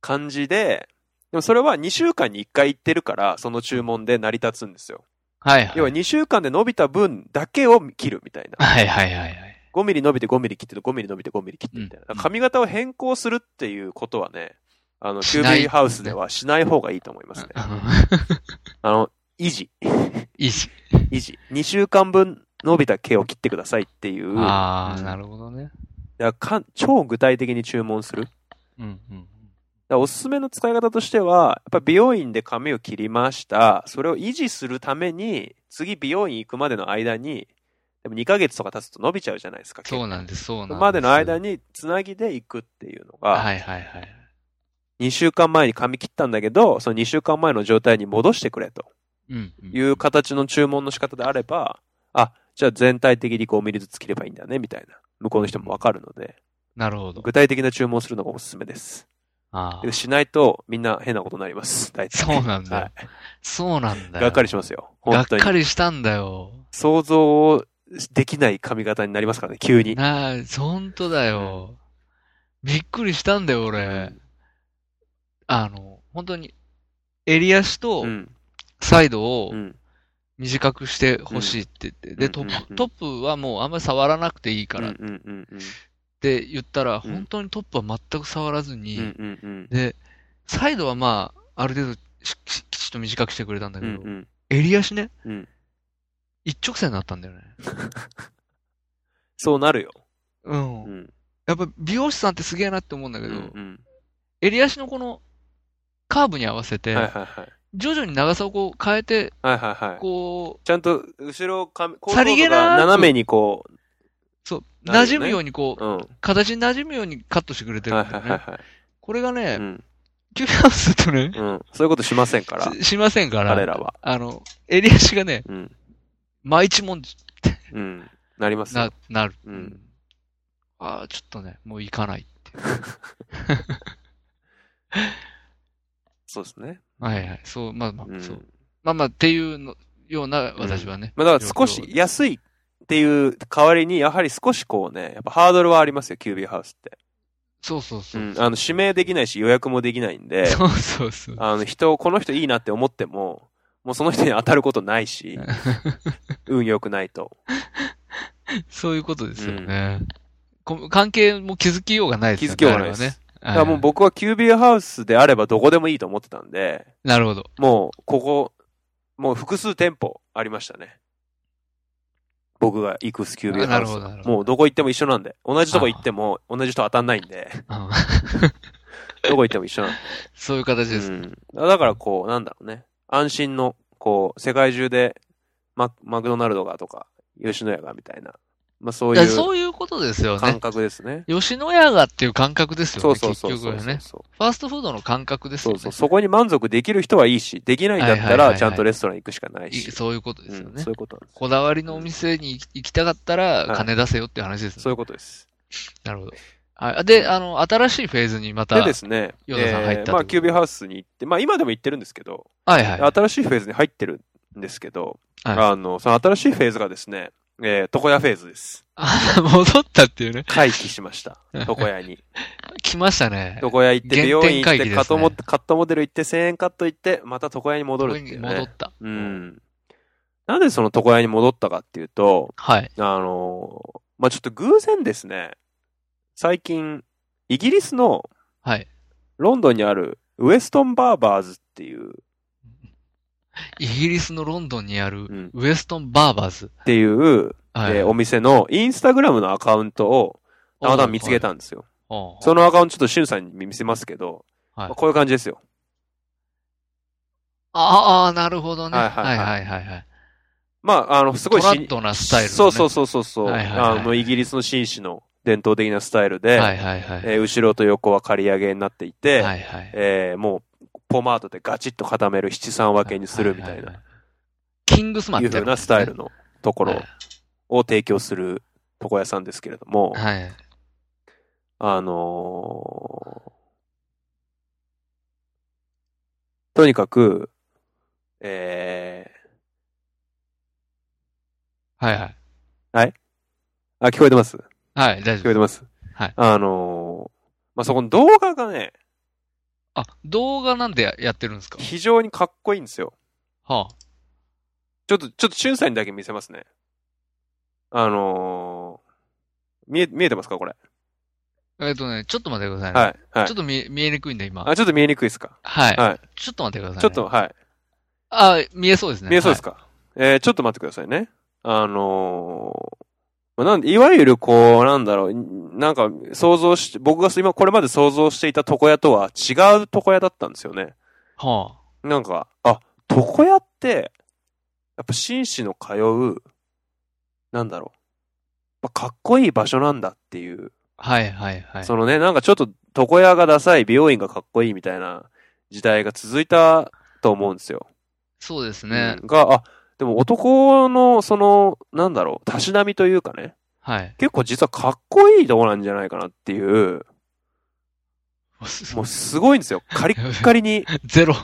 [SPEAKER 2] 感じで、でもそれは2週間に1回行ってるから、その注文で成り立つんですよ。
[SPEAKER 3] はいはい。
[SPEAKER 2] 要は2週間で伸びた分だけを切るみたいな。
[SPEAKER 3] はいはいは いはい。
[SPEAKER 2] 5ミリ伸びて5ミリ切ってと5ミリ伸びて5ミリ切ってみたいな。
[SPEAKER 3] うん
[SPEAKER 2] 髪型を変更するっていうことはね、あの、キュ
[SPEAKER 3] しな
[SPEAKER 2] ー
[SPEAKER 3] い
[SPEAKER 2] ビーハウスではしない方がいいと思いますね。あの、維持、
[SPEAKER 3] いいし。
[SPEAKER 2] 維持。2週間分伸びた毛を切ってくださいっていう。
[SPEAKER 3] あ
[SPEAKER 2] う
[SPEAKER 3] あ、
[SPEAKER 2] ん
[SPEAKER 3] なるほどね。
[SPEAKER 2] だからか超具体的に注文する。
[SPEAKER 3] うんう
[SPEAKER 2] だ
[SPEAKER 3] ん。
[SPEAKER 2] からおすすめの使い方としては、やっぱ美容院で髪を切りました。それを維持するために、次美容院行くまでの間に、でも2ヶ月とか経つと伸びちゃうじゃないですか。
[SPEAKER 3] そうなんです、そうなんです。
[SPEAKER 2] までの間
[SPEAKER 3] に。
[SPEAKER 2] に、つなぎで行くっていうの
[SPEAKER 3] は
[SPEAKER 2] が、
[SPEAKER 3] いはいはい。
[SPEAKER 2] 2週間前に髪切ったんだけど、その2週間前の状態に戻してくれと
[SPEAKER 3] うん。
[SPEAKER 2] いう形の注文の仕方であれば、あ、じゃあ全体的に5ミリずつ切ればいいんだね、みたいな。向こうの人もわかるので、
[SPEAKER 3] なるほど。
[SPEAKER 2] 具体的な注文をするのがおすすめです。
[SPEAKER 3] あ
[SPEAKER 2] で
[SPEAKER 3] あ。
[SPEAKER 2] しないと、みんな変なことになります。大体。
[SPEAKER 3] そうなんだよ
[SPEAKER 2] はい
[SPEAKER 3] そうなんだよ。
[SPEAKER 2] がっかりしますよ。
[SPEAKER 3] が
[SPEAKER 2] 本
[SPEAKER 3] っ
[SPEAKER 2] 当に
[SPEAKER 3] か。りしたんだよ。
[SPEAKER 2] 想像をできない髪型になりますからね、急に。
[SPEAKER 3] なあ、本当だよ。びっくりしたんだよ、俺。あの、本当に、襟足と
[SPEAKER 2] うん。
[SPEAKER 3] サイドを
[SPEAKER 2] うん。
[SPEAKER 3] 短くしてほしいって言って、で、
[SPEAKER 2] うん
[SPEAKER 3] ト
[SPEAKER 2] うん
[SPEAKER 3] ッ
[SPEAKER 2] う
[SPEAKER 3] プ、
[SPEAKER 2] ん
[SPEAKER 3] トップはもうあんまり触らなくていいか
[SPEAKER 2] うん。う
[SPEAKER 3] らっ
[SPEAKER 2] ん。うん。うん。
[SPEAKER 3] て言ったら、
[SPEAKER 2] うん
[SPEAKER 3] 本当にトップは全く触らずに、
[SPEAKER 2] うん。うん。うん。
[SPEAKER 3] で、サイドはまあ、ある程度ししきちっと短くしてくれたんだ
[SPEAKER 2] う
[SPEAKER 3] けど、
[SPEAKER 2] ん。
[SPEAKER 3] 襟足ね、
[SPEAKER 2] うん
[SPEAKER 3] 一直線になったんだよね。
[SPEAKER 2] そうなるよ。
[SPEAKER 3] うん。
[SPEAKER 2] うん。
[SPEAKER 3] やっぱ美容師さんってすげえなって思うんだ
[SPEAKER 2] う
[SPEAKER 3] けど、
[SPEAKER 2] ん。
[SPEAKER 3] 襟足のこのカーブに合わせ
[SPEAKER 2] う
[SPEAKER 3] て
[SPEAKER 2] ん。はい、はいはい。
[SPEAKER 3] 徐々に長さをこう変えて、
[SPEAKER 2] はいはいはい。
[SPEAKER 3] こう、
[SPEAKER 2] ちゃんと、後ろ髪、後
[SPEAKER 3] さりげなく
[SPEAKER 2] 斜めにこ
[SPEAKER 3] そう、
[SPEAKER 2] なるよね
[SPEAKER 3] 馴染むようにこ
[SPEAKER 2] う、
[SPEAKER 3] う、
[SPEAKER 2] うん。は
[SPEAKER 3] 形に馴染むようにカットしてくれて
[SPEAKER 2] い
[SPEAKER 3] る
[SPEAKER 2] は
[SPEAKER 3] ん
[SPEAKER 2] い
[SPEAKER 3] だよ
[SPEAKER 2] はい
[SPEAKER 3] ね。
[SPEAKER 2] はい。
[SPEAKER 3] これがね
[SPEAKER 2] う、ん。
[SPEAKER 3] キュリハウスってね、
[SPEAKER 2] うん。そういうことしません から、
[SPEAKER 3] ししませんから、
[SPEAKER 2] 彼らは。
[SPEAKER 3] あの、襟足がね、
[SPEAKER 2] うん。
[SPEAKER 3] 毎一文字
[SPEAKER 2] うん。なります
[SPEAKER 3] な
[SPEAKER 2] よ。、
[SPEAKER 3] なる。
[SPEAKER 2] うん。
[SPEAKER 3] ああ、ちょっとね、もう行かない。
[SPEAKER 2] そうですね。
[SPEAKER 3] はいはい。そう、まあまあ、
[SPEAKER 2] うん。
[SPEAKER 3] そう。まあまあ、っていうの、ような、私はね。
[SPEAKER 2] まあだから少し安いっていう代わりに、やはり少しこうね、やっぱハードルはありますよ、キュービーハウスって。
[SPEAKER 3] そうそうそうう。
[SPEAKER 2] ん。あの、指名できないし予約もできないんで、
[SPEAKER 3] そうそうそう。
[SPEAKER 2] あの、人、この人いいなって思っても、もうその人に当たることない し、運良くないと。
[SPEAKER 3] そういうことですよね。こ関係も気づきようがないですよね。
[SPEAKER 2] 気づきようがないです
[SPEAKER 3] あれはね。
[SPEAKER 2] だ
[SPEAKER 3] だ
[SPEAKER 2] からもう僕はキュービーハウスであればどこでもいいと思ってたんで、
[SPEAKER 3] なるほど。
[SPEAKER 2] もう、ここ、もう複数店舗ありましたね。僕が行くスキュービーハウス
[SPEAKER 3] あなるほどなる
[SPEAKER 2] は。
[SPEAKER 3] ほど
[SPEAKER 2] もうどこ行っても一緒なんで。同じとこ行っても同じ人当たんないんで、
[SPEAKER 3] うん
[SPEAKER 2] どこ行っても一緒なんで。
[SPEAKER 3] そういう形です。
[SPEAKER 2] うん、だからこう、なんだろうね。安心の、こう、世界中でマ、マクドナルドがとか、吉野家がみたいな。まあそう
[SPEAKER 3] だ
[SPEAKER 2] い
[SPEAKER 3] から
[SPEAKER 2] う
[SPEAKER 3] そういうことですよね
[SPEAKER 2] 感。覚ですね。
[SPEAKER 3] 吉野家がっていう感覚ですよ
[SPEAKER 2] そ
[SPEAKER 3] ね。
[SPEAKER 2] うそうそう
[SPEAKER 3] 結
[SPEAKER 2] そう
[SPEAKER 3] 局
[SPEAKER 2] そう
[SPEAKER 3] はね。ファーストフードの感覚です
[SPEAKER 2] そ
[SPEAKER 3] よ
[SPEAKER 2] う
[SPEAKER 3] ね。
[SPEAKER 2] そう。そこに満足できる人はいいし、できないんだった
[SPEAKER 3] はいはいはいは
[SPEAKER 2] ら、
[SPEAKER 3] い
[SPEAKER 2] ちゃんとレストラン行くしかない
[SPEAKER 3] い
[SPEAKER 2] し。
[SPEAKER 3] そういうことで
[SPEAKER 2] う
[SPEAKER 3] すよ
[SPEAKER 2] ん
[SPEAKER 3] ね
[SPEAKER 2] そうい。うことなんです
[SPEAKER 3] こだわりのお店に行き行きたかったら
[SPEAKER 2] はい
[SPEAKER 3] 金出せよっていう話ですね。
[SPEAKER 2] そういうことです。
[SPEAKER 3] なるほど。はい。で、あの、新しいフェーズにまた。
[SPEAKER 2] でですね、え
[SPEAKER 3] ヨダさん入ったということで
[SPEAKER 2] ーまあ、キュービーハウスに行って、まあ、今でも行ってるんですけど、
[SPEAKER 3] はいはい。
[SPEAKER 2] 新しいフェーズに入ってるんですけど、
[SPEAKER 3] はい
[SPEAKER 2] あの、その新しいフェーズがですね、えー、床屋フェーズです。
[SPEAKER 3] あ 戻ったっていうね。
[SPEAKER 2] 回帰しました。床屋に。
[SPEAKER 3] 来ましたね。
[SPEAKER 2] 床屋行って、美容院行
[SPEAKER 3] 原点
[SPEAKER 2] っ
[SPEAKER 3] 回帰
[SPEAKER 2] て、
[SPEAKER 3] ですね
[SPEAKER 2] カットモカットモデル行って、1000円カット行って、また床屋に戻るっていう
[SPEAKER 3] 戻っ
[SPEAKER 2] ね。
[SPEAKER 3] た。
[SPEAKER 2] うん。なんでその床屋に戻ったかっていうと、
[SPEAKER 3] はい。
[SPEAKER 2] あのーまあ、ちょっと偶然ですね、最近、イギリスの
[SPEAKER 3] はい。
[SPEAKER 2] ロンドンにあるウエストンバーバーズっていう、
[SPEAKER 3] イギリスのロンドンにあ
[SPEAKER 2] う
[SPEAKER 3] る
[SPEAKER 2] ん
[SPEAKER 3] ウエストンバーバーズ。
[SPEAKER 2] っていう、
[SPEAKER 3] はい。
[SPEAKER 2] えーお店のインスタグラムのアカウントを、たまたま見つけたんですよ。
[SPEAKER 3] おう。
[SPEAKER 2] そのアカウントちょっとしゅんさんに見せますけど、
[SPEAKER 3] はい
[SPEAKER 2] まあこういう感じですよ。
[SPEAKER 3] ああ、なるほどね。は
[SPEAKER 2] はいい
[SPEAKER 3] は
[SPEAKER 2] はいいはい
[SPEAKER 3] はいはい。
[SPEAKER 2] まあ、あの、すごい
[SPEAKER 3] トラ
[SPEAKER 2] し
[SPEAKER 3] ッドなスタイルのね。
[SPEAKER 2] そうそうそうそうそう、
[SPEAKER 3] はいはいはい
[SPEAKER 2] あの、イギリスの紳士の伝統的なスタイルで、
[SPEAKER 3] はいはいはい。
[SPEAKER 2] えー後ろと横は刈り上げになっていて、
[SPEAKER 3] はいはい。
[SPEAKER 2] えーもう、ポマードでガチッと固める七三分けにするみたいな、い
[SPEAKER 3] ははは。キングスマン
[SPEAKER 2] う
[SPEAKER 3] みた
[SPEAKER 2] ふ
[SPEAKER 3] いう
[SPEAKER 2] なスタイル
[SPEAKER 3] の
[SPEAKER 2] のところを提供する床屋さんですけれども、
[SPEAKER 3] はい。
[SPEAKER 2] あのーとにかく、え
[SPEAKER 3] はいはい。
[SPEAKER 2] ー、あ、聞こえてます
[SPEAKER 3] はい、大
[SPEAKER 2] 聞
[SPEAKER 3] 丈
[SPEAKER 2] こ
[SPEAKER 3] 夫
[SPEAKER 2] えて
[SPEAKER 3] です。
[SPEAKER 2] ます
[SPEAKER 3] はい
[SPEAKER 2] あのーまあ、そこの動画がね、
[SPEAKER 3] あ、動画なんでややってるんですか
[SPEAKER 2] 非常にかっこいいんですよ。
[SPEAKER 3] は
[SPEAKER 2] ちょっと、ちょっと、しゅんさんにだけ見せますね。あのー見え、見えてますかこれ。
[SPEAKER 3] あ。えっとね、ちょっと待ってくださいね。
[SPEAKER 2] はい。はい
[SPEAKER 3] ちょっ。と見え、見えにくいんで今。
[SPEAKER 2] あ、ちょっと見えにくいですか
[SPEAKER 3] はい。
[SPEAKER 2] は
[SPEAKER 3] ちょっと待ってください、ね。
[SPEAKER 2] ちょっと、。はい。
[SPEAKER 3] あ、見えそうですね。
[SPEAKER 2] 見えそうですか、えーちょっと待ってくださいね。あのーまあなんいわゆるこう、なんだろう、んなんか想像し、僕が今これまで想像していた床屋とは違う床屋だったんですよね。
[SPEAKER 3] はい。は
[SPEAKER 2] なんか、あ、床屋って、やっぱ紳士の通う、なんだろう、まあ、かっこいい場所なんだっていう、
[SPEAKER 3] あ。はいはいはい。
[SPEAKER 2] そのね、なんかちょっと床屋がダサい、美容院がかっこいいみたいな時代が続いたと思うんですよ。
[SPEAKER 3] そうですね。
[SPEAKER 2] うんが、あ、でも男の、その、なんだろう、たしなみというかね、
[SPEAKER 3] はい。
[SPEAKER 2] 結構実はかっこいいとこなんじゃないかなっていう、もうすごいんですよ。カリッカリ に、
[SPEAKER 3] ゼロ。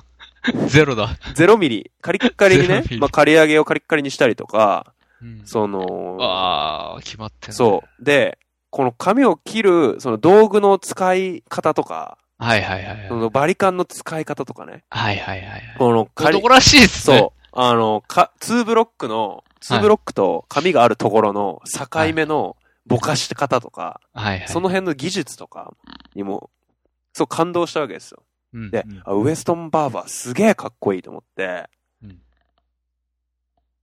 [SPEAKER 3] ゼロだ。
[SPEAKER 2] ゼロミリ、カリッカリにね
[SPEAKER 3] ゼロミ、リ
[SPEAKER 2] まあ、刈り上げをカリッカリにしたりとか、
[SPEAKER 3] うん、
[SPEAKER 2] その、
[SPEAKER 3] ああ、決まってんね
[SPEAKER 2] そう。で、この髪を切る、その道具の使い方とか、
[SPEAKER 3] はいはいはい。
[SPEAKER 2] そ
[SPEAKER 3] はい
[SPEAKER 2] のバリカンの使い方とかね。
[SPEAKER 3] はいはいはい。
[SPEAKER 2] この仮
[SPEAKER 3] 男らしいっすね。
[SPEAKER 2] そう。あの、か、ツーブロックの、ツーブロックと髪があるところの境目のぼかし方とか、
[SPEAKER 3] う。はいはい。
[SPEAKER 2] その辺の技術とかにも、そう感動したわけですよ。
[SPEAKER 3] うん、
[SPEAKER 2] で、あウエストンバーバーすげえかっこいいと思って、
[SPEAKER 3] うん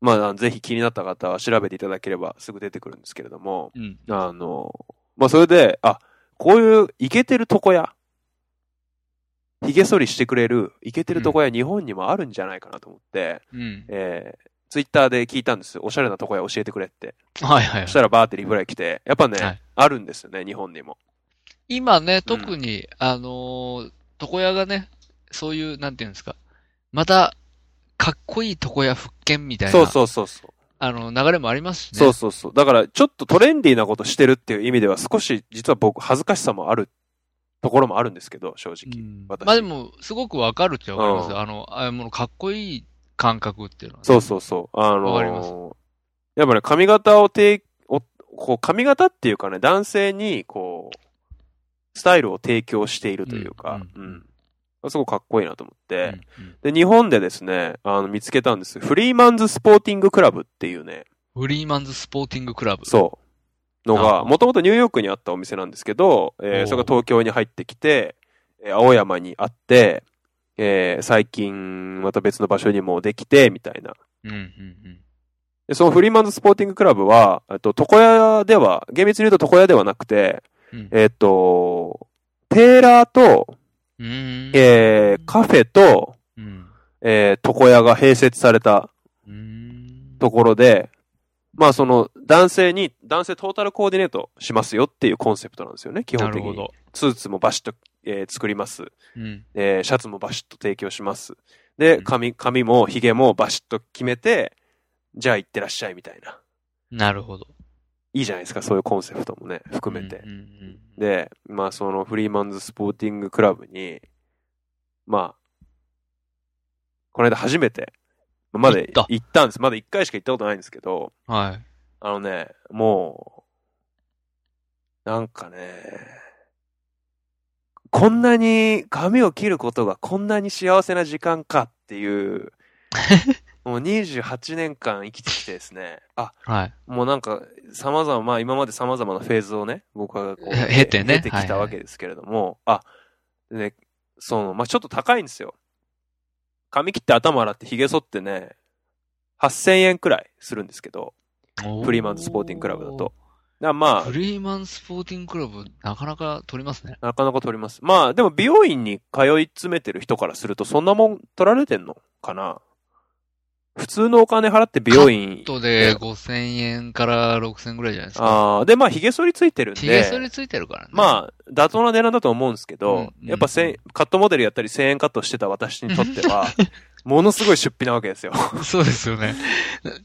[SPEAKER 2] まあ、あのぜひ気になった方は調べていただければすぐ出てくるんですけれども、
[SPEAKER 3] うん。
[SPEAKER 2] あの、まあ、それで、あ、こういうイケてる床屋、髭剃りしてくれるイケてる床屋、日本にもあるんじゃないかなと思って、
[SPEAKER 3] うん。
[SPEAKER 2] えー、ツイッターで聞いたんですよ。おしゃれな床屋教えてくれって。
[SPEAKER 3] はいはい
[SPEAKER 2] そし。たらバーってリプライ来て、やっぱね、
[SPEAKER 3] はい
[SPEAKER 2] あるんですよね、日本にも。
[SPEAKER 3] 今ね、特に、あのー床屋がね、そういう、なんていうんですか。また、かっこいい床屋復権みたいな、
[SPEAKER 2] そうそうそうそう。
[SPEAKER 3] あの、流れもありますしね。
[SPEAKER 2] そうそうそう。だから、ちょっとトレンディーなことしてるっていう意味では、少し、実は僕、恥ずかしさもあるところもあるんですけど、正
[SPEAKER 3] う
[SPEAKER 2] 直。
[SPEAKER 3] ん
[SPEAKER 2] 私
[SPEAKER 3] まあでも、すごくわかるっちゃわかります
[SPEAKER 2] う
[SPEAKER 3] よ。
[SPEAKER 2] ん
[SPEAKER 3] あの、ああいうものかっこいい感覚っていうのは。
[SPEAKER 2] そうそうそう。あの
[SPEAKER 3] わかります
[SPEAKER 2] ーやっぱね、髪型を提おこう、髪型っていうかね、男性に、こう、スタイルを提供しているというか、う
[SPEAKER 3] う
[SPEAKER 2] んん。
[SPEAKER 3] うん
[SPEAKER 2] すごくかっこいいなと思って、
[SPEAKER 3] うんうん
[SPEAKER 2] で、日本でですね、あの、見つけたんです。フリーマンズスポーティングクラブっていうね、
[SPEAKER 3] フリーマンズスポーティングクラブ。
[SPEAKER 2] そう、の
[SPEAKER 3] あ
[SPEAKER 2] が、もともとニューヨークにあったお店なんですけど、え
[SPEAKER 3] おう
[SPEAKER 2] ーそれが東京に入ってきて、えー青山にあって、えー最近また別の場所にもできて、みたいな。
[SPEAKER 3] う。うんうん
[SPEAKER 2] で、そのフリーマンズスポーティングクラブは、えっと、床屋では、厳密に言うと床屋ではなくて、
[SPEAKER 3] うん。
[SPEAKER 2] えっと、テーラーと、
[SPEAKER 3] うん。うーん。
[SPEAKER 2] えーカフェと、
[SPEAKER 3] うん。
[SPEAKER 2] えー床屋が併設された
[SPEAKER 3] うーん。
[SPEAKER 2] ところで、まあその男性に、男性トータルコーディネートしますよっていうコンセプトなんですよね、基
[SPEAKER 3] な
[SPEAKER 2] 本
[SPEAKER 3] る
[SPEAKER 2] 的
[SPEAKER 3] ほ
[SPEAKER 2] に。
[SPEAKER 3] ど。
[SPEAKER 2] スーツもバシッと、えー作ります、
[SPEAKER 3] うん。
[SPEAKER 2] えーシャツもバシッと提供します。で、髪、髪もヒゲもバシッと決めて、じゃあ行ってらっしゃいみたいな。
[SPEAKER 3] なるほど。
[SPEAKER 2] いいじゃないですか、そういうコンセプトもね、含めて。
[SPEAKER 3] うんうんうん
[SPEAKER 2] で、まあそのフリーマンズスポーティングクラブに、まあ、この間初めて、まで
[SPEAKER 3] 行った
[SPEAKER 2] 行ったんです。まだ1回しか行ったことないんですけど、
[SPEAKER 3] は
[SPEAKER 2] あのね、もう、なんかね、こんなに髪を切ることがこんなに幸せな時間かって いう、もう28年間生きてきてですね、あ、
[SPEAKER 3] い。はい。
[SPEAKER 2] もうなんか、様々、まあ今まで様々なフェーズをね、僕はこう、
[SPEAKER 3] 経てね
[SPEAKER 2] 経てきたわけですけれども、あ、ね、その、まあちょっと高いんですよ。髪切って頭洗って髭剃ってね、8000円くらいするんですけど、フリーマンズスポーティングクラブだと。だからま
[SPEAKER 3] フリーマンスポーティングクラブ、なかなか取りますね。
[SPEAKER 2] あ、なかなか取ります。まあでも美容院に通い詰めてる人からするとそんなもん取られてんのかな普通のお金払って美容院、
[SPEAKER 3] と
[SPEAKER 2] ね
[SPEAKER 3] で、5000円から6000円ぐらいじゃないですか。
[SPEAKER 2] あーでまあ髭剃りついてるんで、
[SPEAKER 3] ヒゲ剃りついてるからね。
[SPEAKER 2] まあ、妥当な値段だと思うんですけど、
[SPEAKER 3] うん
[SPEAKER 2] やっぱせんカットモデルやったり1000円カットしてた私にとって は、ものすごい出費なわけですよ。
[SPEAKER 3] あ。 そうですよね。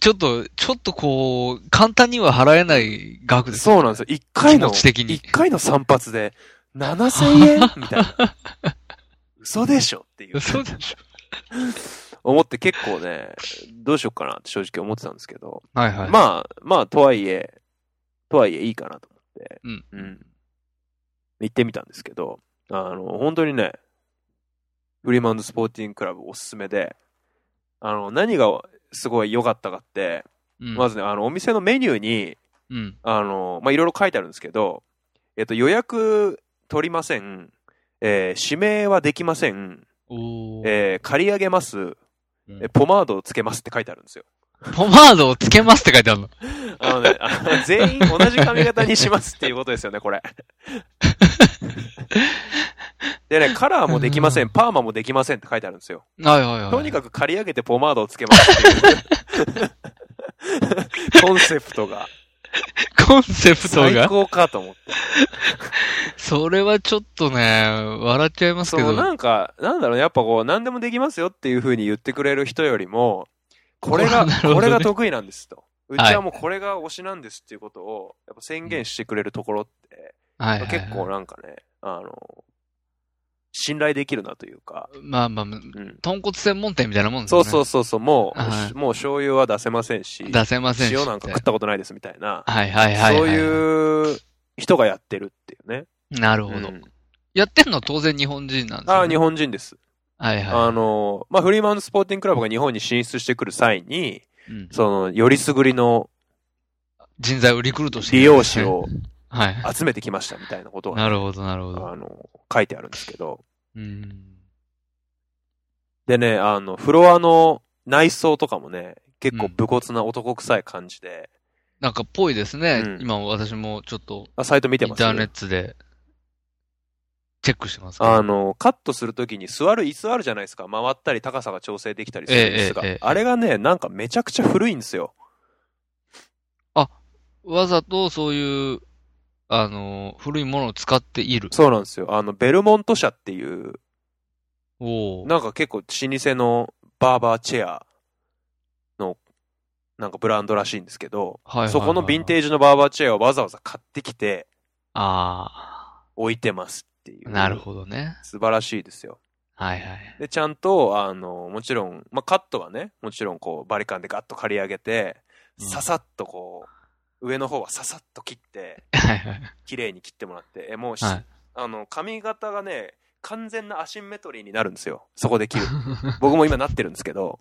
[SPEAKER 3] ちょっと、ちょっとこう、簡単には払えない額ですよ
[SPEAKER 2] そうなんですよ。1回の、
[SPEAKER 3] 気持ち的に
[SPEAKER 2] 一回の散髪で7000円 みたいな。嘘でしょっていう。
[SPEAKER 3] そうでし
[SPEAKER 2] 思って結構ね、どうしようかなって正直思ってたんですけど、
[SPEAKER 3] ょ。はいはい。あ、
[SPEAKER 2] まあ、まあ、とはいえ、とはいえいいかなと思って、
[SPEAKER 3] うん
[SPEAKER 2] 行ってみたんですけど、あの、本当にね、フリーマンズスポーティングクラブおすすめで、あの、何がすごい良かったかって、
[SPEAKER 3] うん、
[SPEAKER 2] まずね、あの、お店のメニューに、
[SPEAKER 3] うん。
[SPEAKER 2] あの、まあ、いろいろ書いてあるんですけど、えっと、予約取りません、えー指名はできません、
[SPEAKER 3] おー
[SPEAKER 2] えー借り上げます、
[SPEAKER 3] うん
[SPEAKER 2] えポマードをつけますって書いてあるんですよ。
[SPEAKER 3] ポマードをつけますって書いてあるの。
[SPEAKER 2] あのね、あの全員同じ髪型にしますっていうことですよね、 これ。でね、カラーもできません、パーマもできませんって書いてあるんですよ。
[SPEAKER 3] はいはいはい。
[SPEAKER 2] とに
[SPEAKER 3] か
[SPEAKER 2] かく刈り上げてポマードをつけます っていうコンセプトが。
[SPEAKER 3] く。コンセプト
[SPEAKER 2] 最
[SPEAKER 3] が。
[SPEAKER 2] 高かと思って。
[SPEAKER 3] それはちょっとね、笑っちゃいます
[SPEAKER 2] そ
[SPEAKER 3] けど。
[SPEAKER 2] のなんか、なんだろうね、やっぱこう、何でもできますよっていう風に言ってくれる人よりも、これが、
[SPEAKER 3] なるほどね
[SPEAKER 2] これが得意なんですと。うちはもうこれが推しなんですっていうことを、やっぱ宣言してくれるところって、
[SPEAKER 3] はいはいはい
[SPEAKER 2] 結構なんかね、あの、信頼できるなというか、
[SPEAKER 3] まあまあ、
[SPEAKER 2] うん
[SPEAKER 3] 豚骨専門店みたいなもんです
[SPEAKER 2] そ
[SPEAKER 3] よ
[SPEAKER 2] う
[SPEAKER 3] ね。
[SPEAKER 2] そううそうそう、もう、
[SPEAKER 3] はい
[SPEAKER 2] もう醤油は出せませんし、
[SPEAKER 3] 出せませんし。
[SPEAKER 2] 塩なんか食ったことないですみたいな、
[SPEAKER 3] はいはいはいはい。
[SPEAKER 2] そういう人がやってるっていうね。
[SPEAKER 3] う。なるほど。
[SPEAKER 2] うん
[SPEAKER 3] やってんのは当然日本人なんです
[SPEAKER 2] あ
[SPEAKER 3] よ、
[SPEAKER 2] ー
[SPEAKER 3] ね。
[SPEAKER 2] 日本人です。
[SPEAKER 3] はい
[SPEAKER 2] あ
[SPEAKER 3] は
[SPEAKER 2] の、まあ、フリーマンスポーティングクラブが日本に進出してくる際に、
[SPEAKER 3] い。うん
[SPEAKER 2] その、よりすぐりの
[SPEAKER 3] 人材をリクルートして
[SPEAKER 2] 利
[SPEAKER 3] るん
[SPEAKER 2] 用
[SPEAKER 3] です
[SPEAKER 2] 者
[SPEAKER 3] ね。
[SPEAKER 2] を
[SPEAKER 3] はい。
[SPEAKER 2] 集めてきましたみたいなことが、
[SPEAKER 3] なるほど、なるほど。
[SPEAKER 2] あの、書いてあるんですけど、
[SPEAKER 3] うん。
[SPEAKER 2] でね、あの、フロアの内装とかもね、結構武骨な男臭い感じで、
[SPEAKER 3] なんかぽいですね。
[SPEAKER 2] うん
[SPEAKER 3] 今私もちょっと、
[SPEAKER 2] あ、サイト見
[SPEAKER 3] イ
[SPEAKER 2] て
[SPEAKER 3] ン
[SPEAKER 2] ます
[SPEAKER 3] ターネットで、チェックしてますけど。
[SPEAKER 2] あの、カットするときに座る椅子あるじゃないですか。回ったり高さが調整できたりするんですが、
[SPEAKER 3] ええええええ
[SPEAKER 2] あれがね、なんかめちゃくちゃ古いんですよ。
[SPEAKER 3] わざとそういう、あの、古いものを使っている。
[SPEAKER 2] そうなんですよ。あの、ベルモント社っていう、
[SPEAKER 3] おー
[SPEAKER 2] なんか結構老舗のバーバーチェアの、なんかブランドらしいんですけど、
[SPEAKER 3] はいはいはいはい
[SPEAKER 2] そこのヴィンテージのバーバーチェアをわざわざ買ってきて
[SPEAKER 3] あ
[SPEAKER 2] 置いてますってい
[SPEAKER 3] あ、
[SPEAKER 2] う。
[SPEAKER 3] なるほどね。
[SPEAKER 2] 素晴らしいですよ。
[SPEAKER 3] はいはい。
[SPEAKER 2] で、ちゃんと、あの、もちろん、まあ、カットはね、もちろんこう、バリカンでガッと刈り上げて、
[SPEAKER 3] うん
[SPEAKER 2] ささっとこう、上の方はささっと切って、
[SPEAKER 3] はいはい。
[SPEAKER 2] 綺麗に切ってもらって、え、もうし、
[SPEAKER 3] はい
[SPEAKER 2] あの、髪型がね、完全なアシンメトリーになるんですよ。そこで切る。僕も今なってるんですけど。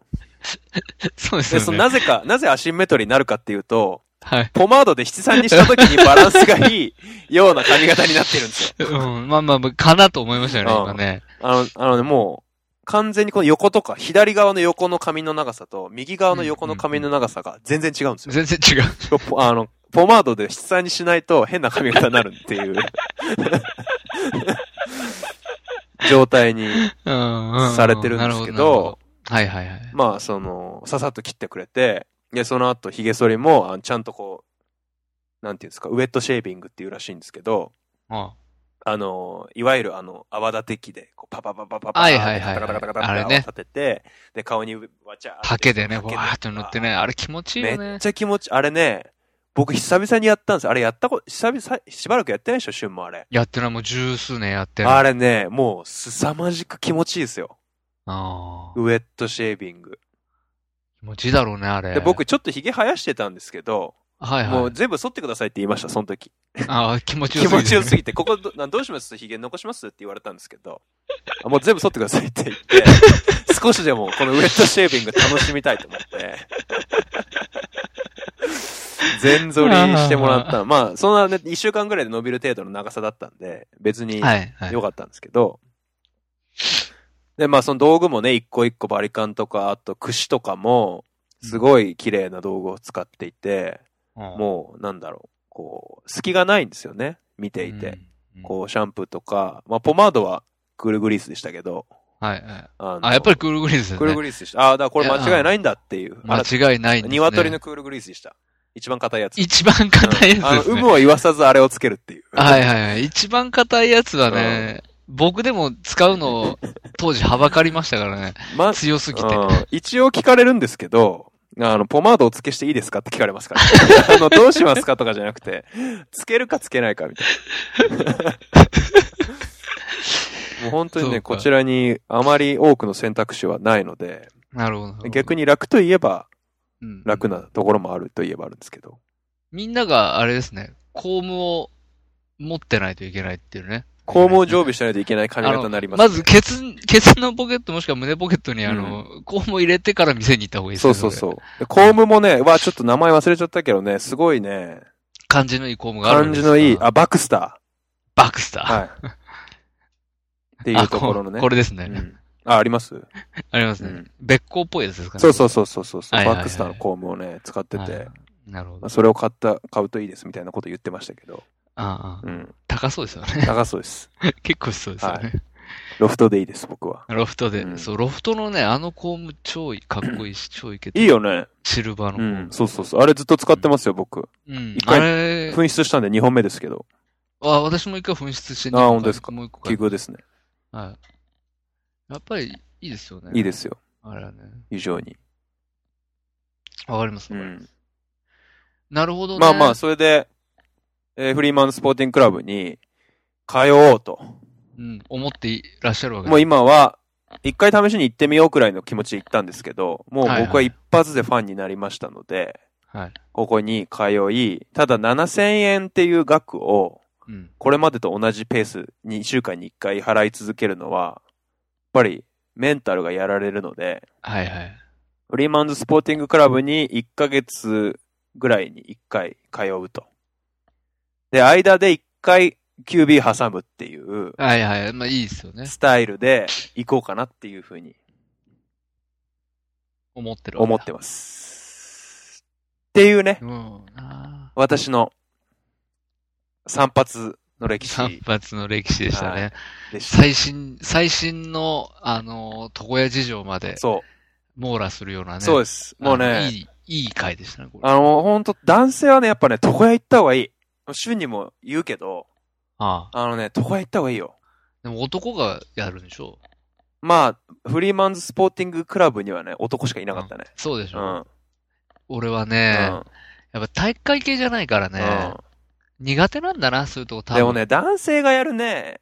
[SPEAKER 3] そうです
[SPEAKER 2] で、
[SPEAKER 3] よ
[SPEAKER 2] その
[SPEAKER 3] ね。
[SPEAKER 2] なぜか、なぜアシンメトリーになるかっていうと、
[SPEAKER 3] はい。
[SPEAKER 2] ポマードで七三にした時にバランスがいいような髪型になってるんですよ。
[SPEAKER 3] うん、まあまあまあ、かなと思いましたよね、
[SPEAKER 2] うん
[SPEAKER 3] 今ね。
[SPEAKER 2] あの、あのね、もう、完全にこの横とか、左側の横の髪の長さと、右側の横の髪の長さが全然違うんですよ。
[SPEAKER 3] 全然違う。
[SPEAKER 2] ポあの、ポマードで七三にしないと変な髪型になるっていう、状態に
[SPEAKER 3] うんうんうん。
[SPEAKER 2] されてるんですけど
[SPEAKER 3] なるほなるほはいはいはい。
[SPEAKER 2] まあ、その、ささっと切ってくれて、で、その後、髭剃りも、あのちゃんとこう、なんていうんですか、ウェットシェービングっていうらしいんですけど、
[SPEAKER 3] うん
[SPEAKER 2] あの、いわゆるあの、泡立て器で、こう、パパパパパパ、
[SPEAKER 3] はいはいはい
[SPEAKER 2] カタカタカタカタ
[SPEAKER 3] あれ
[SPEAKER 2] カタ
[SPEAKER 3] ね
[SPEAKER 2] 泡立てて、で、顔にわちゃーって
[SPEAKER 3] 竹でね、
[SPEAKER 2] か
[SPEAKER 3] わ
[SPEAKER 2] け
[SPEAKER 3] ーって乗ってね、あれ気持ちいいよ
[SPEAKER 2] めっ
[SPEAKER 3] ね。
[SPEAKER 2] ちゃ気持ち、あれね、僕久々にやったんですよあれやったこと、久々、しばらくやってないでしょ、旬もあれ。
[SPEAKER 3] やってない、もう十数年やってる。
[SPEAKER 2] あ
[SPEAKER 3] れ
[SPEAKER 2] れね、もう、凄まじく気持ちいいですよ。
[SPEAKER 3] あー
[SPEAKER 2] ウェットシェービング。
[SPEAKER 3] 気持ちいいだろうね、あれ。
[SPEAKER 2] で、、僕ちょっと髭生やしてたんですけど、
[SPEAKER 3] はい
[SPEAKER 2] も
[SPEAKER 3] は
[SPEAKER 2] う
[SPEAKER 3] い。
[SPEAKER 2] 全部剃ってくださいって言いました、その時。
[SPEAKER 3] ああ、気持ちよ
[SPEAKER 2] 気
[SPEAKER 3] すぎ
[SPEAKER 2] 持
[SPEAKER 3] る
[SPEAKER 2] ちよすぎて、ここどなどうしますヒゲ残しますって言われたんですけど、あもう全部剃ってくださいって言って、 少しでもこのウェットシェービング楽しみたいと思って、全剃りしてもらった。まあ、そんなね、1週間ぐらいで伸びる程度の長さだったんで、別に
[SPEAKER 3] はいはい。
[SPEAKER 2] 良かったんですけど、で、まあその道具もね、一個一個バリカンとか、あと櫛とかも、すごい綺麗な道具を使っていて、
[SPEAKER 3] も
[SPEAKER 2] もう、なんだろう、こう、隙がないんですよね、見ていて。、
[SPEAKER 3] うん
[SPEAKER 2] こう、シャンプーとか、まあ、ポマードはクールグリースでしたけど、
[SPEAKER 3] うん。はいはい。
[SPEAKER 2] あの
[SPEAKER 3] あ、やっぱりクールグリーンですよ
[SPEAKER 2] クール
[SPEAKER 3] ね
[SPEAKER 2] グ。リースでした。ああ、だからこれ間違いないんだっていう。あら
[SPEAKER 3] 間違いないんですね。
[SPEAKER 2] 鶏のクールグリースでした。一番硬いやつ。
[SPEAKER 3] 一番硬いやつ
[SPEAKER 2] うんあ
[SPEAKER 3] で
[SPEAKER 2] の、
[SPEAKER 3] す
[SPEAKER 2] 有
[SPEAKER 3] ね。
[SPEAKER 2] 無を言わさずあれをつけるっていう。
[SPEAKER 3] はいはいはい。一番硬いやつはね、僕でも使うのを当時はばかりましたからね。
[SPEAKER 2] まず、
[SPEAKER 3] 強すぎて。
[SPEAKER 2] うん一応聞かれるんですけど、あの、ポマードをつけしていいですかって聞かれますから。 あの、どうしますかとかじゃなくて、つけるかつけないかみたい な。もう本当に
[SPEAKER 3] そ
[SPEAKER 2] ね、
[SPEAKER 3] うか
[SPEAKER 2] こちらにあまり多くの選択肢はないので、
[SPEAKER 3] なるほど。
[SPEAKER 2] 逆に楽といえば
[SPEAKER 3] うん
[SPEAKER 2] 楽なところもあるといえばあるんですけど、
[SPEAKER 3] みんながあれですね、コームを持ってないといけないっていうね。
[SPEAKER 2] 肛門を常備しないといけない髪型になります、
[SPEAKER 3] まず、ケツ、ケツのポケットもしくは胸ポケットにあの、コームを入れてから店に行った方がいいです
[SPEAKER 2] そ
[SPEAKER 3] ね。。
[SPEAKER 2] うそうそうう。でコームもね、わ、ちょっと名前忘れちゃったけどね、すごいね、
[SPEAKER 3] 感じのいいコームがあるん
[SPEAKER 2] 感
[SPEAKER 3] です
[SPEAKER 2] じ
[SPEAKER 3] よ
[SPEAKER 2] のいい、あ、バクスタ
[SPEAKER 3] バックスター。
[SPEAKER 2] ー。はい。 っていうところのね。
[SPEAKER 3] あここれですね。
[SPEAKER 2] うんあ、あります
[SPEAKER 3] ありますね。
[SPEAKER 2] うん
[SPEAKER 3] 別光っぽいやつですかね。
[SPEAKER 2] そうそうそうそうそう。
[SPEAKER 3] はいはいはい
[SPEAKER 2] バックスターのコームをね、使って
[SPEAKER 3] はい
[SPEAKER 2] て、
[SPEAKER 3] なるほ
[SPEAKER 2] ま
[SPEAKER 3] ど
[SPEAKER 2] あ。それを買った、買うといいですみたいなこと言ってましたけど、
[SPEAKER 3] ああああ、
[SPEAKER 2] うん。
[SPEAKER 3] 高そうですよね。
[SPEAKER 2] 高そうです。
[SPEAKER 3] 結構しそうですよね。
[SPEAKER 2] ロフトでいいです、僕は。
[SPEAKER 3] ロフトで、
[SPEAKER 2] うん
[SPEAKER 3] そう、ロフトのね、あのコーム超いいかっこいいし、超いけて
[SPEAKER 2] いいよね。
[SPEAKER 3] シルバーのコ
[SPEAKER 2] う
[SPEAKER 3] ーム
[SPEAKER 2] ん。。そうそうそう。あれずっと使ってますよ、僕。
[SPEAKER 3] うん
[SPEAKER 2] 一。回
[SPEAKER 3] あれ、
[SPEAKER 2] 紛失したんで2本目ですけど、
[SPEAKER 3] あ私も一回紛失して
[SPEAKER 2] あ本当ですか
[SPEAKER 3] もう一個買
[SPEAKER 2] 奇
[SPEAKER 3] い
[SPEAKER 2] 遇ですね。
[SPEAKER 3] はい。やっぱり、いいですよね。。
[SPEAKER 2] いいですすよ、
[SPEAKER 3] あれはね。
[SPEAKER 2] 非常に。
[SPEAKER 3] わかりま
[SPEAKER 2] う
[SPEAKER 3] す、わかり
[SPEAKER 2] ん
[SPEAKER 3] ま。すなるほどね。
[SPEAKER 2] まあまあ、、それで、えーフリーマンスポーティングクラブに通おうと。
[SPEAKER 3] うん、思っていらっしゃるわけです。
[SPEAKER 2] もう今は、一回試しに行ってみようくらいの気持ちで行ったんですけど、もう
[SPEAKER 3] はい
[SPEAKER 2] 僕
[SPEAKER 3] は
[SPEAKER 2] はい一発でファンになりましたので、
[SPEAKER 3] はい。
[SPEAKER 2] ここに通い、ただ7000円っていう額を、
[SPEAKER 3] うん。
[SPEAKER 2] これまでと同じペース、2週間に1回払い続けるのは、やっぱりメンタルがやられるので、
[SPEAKER 3] はいはい。
[SPEAKER 2] フリーマンズスポーティングクラブに1ヶ月ぐらいに1回通うと。で、間で1回 QB 挟むっていう
[SPEAKER 3] はいはい。まあいいですよね。
[SPEAKER 2] スタイルで行こうかなっていうふうに
[SPEAKER 3] 思ってるわけ
[SPEAKER 2] 思
[SPEAKER 3] だ
[SPEAKER 2] ってます。っていうね、
[SPEAKER 3] うん。あ
[SPEAKER 2] 私の散髪の
[SPEAKER 3] ー
[SPEAKER 2] 歴
[SPEAKER 3] 散
[SPEAKER 2] 史
[SPEAKER 3] 髪の歴史でしたね。
[SPEAKER 2] はいでした。
[SPEAKER 3] 最新、最新の、あの、床屋事情まで
[SPEAKER 2] そ
[SPEAKER 3] 網羅するような
[SPEAKER 2] う、
[SPEAKER 3] ね。
[SPEAKER 2] そうです。もう
[SPEAKER 3] あのい
[SPEAKER 2] ね、
[SPEAKER 3] い、いい回でしたね、これ。
[SPEAKER 2] あの、ほんと、男性はね、やっぱね、床屋行った方がいい。週にも言うけど、
[SPEAKER 3] ああ
[SPEAKER 2] あのね、床屋行った方がいいよ。
[SPEAKER 3] でも男がやるんでしょ
[SPEAKER 2] まあ、フリーマンズスポーティングクラブにはね、男しかいなかったね。
[SPEAKER 3] そうでし
[SPEAKER 2] う
[SPEAKER 3] ょ、
[SPEAKER 2] ん。うん。
[SPEAKER 3] 俺はね、やっぱ体育会系じゃないからね、苦手なんだな、そういうとこ多
[SPEAKER 2] うん
[SPEAKER 3] 分。
[SPEAKER 2] でもね、男性がやるね、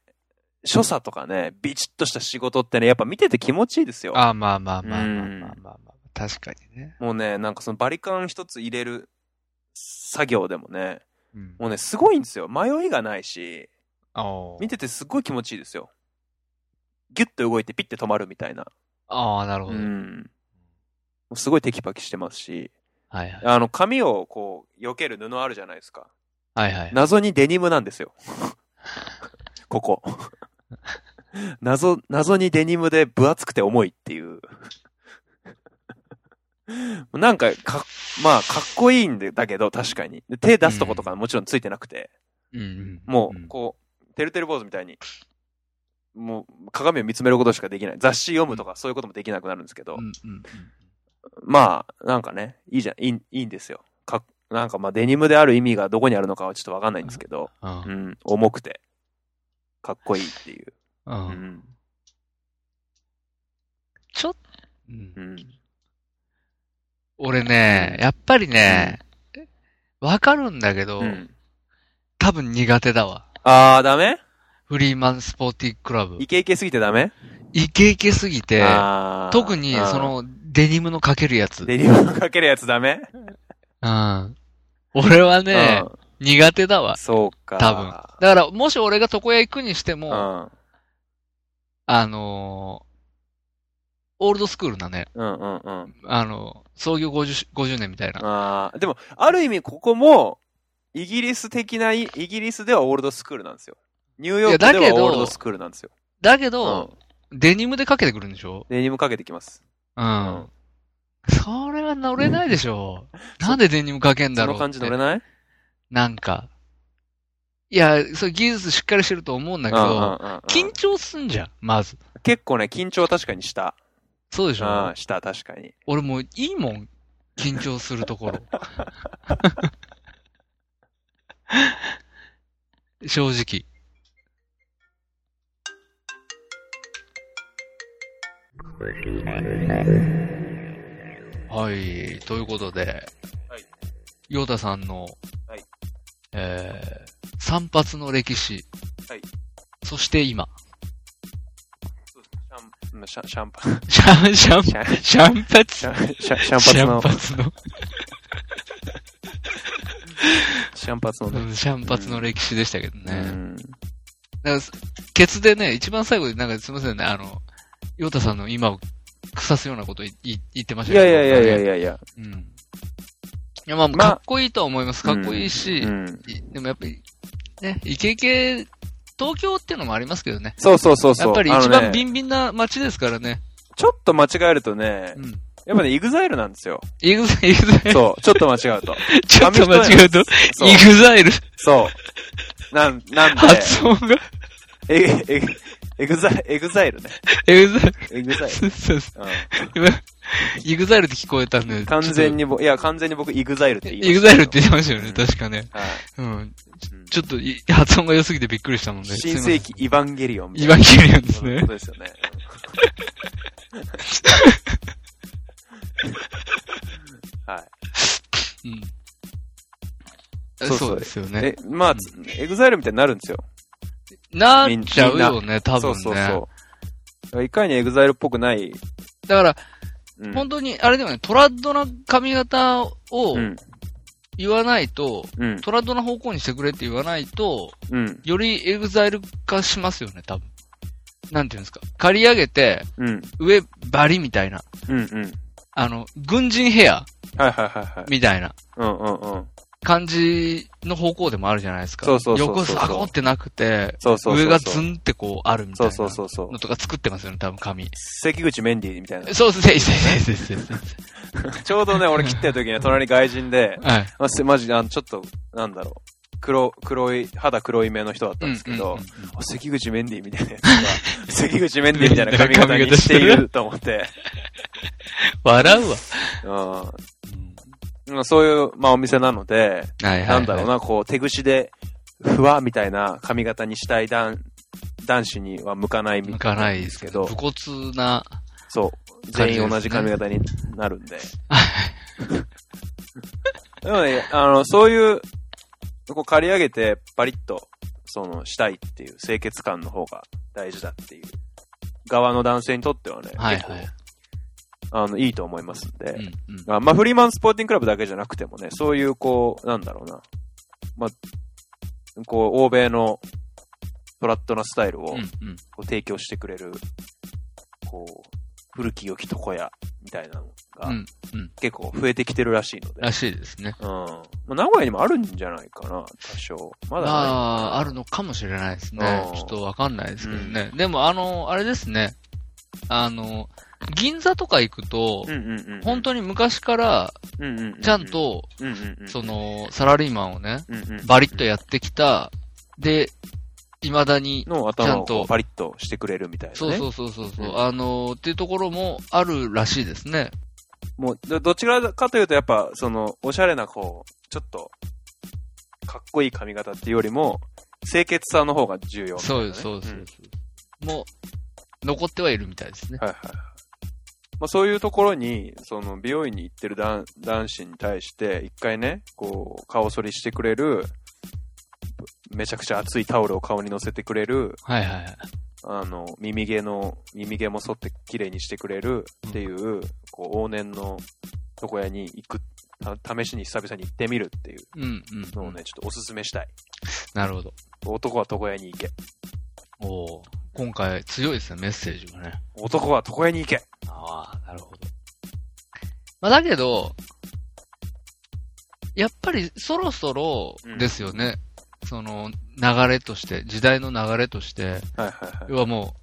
[SPEAKER 2] 所作とかね、ビチッとした仕事ってね、やっぱ見てて気持ちいいですよ。
[SPEAKER 3] ああ、まあまあまあ
[SPEAKER 2] う
[SPEAKER 3] まあ
[SPEAKER 2] ん
[SPEAKER 3] まあまあまあ。確かにね。
[SPEAKER 2] もうね、なんかそのバリカン一つ入れる作業でもね、
[SPEAKER 3] うん。
[SPEAKER 2] もうね、すごいんですよ。迷いがないし、
[SPEAKER 3] あ
[SPEAKER 2] 見ててすごい気持ちいいですよ。ギュッと動いてピッて止まるみたいな。
[SPEAKER 3] ああ、なるほ
[SPEAKER 2] う
[SPEAKER 3] ど。
[SPEAKER 2] ん。もうすごいテキパキしてますし、
[SPEAKER 3] はいはい。
[SPEAKER 2] あの、髪をこう、避ける布あるじゃないですか。
[SPEAKER 3] はいはい。
[SPEAKER 2] 謎にデニムなんですよ。 ここ。謎、謎にデニムで分厚くて重いっていう。なんか、か、まあ、かっこいいんでだけど、確かに。で手出すとことかもちろんついてなくて、
[SPEAKER 3] うんうん。
[SPEAKER 2] も
[SPEAKER 3] ん
[SPEAKER 2] う、こう、てるてる坊主みたいに、もう、鏡を見つめることしかできない。雑誌読むとか、そういうこともできなくなるんですけど、
[SPEAKER 3] うんうんうん。
[SPEAKER 2] まあ、なんかね、いいじゃん、いい、いいんですよ。かっなんかまあ、デニムである意味がどこにあるのかはちょっとわかんないんですけど、
[SPEAKER 3] うん
[SPEAKER 2] う。ん、重くて、かっこいいっていう。
[SPEAKER 3] う
[SPEAKER 2] うんん。
[SPEAKER 3] ちょっ、うん
[SPEAKER 2] うん。
[SPEAKER 3] 俺ね、やっぱりね、わかるんだけど、
[SPEAKER 2] うん
[SPEAKER 3] 多分苦手だわ。
[SPEAKER 2] あー、ダメ
[SPEAKER 3] フリーマンスポーティークラブ
[SPEAKER 2] イ。ケイケすぎてダメ
[SPEAKER 3] イケイケすぎて、
[SPEAKER 2] あー
[SPEAKER 3] 特にそ、のデニムのかけるやつ。
[SPEAKER 2] うんデ
[SPEAKER 3] う
[SPEAKER 2] ニムかけるやつダメ
[SPEAKER 3] ん。俺はね、
[SPEAKER 2] うん
[SPEAKER 3] 苦手だわ。
[SPEAKER 2] そうか。
[SPEAKER 3] 多分。だから、もし俺が床屋行くにしても、
[SPEAKER 2] 分。
[SPEAKER 3] あのーオールドスクールなね、
[SPEAKER 2] うん。うんうんうん。
[SPEAKER 3] あの、創業 50, 50年みたいな。
[SPEAKER 2] あーでも、ある意味ここも、イギリス的ない、イギリスではオールドスクールなんですよ。ニューヨークで
[SPEAKER 3] いやだけ
[SPEAKER 2] は
[SPEAKER 3] ど
[SPEAKER 2] オールドスクールなんですよ。
[SPEAKER 3] だけ
[SPEAKER 2] う
[SPEAKER 3] ど、
[SPEAKER 2] ん。
[SPEAKER 3] デニムでかけてくるんでしょ
[SPEAKER 2] デニムかけてきます。
[SPEAKER 3] うん。
[SPEAKER 2] うん
[SPEAKER 3] それは乗れないでしょ。なんでデニムかけんだ
[SPEAKER 2] そ
[SPEAKER 3] ろう
[SPEAKER 2] の
[SPEAKER 3] っ
[SPEAKER 2] 感
[SPEAKER 3] て。
[SPEAKER 2] じ乗れない
[SPEAKER 3] なんか。いや、そう技術しっかりしてると思うんだけ
[SPEAKER 2] うんうん
[SPEAKER 3] ど、
[SPEAKER 2] うんうん
[SPEAKER 3] 緊張すんじゃん、まず。
[SPEAKER 2] 結構ね、緊張は確かにした。
[SPEAKER 3] そうでし
[SPEAKER 2] う
[SPEAKER 3] ょ
[SPEAKER 2] ん、。した、確かに。
[SPEAKER 3] 俺もういいもん、緊張するところ。正直。はい、ということで、
[SPEAKER 2] はい
[SPEAKER 3] ヨータさんの、
[SPEAKER 2] はい
[SPEAKER 3] えー、散髪の歴史、
[SPEAKER 2] はい
[SPEAKER 3] そして今、
[SPEAKER 2] シャン、シャン、シャンパン、
[SPEAKER 3] シャン、シャン、
[SPEAKER 2] シャン、
[SPEAKER 3] シャンパチ
[SPEAKER 2] シャン、シャン、シャン
[SPEAKER 3] シ
[SPEAKER 2] パツ
[SPEAKER 3] ャン
[SPEAKER 2] の、
[SPEAKER 3] パツの、
[SPEAKER 2] シャンパツの
[SPEAKER 3] う
[SPEAKER 2] ね。
[SPEAKER 3] んシャンパツの歴史でしたけどね。
[SPEAKER 2] うん
[SPEAKER 3] なんか、ケツでね、一番最後になんかすみませんね、あの、ヨタさんの今を腐すようなこと言い言ってま
[SPEAKER 2] い
[SPEAKER 3] したけ
[SPEAKER 2] や
[SPEAKER 3] ど。
[SPEAKER 2] いやいやいや
[SPEAKER 3] ね
[SPEAKER 2] いやいや。
[SPEAKER 3] うん。いや、まあ、
[SPEAKER 2] まあ
[SPEAKER 3] かっこいいとは思います。かっこいいし、
[SPEAKER 2] うん
[SPEAKER 3] いでもやっぱり、ね、イケイケ、東京っていうのもありますけどね。
[SPEAKER 2] そうそうそうそう。
[SPEAKER 3] やっぱり
[SPEAKER 2] あの
[SPEAKER 3] 一番
[SPEAKER 2] ね
[SPEAKER 3] ビンビンな街ですからね。
[SPEAKER 2] ちょっと間違えるとね
[SPEAKER 3] う、ん。
[SPEAKER 2] やっぱね、イグザイルなんですよ。
[SPEAKER 3] イグザイル、
[SPEAKER 2] そう、ちょっと間違うと。
[SPEAKER 3] ちょっと間違うと、
[SPEAKER 2] そう
[SPEAKER 3] イ、グザイル、
[SPEAKER 2] そう。なん、なんで、
[SPEAKER 3] 発音が、
[SPEAKER 2] え、え、エグザ、エグザイルね。
[SPEAKER 3] エグザイ
[SPEAKER 2] エグザイル。
[SPEAKER 3] ル、そうそう
[SPEAKER 2] う
[SPEAKER 3] 今、 イグザイルって聞こえたんで。
[SPEAKER 2] ん、完全に僕、いや、完全に僕、イグザイルって言いま
[SPEAKER 3] イ
[SPEAKER 2] し
[SPEAKER 3] グ
[SPEAKER 2] た
[SPEAKER 3] ザ
[SPEAKER 2] けど
[SPEAKER 3] イルって言ってましたよね、確かね。
[SPEAKER 2] はい
[SPEAKER 3] うん。
[SPEAKER 2] うん
[SPEAKER 3] ちょっとい、発音が良すぎてびっくりしたもんね。
[SPEAKER 2] 新世紀イヴァンゲリオンみた
[SPEAKER 3] すい
[SPEAKER 2] いな。
[SPEAKER 3] ません。イヴァンゲリオンです
[SPEAKER 2] そういう
[SPEAKER 3] ね
[SPEAKER 2] こ。とですよ ね。はい。
[SPEAKER 3] うん。
[SPEAKER 2] そうそう
[SPEAKER 3] そうですよ
[SPEAKER 2] え、
[SPEAKER 3] ね。
[SPEAKER 2] まあ、エグザイルみたいになるんですよ。
[SPEAKER 3] なっちゃうよね、多分ね。
[SPEAKER 2] そうそうそう。いかにエグザイルっぽくない、
[SPEAKER 3] だから、
[SPEAKER 2] うん
[SPEAKER 3] 本当に、あれでもね、トラッドな髪型を
[SPEAKER 2] うん、
[SPEAKER 3] 言わないと、
[SPEAKER 2] うん、
[SPEAKER 3] トラッドな方向にしてくれって言わないと、
[SPEAKER 2] うん、
[SPEAKER 3] よりエグザイル化しますよね、多分。なんていうんですか。刈り上げて、
[SPEAKER 2] うん、
[SPEAKER 3] 上バリみたいな。
[SPEAKER 2] うん、うん。
[SPEAKER 3] あの、軍人ヘア
[SPEAKER 2] はいはいはいはい。
[SPEAKER 3] みたいな。
[SPEAKER 2] うんうんうん。
[SPEAKER 3] 感じの方向でもあるじゃないですか。
[SPEAKER 2] そうそうそうそう
[SPEAKER 3] 横下がってなくて、
[SPEAKER 2] そうそうそうそう。
[SPEAKER 3] 上がズンってこうあるみたい
[SPEAKER 2] そ
[SPEAKER 3] な
[SPEAKER 2] うそうそうそう。
[SPEAKER 3] のとか作ってますよね、多分髪。
[SPEAKER 2] 関口メンディーみたいな。
[SPEAKER 3] そうですね、そうですね、そうですね。
[SPEAKER 2] ちょうどね、俺切ってる時に隣に外人で、
[SPEAKER 3] はい。
[SPEAKER 2] まあすマジで、あの、ちょっと、なんだろう。黒、黒い、肌黒い目の人だったんですけど
[SPEAKER 3] うんうん、うんうん
[SPEAKER 2] あ関口メンディーみたいなやつ が、関口メンディーみたいな髪型にしていると思って、
[SPEAKER 3] 笑うわ。
[SPEAKER 2] うんまあ。そういう、まあお店なので、
[SPEAKER 3] はいはい。
[SPEAKER 2] なんだろう。な、こう、手ぐしで、ふわみたいな髪型にしたい男、男子には向かないみ
[SPEAKER 3] 向かないです
[SPEAKER 2] け
[SPEAKER 3] け
[SPEAKER 2] ど
[SPEAKER 3] ど。武骨な。
[SPEAKER 2] そう。
[SPEAKER 3] 感じですね
[SPEAKER 2] 全員同じ髪型になるんで。 でもね、あの、そういう、こう刈り上げて、パリッと、その、したいっていう清潔感の方が大事だっていう側の男性にとってはね、
[SPEAKER 3] はい
[SPEAKER 2] 結構
[SPEAKER 3] はい。
[SPEAKER 2] あの、いいと思いますんで、
[SPEAKER 3] うんうん。
[SPEAKER 2] あまあ、フリーマンスポーティングクラブだけじゃなくてもね、そういう、こう、なんだろうな。まあ、こう、欧米のトラットなスタイルを
[SPEAKER 3] うん
[SPEAKER 2] こ
[SPEAKER 3] うん。
[SPEAKER 2] う提供してくれる、こう、古き良き床屋みたいなのが
[SPEAKER 3] うんうん、
[SPEAKER 2] 結構増えてきてるらしいので。
[SPEAKER 3] らしいですね。
[SPEAKER 2] うん。まあ、名古屋にもあるんじゃないかな、多少。まだね。
[SPEAKER 3] ああ、あるのかもしれないですね
[SPEAKER 2] う。ん
[SPEAKER 3] ちょっとわかんないですけどね。でも、あの、あれですね。あの、銀座とか行くと
[SPEAKER 2] う、んうんうん。
[SPEAKER 3] 本当に昔から、
[SPEAKER 2] うんうんうん、
[SPEAKER 3] ちゃんと、
[SPEAKER 2] うんうんうん、
[SPEAKER 3] その、サラリーマンをね、
[SPEAKER 2] うんうんうん、
[SPEAKER 3] バリッとやってきた、で、未だに、
[SPEAKER 2] の
[SPEAKER 3] ちゃ
[SPEAKER 2] 頭
[SPEAKER 3] ん
[SPEAKER 2] を
[SPEAKER 3] と
[SPEAKER 2] こうパリッとしてくれるみたいな、ね。
[SPEAKER 3] そうそうそうそうそうう、
[SPEAKER 2] ん
[SPEAKER 3] あのーっていうところもあるらしいですね。
[SPEAKER 2] もう、どどちらかというと、やっぱ、その、おしゃれな、こう、ちょっと、かっこいい髪型っていうよりも、清潔さの方が重要、
[SPEAKER 3] そうです、そうです。
[SPEAKER 2] ん
[SPEAKER 3] もう、残ってはいるみたいですね。
[SPEAKER 2] はいはいはい。まあ、そういうところに、その、美容院に行ってる男男子に対して、一回ね、こう、顔剃りしてくれる、めちゃくちゃ熱いタオルを顔に乗せてくれる、
[SPEAKER 3] はいはいはい。
[SPEAKER 2] あの、耳毛の、耳毛も剃って綺麗にしてくれるっていう、こう、往年の床屋に行く、た試しに久々に行ってみるっていう
[SPEAKER 3] うんうん。
[SPEAKER 2] のをね、ちょっとおすすめしたい。
[SPEAKER 3] なるほど。
[SPEAKER 2] 男は床屋に行け。
[SPEAKER 3] おー今回強いですね、メッセージがね。
[SPEAKER 2] 男は床屋に行け。
[SPEAKER 3] ああ、なるほど。まあ、だけど、やっぱりそろそろですよね。その流れとして、時代の流れとして、
[SPEAKER 2] はいはい
[SPEAKER 3] 要
[SPEAKER 2] はい。
[SPEAKER 3] はも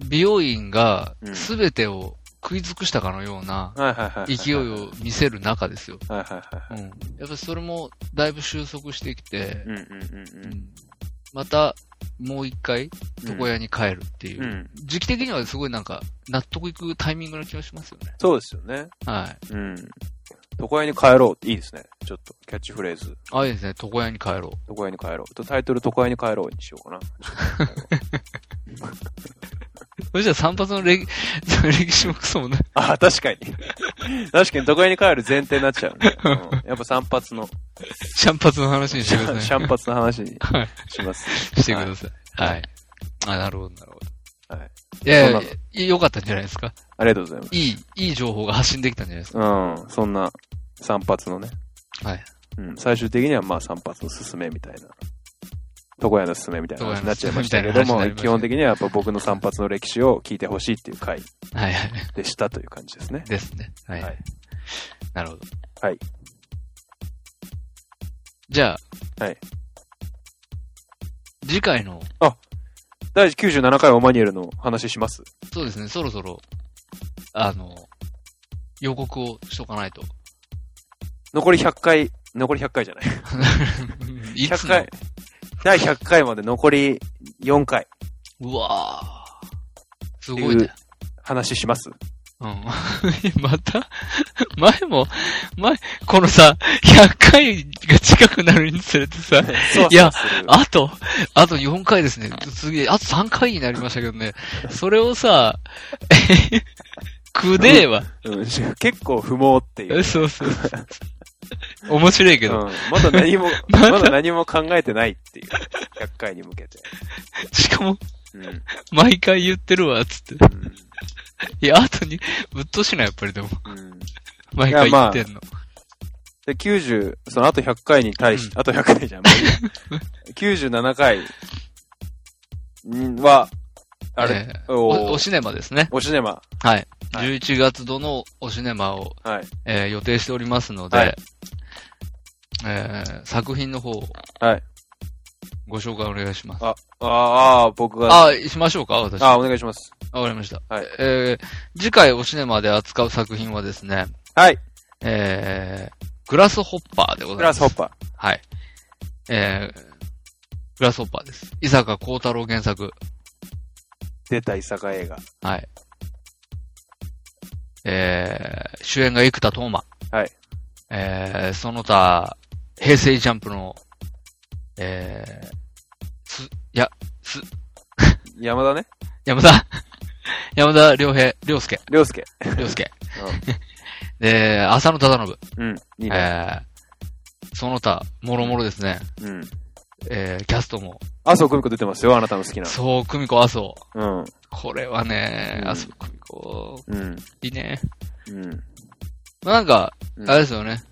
[SPEAKER 3] う、美容院が
[SPEAKER 2] うん
[SPEAKER 3] 全てを食い尽くしたかのような
[SPEAKER 2] はいはいはい。
[SPEAKER 3] 勢い。を見せる中ですよ。
[SPEAKER 2] はいはいは
[SPEAKER 3] うん。やっぱそれもだいぶ収束してきて
[SPEAKER 2] い。う、んうんうんうん。
[SPEAKER 3] またもう一回床屋に帰るっていうう、
[SPEAKER 2] ん。
[SPEAKER 3] 時期的にはすごいなんか納得いくタイミングな気がしますよね。
[SPEAKER 2] そうですよね。
[SPEAKER 3] はい。
[SPEAKER 2] うん。床屋に帰ろうっていいですね。ちょっとキャッチフレーズ。
[SPEAKER 3] ああいいですね、床屋に帰ろ
[SPEAKER 2] 床屋に帰ろう。とタイトル床屋に帰ろうにしようかな。
[SPEAKER 3] う。 そしたら散髪の 歴歴史もクソも ない。
[SPEAKER 2] あ、確かに。 確かに床屋に帰る前提になっちゃうね、うんやっぱ散髪の、
[SPEAKER 3] シャンパツの話にして くだ
[SPEAKER 2] シ
[SPEAKER 3] さ
[SPEAKER 2] ャンパツの話に
[SPEAKER 3] い。はい。
[SPEAKER 2] します。
[SPEAKER 3] してください。はい。あ、なるほど、なるほど。
[SPEAKER 2] はい。
[SPEAKER 3] いや
[SPEAKER 2] そ
[SPEAKER 3] いや
[SPEAKER 2] んなの、
[SPEAKER 3] 良かったんじゃないですか。
[SPEAKER 2] ありがとうございます。
[SPEAKER 3] いい、いい情報が発信できたんじゃないですか。
[SPEAKER 2] うん。そんな散髪のね。
[SPEAKER 3] はい。
[SPEAKER 2] うん、最終的にはまあ散髪のすすめみたいな、床屋のすすめみたいな話になっちゃいましたけれど
[SPEAKER 3] 床屋のすすめみたいな話に
[SPEAKER 2] も、
[SPEAKER 3] なりましたね
[SPEAKER 2] 基本的にはやっぱ僕の散髪の歴史を聞いてほしいっていう回
[SPEAKER 3] はいはい。
[SPEAKER 2] でしたという感じですね。
[SPEAKER 3] ですね。はい。
[SPEAKER 2] はい
[SPEAKER 3] なるほど。
[SPEAKER 2] はい。
[SPEAKER 3] じゃあ、
[SPEAKER 2] はい。
[SPEAKER 3] 次回の、
[SPEAKER 2] 第97回オマニエルの話します
[SPEAKER 3] そうですね、そろそろ、あの、予告をしとかないと。
[SPEAKER 2] 残り100回、残り100回じゃない。
[SPEAKER 3] いつ
[SPEAKER 2] 100
[SPEAKER 3] の
[SPEAKER 2] 回。第100回まで残り4回
[SPEAKER 3] うわぁ。すごいね。
[SPEAKER 2] 話し ます
[SPEAKER 3] うん。また 前も、前、このさ、100回が近くなるにつれてさ、
[SPEAKER 2] そう
[SPEAKER 3] いや
[SPEAKER 2] する
[SPEAKER 3] あと、あと4回ですね。すげえ、あと3回になりましたけどね。それをさ、 くでえわ。
[SPEAKER 2] うん結構不毛っていう。
[SPEAKER 3] そうそう。面白いけど、
[SPEAKER 2] うんまだ何 も、まだ何も考えてないっていう。100回に向けて。
[SPEAKER 3] しかも、
[SPEAKER 2] うんうん
[SPEAKER 3] 毎回言ってるわ、つって。いや、あとに、うっとうしいな、やっぱりでも。
[SPEAKER 2] うん
[SPEAKER 3] 毎回言ってんの。
[SPEAKER 2] で、90、そのあと100回に対して、
[SPEAKER 3] う
[SPEAKER 2] あと100回 じゃん。もういいや97回んは、あれ、
[SPEAKER 3] えーお
[SPEAKER 2] お
[SPEAKER 3] おシネマですね。
[SPEAKER 2] おシネマ。
[SPEAKER 3] はい。
[SPEAKER 2] はい
[SPEAKER 3] 11月度のおシネマを、
[SPEAKER 2] はい。
[SPEAKER 3] えー予定しておりますので、
[SPEAKER 2] はい
[SPEAKER 3] えー作品の方、
[SPEAKER 2] はい。
[SPEAKER 3] ご紹介お願いします。
[SPEAKER 2] あ、ああ、僕が。あ
[SPEAKER 3] あ、しましょうか私。
[SPEAKER 2] あ、お願いします。
[SPEAKER 3] わかりました。
[SPEAKER 2] はい
[SPEAKER 3] えー次回おシネマで扱う作品はですね、
[SPEAKER 2] はい。
[SPEAKER 3] えー、グラスホッパーでご
[SPEAKER 2] グ
[SPEAKER 3] ざいま
[SPEAKER 2] ラ
[SPEAKER 3] す。
[SPEAKER 2] スホッパ
[SPEAKER 3] はい。えー、グラスホッパーです。伊坂幸太郎原作。
[SPEAKER 2] ー。出た伊坂映画。
[SPEAKER 3] はい。えー、主演が生田斗真。
[SPEAKER 2] はい。
[SPEAKER 3] えー、その他、平成ジャンプの、えー、す、いや、す、
[SPEAKER 2] 山田ね。
[SPEAKER 3] 山田、 山田良平、良介、
[SPEAKER 2] 涼介。
[SPEAKER 3] 良介。で、浅野忠信。
[SPEAKER 2] うん。うん。いいね。
[SPEAKER 3] えー、その他、もろもろですね。
[SPEAKER 2] うん。
[SPEAKER 3] えーキャストも。
[SPEAKER 2] 麻生久美子出てますよ、あなたの好きな。
[SPEAKER 3] そう、久美子、麻生。
[SPEAKER 2] うん。
[SPEAKER 3] これはね、
[SPEAKER 2] うん
[SPEAKER 3] 麻生久美子、
[SPEAKER 2] うん。
[SPEAKER 3] いいね。
[SPEAKER 2] うん。
[SPEAKER 3] なんか、
[SPEAKER 2] うん
[SPEAKER 3] あれですよね。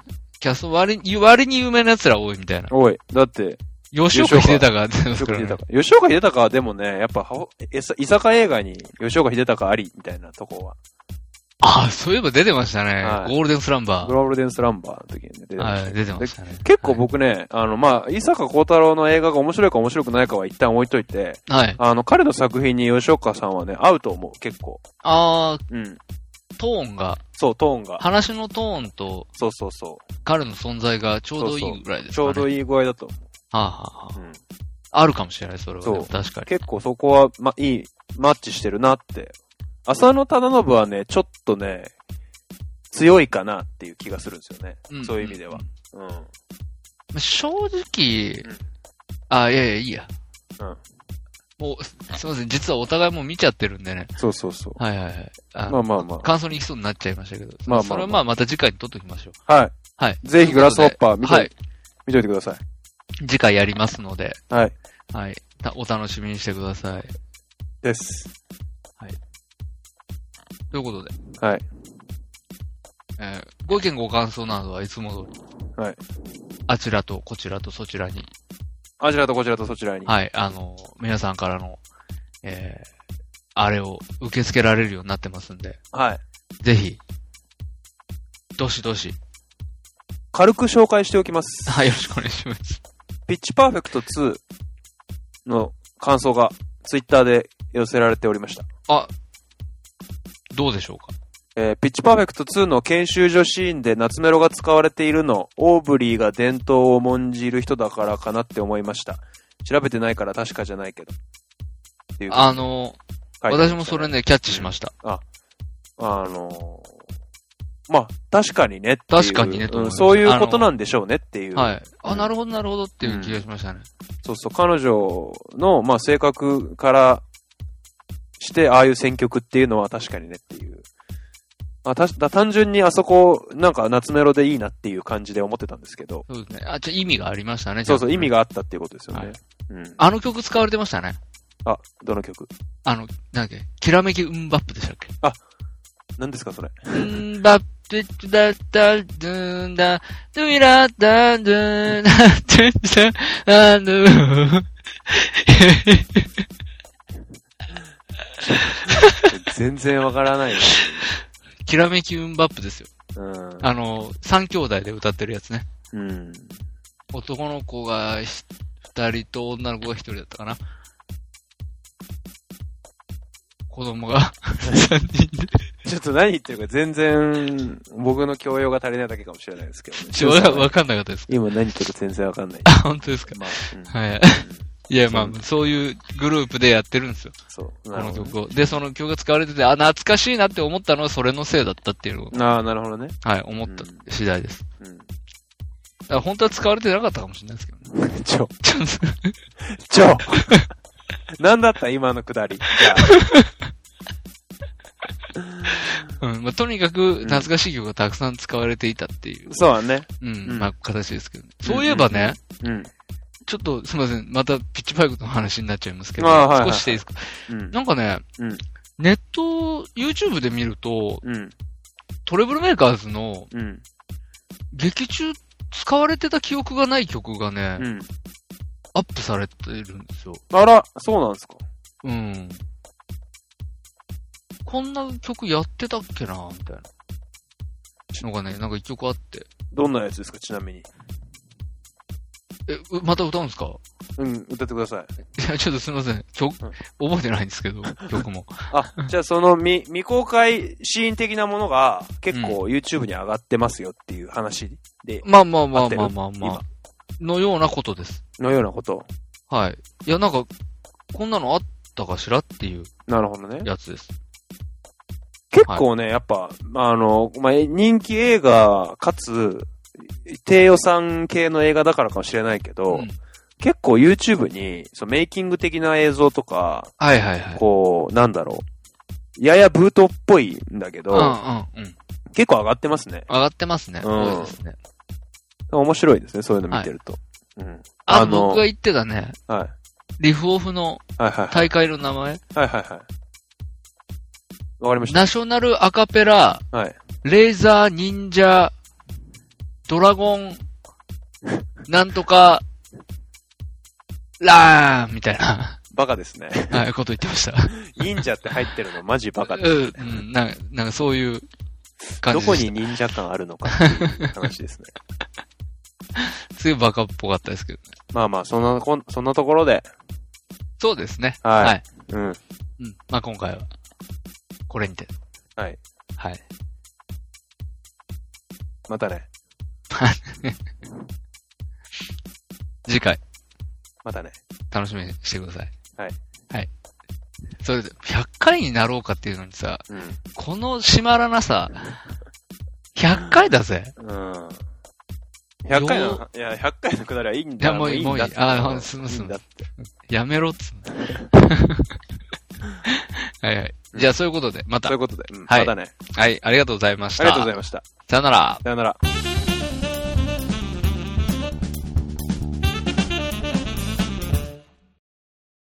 [SPEAKER 3] キャスト割に、割に有名な奴ら多いみたいな。
[SPEAKER 2] おい、だって、
[SPEAKER 3] 吉岡秀隆が出てま
[SPEAKER 2] 吉
[SPEAKER 3] す
[SPEAKER 2] 岡
[SPEAKER 3] から
[SPEAKER 2] 秀
[SPEAKER 3] ね。
[SPEAKER 2] 隆。吉岡秀隆はでもね、やっぱ、はえさ居酒屋映画に吉岡秀隆ありみたいなとこは、
[SPEAKER 3] ああ、そういえば出てましたね。
[SPEAKER 2] はい
[SPEAKER 3] ゴールデンスランバ
[SPEAKER 2] ゴールデンスランバーの時に出て
[SPEAKER 3] ー。
[SPEAKER 2] ました
[SPEAKER 3] はい、出てましたね。
[SPEAKER 2] 結構僕ね、あの、まあ、伊坂幸太郎の映画が面白いか面白くないかは一旦置いといて、
[SPEAKER 3] はい。
[SPEAKER 2] あの、彼の作品に吉岡さんはね、合うと思う、結構。
[SPEAKER 3] ああ、
[SPEAKER 2] うん。
[SPEAKER 3] トーンが、
[SPEAKER 2] そう、トーンが。
[SPEAKER 3] 話のトーンと
[SPEAKER 2] そうそうそ
[SPEAKER 3] 彼の存在がちょうどいいぐらいで
[SPEAKER 2] う。
[SPEAKER 3] す
[SPEAKER 2] ち
[SPEAKER 3] か
[SPEAKER 2] ょ
[SPEAKER 3] ね。
[SPEAKER 2] うど
[SPEAKER 3] い。
[SPEAKER 2] いい具合だと思
[SPEAKER 3] はあ、はあは
[SPEAKER 2] う。うん。
[SPEAKER 3] あ、あるかもしれない、それは。
[SPEAKER 2] そう
[SPEAKER 3] でも確かに。
[SPEAKER 2] 結構そこは、ま、いい、マッチしてるなって。浅野忠信はね、ちょっとね、強いかなっていう気がするんですよね。
[SPEAKER 3] ん
[SPEAKER 2] そういう意味では
[SPEAKER 3] ん。
[SPEAKER 2] うん。
[SPEAKER 3] まあ正直
[SPEAKER 2] うん、
[SPEAKER 3] あ、いやいや、いいや。
[SPEAKER 2] うん
[SPEAKER 3] もう、すすいません。実はお互いもう見ちゃってるんでね。
[SPEAKER 2] そうそうそう。
[SPEAKER 3] はいはいはい。あ
[SPEAKER 2] まあまあま
[SPEAKER 3] 感想に行きそうになっちゃいましたけど。
[SPEAKER 2] まあまあまあ
[SPEAKER 3] それはまあまた次回に撮っときましょう。
[SPEAKER 2] あ。はい。
[SPEAKER 3] はい。
[SPEAKER 2] ぜひグラスホッパー見て、
[SPEAKER 3] はい。
[SPEAKER 2] 見といてください。
[SPEAKER 3] 次回やりますので、
[SPEAKER 2] はい。
[SPEAKER 3] はい。たお楽しみにしてください。
[SPEAKER 2] です。
[SPEAKER 3] ということで、
[SPEAKER 2] はい。
[SPEAKER 3] えーご意見ご感想などはいつも通り。
[SPEAKER 2] はい。
[SPEAKER 3] あちらとこちらとそちらに。
[SPEAKER 2] あちらとこちらとそちらに。
[SPEAKER 3] はい。あの、皆さんからの、えー、あれを受け付けられるようになってますんで、
[SPEAKER 2] はい。
[SPEAKER 3] ぜひ、どしどし、
[SPEAKER 2] 軽く紹介しておきます。
[SPEAKER 3] はい、よろしくお願いします。
[SPEAKER 2] ピッチパーフェクト2の感想がツイッターで寄せられておりました。
[SPEAKER 3] どうでしょうか
[SPEAKER 2] えーピッチパーフェクト2の研修所シーンで夏メロが使われているの、オーブリーが伝統を重んじる人だからかなって思いました。調べてないから確かじゃないけど。っていう
[SPEAKER 3] あ
[SPEAKER 2] 書い
[SPEAKER 3] の、
[SPEAKER 2] てありましたね
[SPEAKER 3] 私もそれ。ね、キャッチしました。
[SPEAKER 2] あのーまあ、確かにねっていう
[SPEAKER 3] 確かにねと思
[SPEAKER 2] う
[SPEAKER 3] い
[SPEAKER 2] ん
[SPEAKER 3] ます
[SPEAKER 2] そういうことなんでしょうねっていう。
[SPEAKER 3] はい。
[SPEAKER 2] う
[SPEAKER 3] あ、
[SPEAKER 2] ん
[SPEAKER 3] なるほど、なるほどっていう気がしましたね。
[SPEAKER 2] そうそう、彼女の、まあ、性格からして、ああいう選曲っていうのは確かにねっていう。まあ、ただ単純にあそこ、なんか夏メロでいいなっていう感じで思ってたんですけど、
[SPEAKER 3] そうですね。あ、ちょ、意味がありましたね。
[SPEAKER 2] そうそう、
[SPEAKER 3] ち
[SPEAKER 2] 意
[SPEAKER 3] ゃんとね
[SPEAKER 2] 味があったっていうことですよね。
[SPEAKER 3] はい
[SPEAKER 2] うん。
[SPEAKER 3] あの曲使われてましたね。
[SPEAKER 2] あ、どの曲
[SPEAKER 3] あの、なんだっけ、きらめきうんばっぷでしたっけ
[SPEAKER 2] 何です か、それ。
[SPEAKER 3] うんばっぷだったドゥンダ、ドゥイラッダドゥンダ、ドゥンダ、ドゥンダ、
[SPEAKER 2] 全然わからない。
[SPEAKER 3] きらめきうんばっぷですよ。
[SPEAKER 2] うん。
[SPEAKER 3] あの、三兄弟で歌ってるやつね。
[SPEAKER 2] うん。
[SPEAKER 3] 男の子がひ二人と女の子が一人だったかな。子供が三人で。
[SPEAKER 2] ちょっと何言ってるか全然、僕の教養が足りないだけかもしれないですけどね、
[SPEAKER 3] ちょ、わかわかんなかったです。
[SPEAKER 2] 今何言ってるか全然わかんない。
[SPEAKER 3] あ、本当ですか。
[SPEAKER 2] まあ、うん
[SPEAKER 3] はい。
[SPEAKER 2] うん
[SPEAKER 3] いや、まあ、そういうグループでやってるんですよ。
[SPEAKER 2] そう。
[SPEAKER 3] こ
[SPEAKER 2] なる
[SPEAKER 3] の
[SPEAKER 2] ほどね
[SPEAKER 3] 曲を。で、その曲が使われてて、あ、懐かしいなって思ったのはそれのせいだったっていうのを、
[SPEAKER 2] ああ、なるほどね。
[SPEAKER 3] はい、思った次第です。
[SPEAKER 2] うん。
[SPEAKER 3] だから本当は使われてなかったかもしれないですけどね。
[SPEAKER 2] ちょ、
[SPEAKER 3] ちょっ
[SPEAKER 2] ち ょなんだった今のくだり。じゃ
[SPEAKER 3] とうんまあ、とにかく懐かしい曲がたくさん使われていたってい
[SPEAKER 2] あ、、
[SPEAKER 3] う
[SPEAKER 2] そうだね。
[SPEAKER 3] うん、
[SPEAKER 2] うん
[SPEAKER 3] まあ、形ですけど、ね、そういえばね、
[SPEAKER 2] うん。
[SPEAKER 3] ちょっとすいません、またピッチパイクの話になっちゃいますけど、
[SPEAKER 2] あーはいはい
[SPEAKER 3] 少しでいいですか。
[SPEAKER 2] うん。
[SPEAKER 3] なんかね、
[SPEAKER 2] うん
[SPEAKER 3] ネット、YouTube で見ると、
[SPEAKER 2] うん。
[SPEAKER 3] トレブルメーカーズの
[SPEAKER 2] うん。
[SPEAKER 3] 劇中使われてた記憶がない曲がね、
[SPEAKER 2] うん。
[SPEAKER 3] アップされてるんですよ。
[SPEAKER 2] あら、そうなんですか。
[SPEAKER 3] うん。こんな曲やってたっけなみたいな。のがね、なんか一曲あって。
[SPEAKER 2] どんなやつですか、ちなみに。
[SPEAKER 3] え、うまた歌うんですか
[SPEAKER 2] うん、歌ってください。
[SPEAKER 3] いや、ちょっとすいません。曲、覚えてないんですけど、曲も。
[SPEAKER 2] あ、じゃあその未 未公開シーン的なものが結構 YouTube に上がってますよっていう話で、
[SPEAKER 3] まあまあま
[SPEAKER 2] 合
[SPEAKER 3] あ
[SPEAKER 2] ってる
[SPEAKER 3] まあまあまあ。のようなことです。
[SPEAKER 2] のようなこと。
[SPEAKER 3] はい。いや、なんか、こんなのあったかしらっていう
[SPEAKER 2] なるほどね。
[SPEAKER 3] やつです。
[SPEAKER 2] 結構ね、やっぱ、あの、まあ、人気映画かつ、低予算系の映画だからかもしれないけど、
[SPEAKER 3] うん
[SPEAKER 2] 結構 YouTube にそのメイキング的な映像とか、
[SPEAKER 3] はいはいはい。
[SPEAKER 2] こう、なんだろう。ややブートっぽいんだけ
[SPEAKER 3] うんう
[SPEAKER 2] ど、
[SPEAKER 3] んうん。
[SPEAKER 2] 結構上がってますね。
[SPEAKER 3] 上がってますね。
[SPEAKER 2] うん
[SPEAKER 3] 多いですね。
[SPEAKER 2] 面白いですね、そういうの見てると。うん。
[SPEAKER 3] あ、
[SPEAKER 2] あの
[SPEAKER 3] 僕が言ってたね、
[SPEAKER 2] はい。
[SPEAKER 3] リフオフの
[SPEAKER 2] はいはいはい。
[SPEAKER 3] 大会の名前、
[SPEAKER 2] はいはいはい。わかりまし
[SPEAKER 3] ナショナルアカペラ、
[SPEAKER 2] た。はい。
[SPEAKER 3] レーザー忍者、ドラ ゴン、なんとか、ラーンみたいな、
[SPEAKER 2] バカ ですね。
[SPEAKER 3] はい、こと言ってました。
[SPEAKER 2] 忍者って入ってるのマジバカで
[SPEAKER 3] う
[SPEAKER 2] す。
[SPEAKER 3] んうん、なんか、なんかそういう感じ
[SPEAKER 2] ど
[SPEAKER 3] でした。
[SPEAKER 2] こに忍者感あるのかっていう話です ね。
[SPEAKER 3] すごいバカっぽかったですけど。
[SPEAKER 2] まあまあ、そんなこん、そんなところで、
[SPEAKER 3] そうですね。
[SPEAKER 2] はい
[SPEAKER 3] はい。
[SPEAKER 2] うん。
[SPEAKER 3] うん。まあ今回は、これにて。
[SPEAKER 2] はい。
[SPEAKER 3] はい。
[SPEAKER 2] またね。
[SPEAKER 3] 次回、
[SPEAKER 2] またね。
[SPEAKER 3] 楽しみにしてください。
[SPEAKER 2] はい。
[SPEAKER 3] はい。それで、100回になろうかっていうのにさ、
[SPEAKER 2] う
[SPEAKER 3] この締まらなさ、100回だぜ。
[SPEAKER 2] ん。うん。100回の、いや、100回のくだりはいいんだ
[SPEAKER 3] いやもういい
[SPEAKER 2] んだ
[SPEAKER 3] もういいあーすんすん
[SPEAKER 2] いいんだって
[SPEAKER 3] やめろっ つうのはいはい。じゃあそういうことで、また
[SPEAKER 2] そういう。ことで、うん
[SPEAKER 3] はい
[SPEAKER 2] またね。
[SPEAKER 3] はい、ありがとうございまし
[SPEAKER 2] あ
[SPEAKER 3] た。
[SPEAKER 2] りがとうございました。
[SPEAKER 3] さよなら。
[SPEAKER 2] さよなら。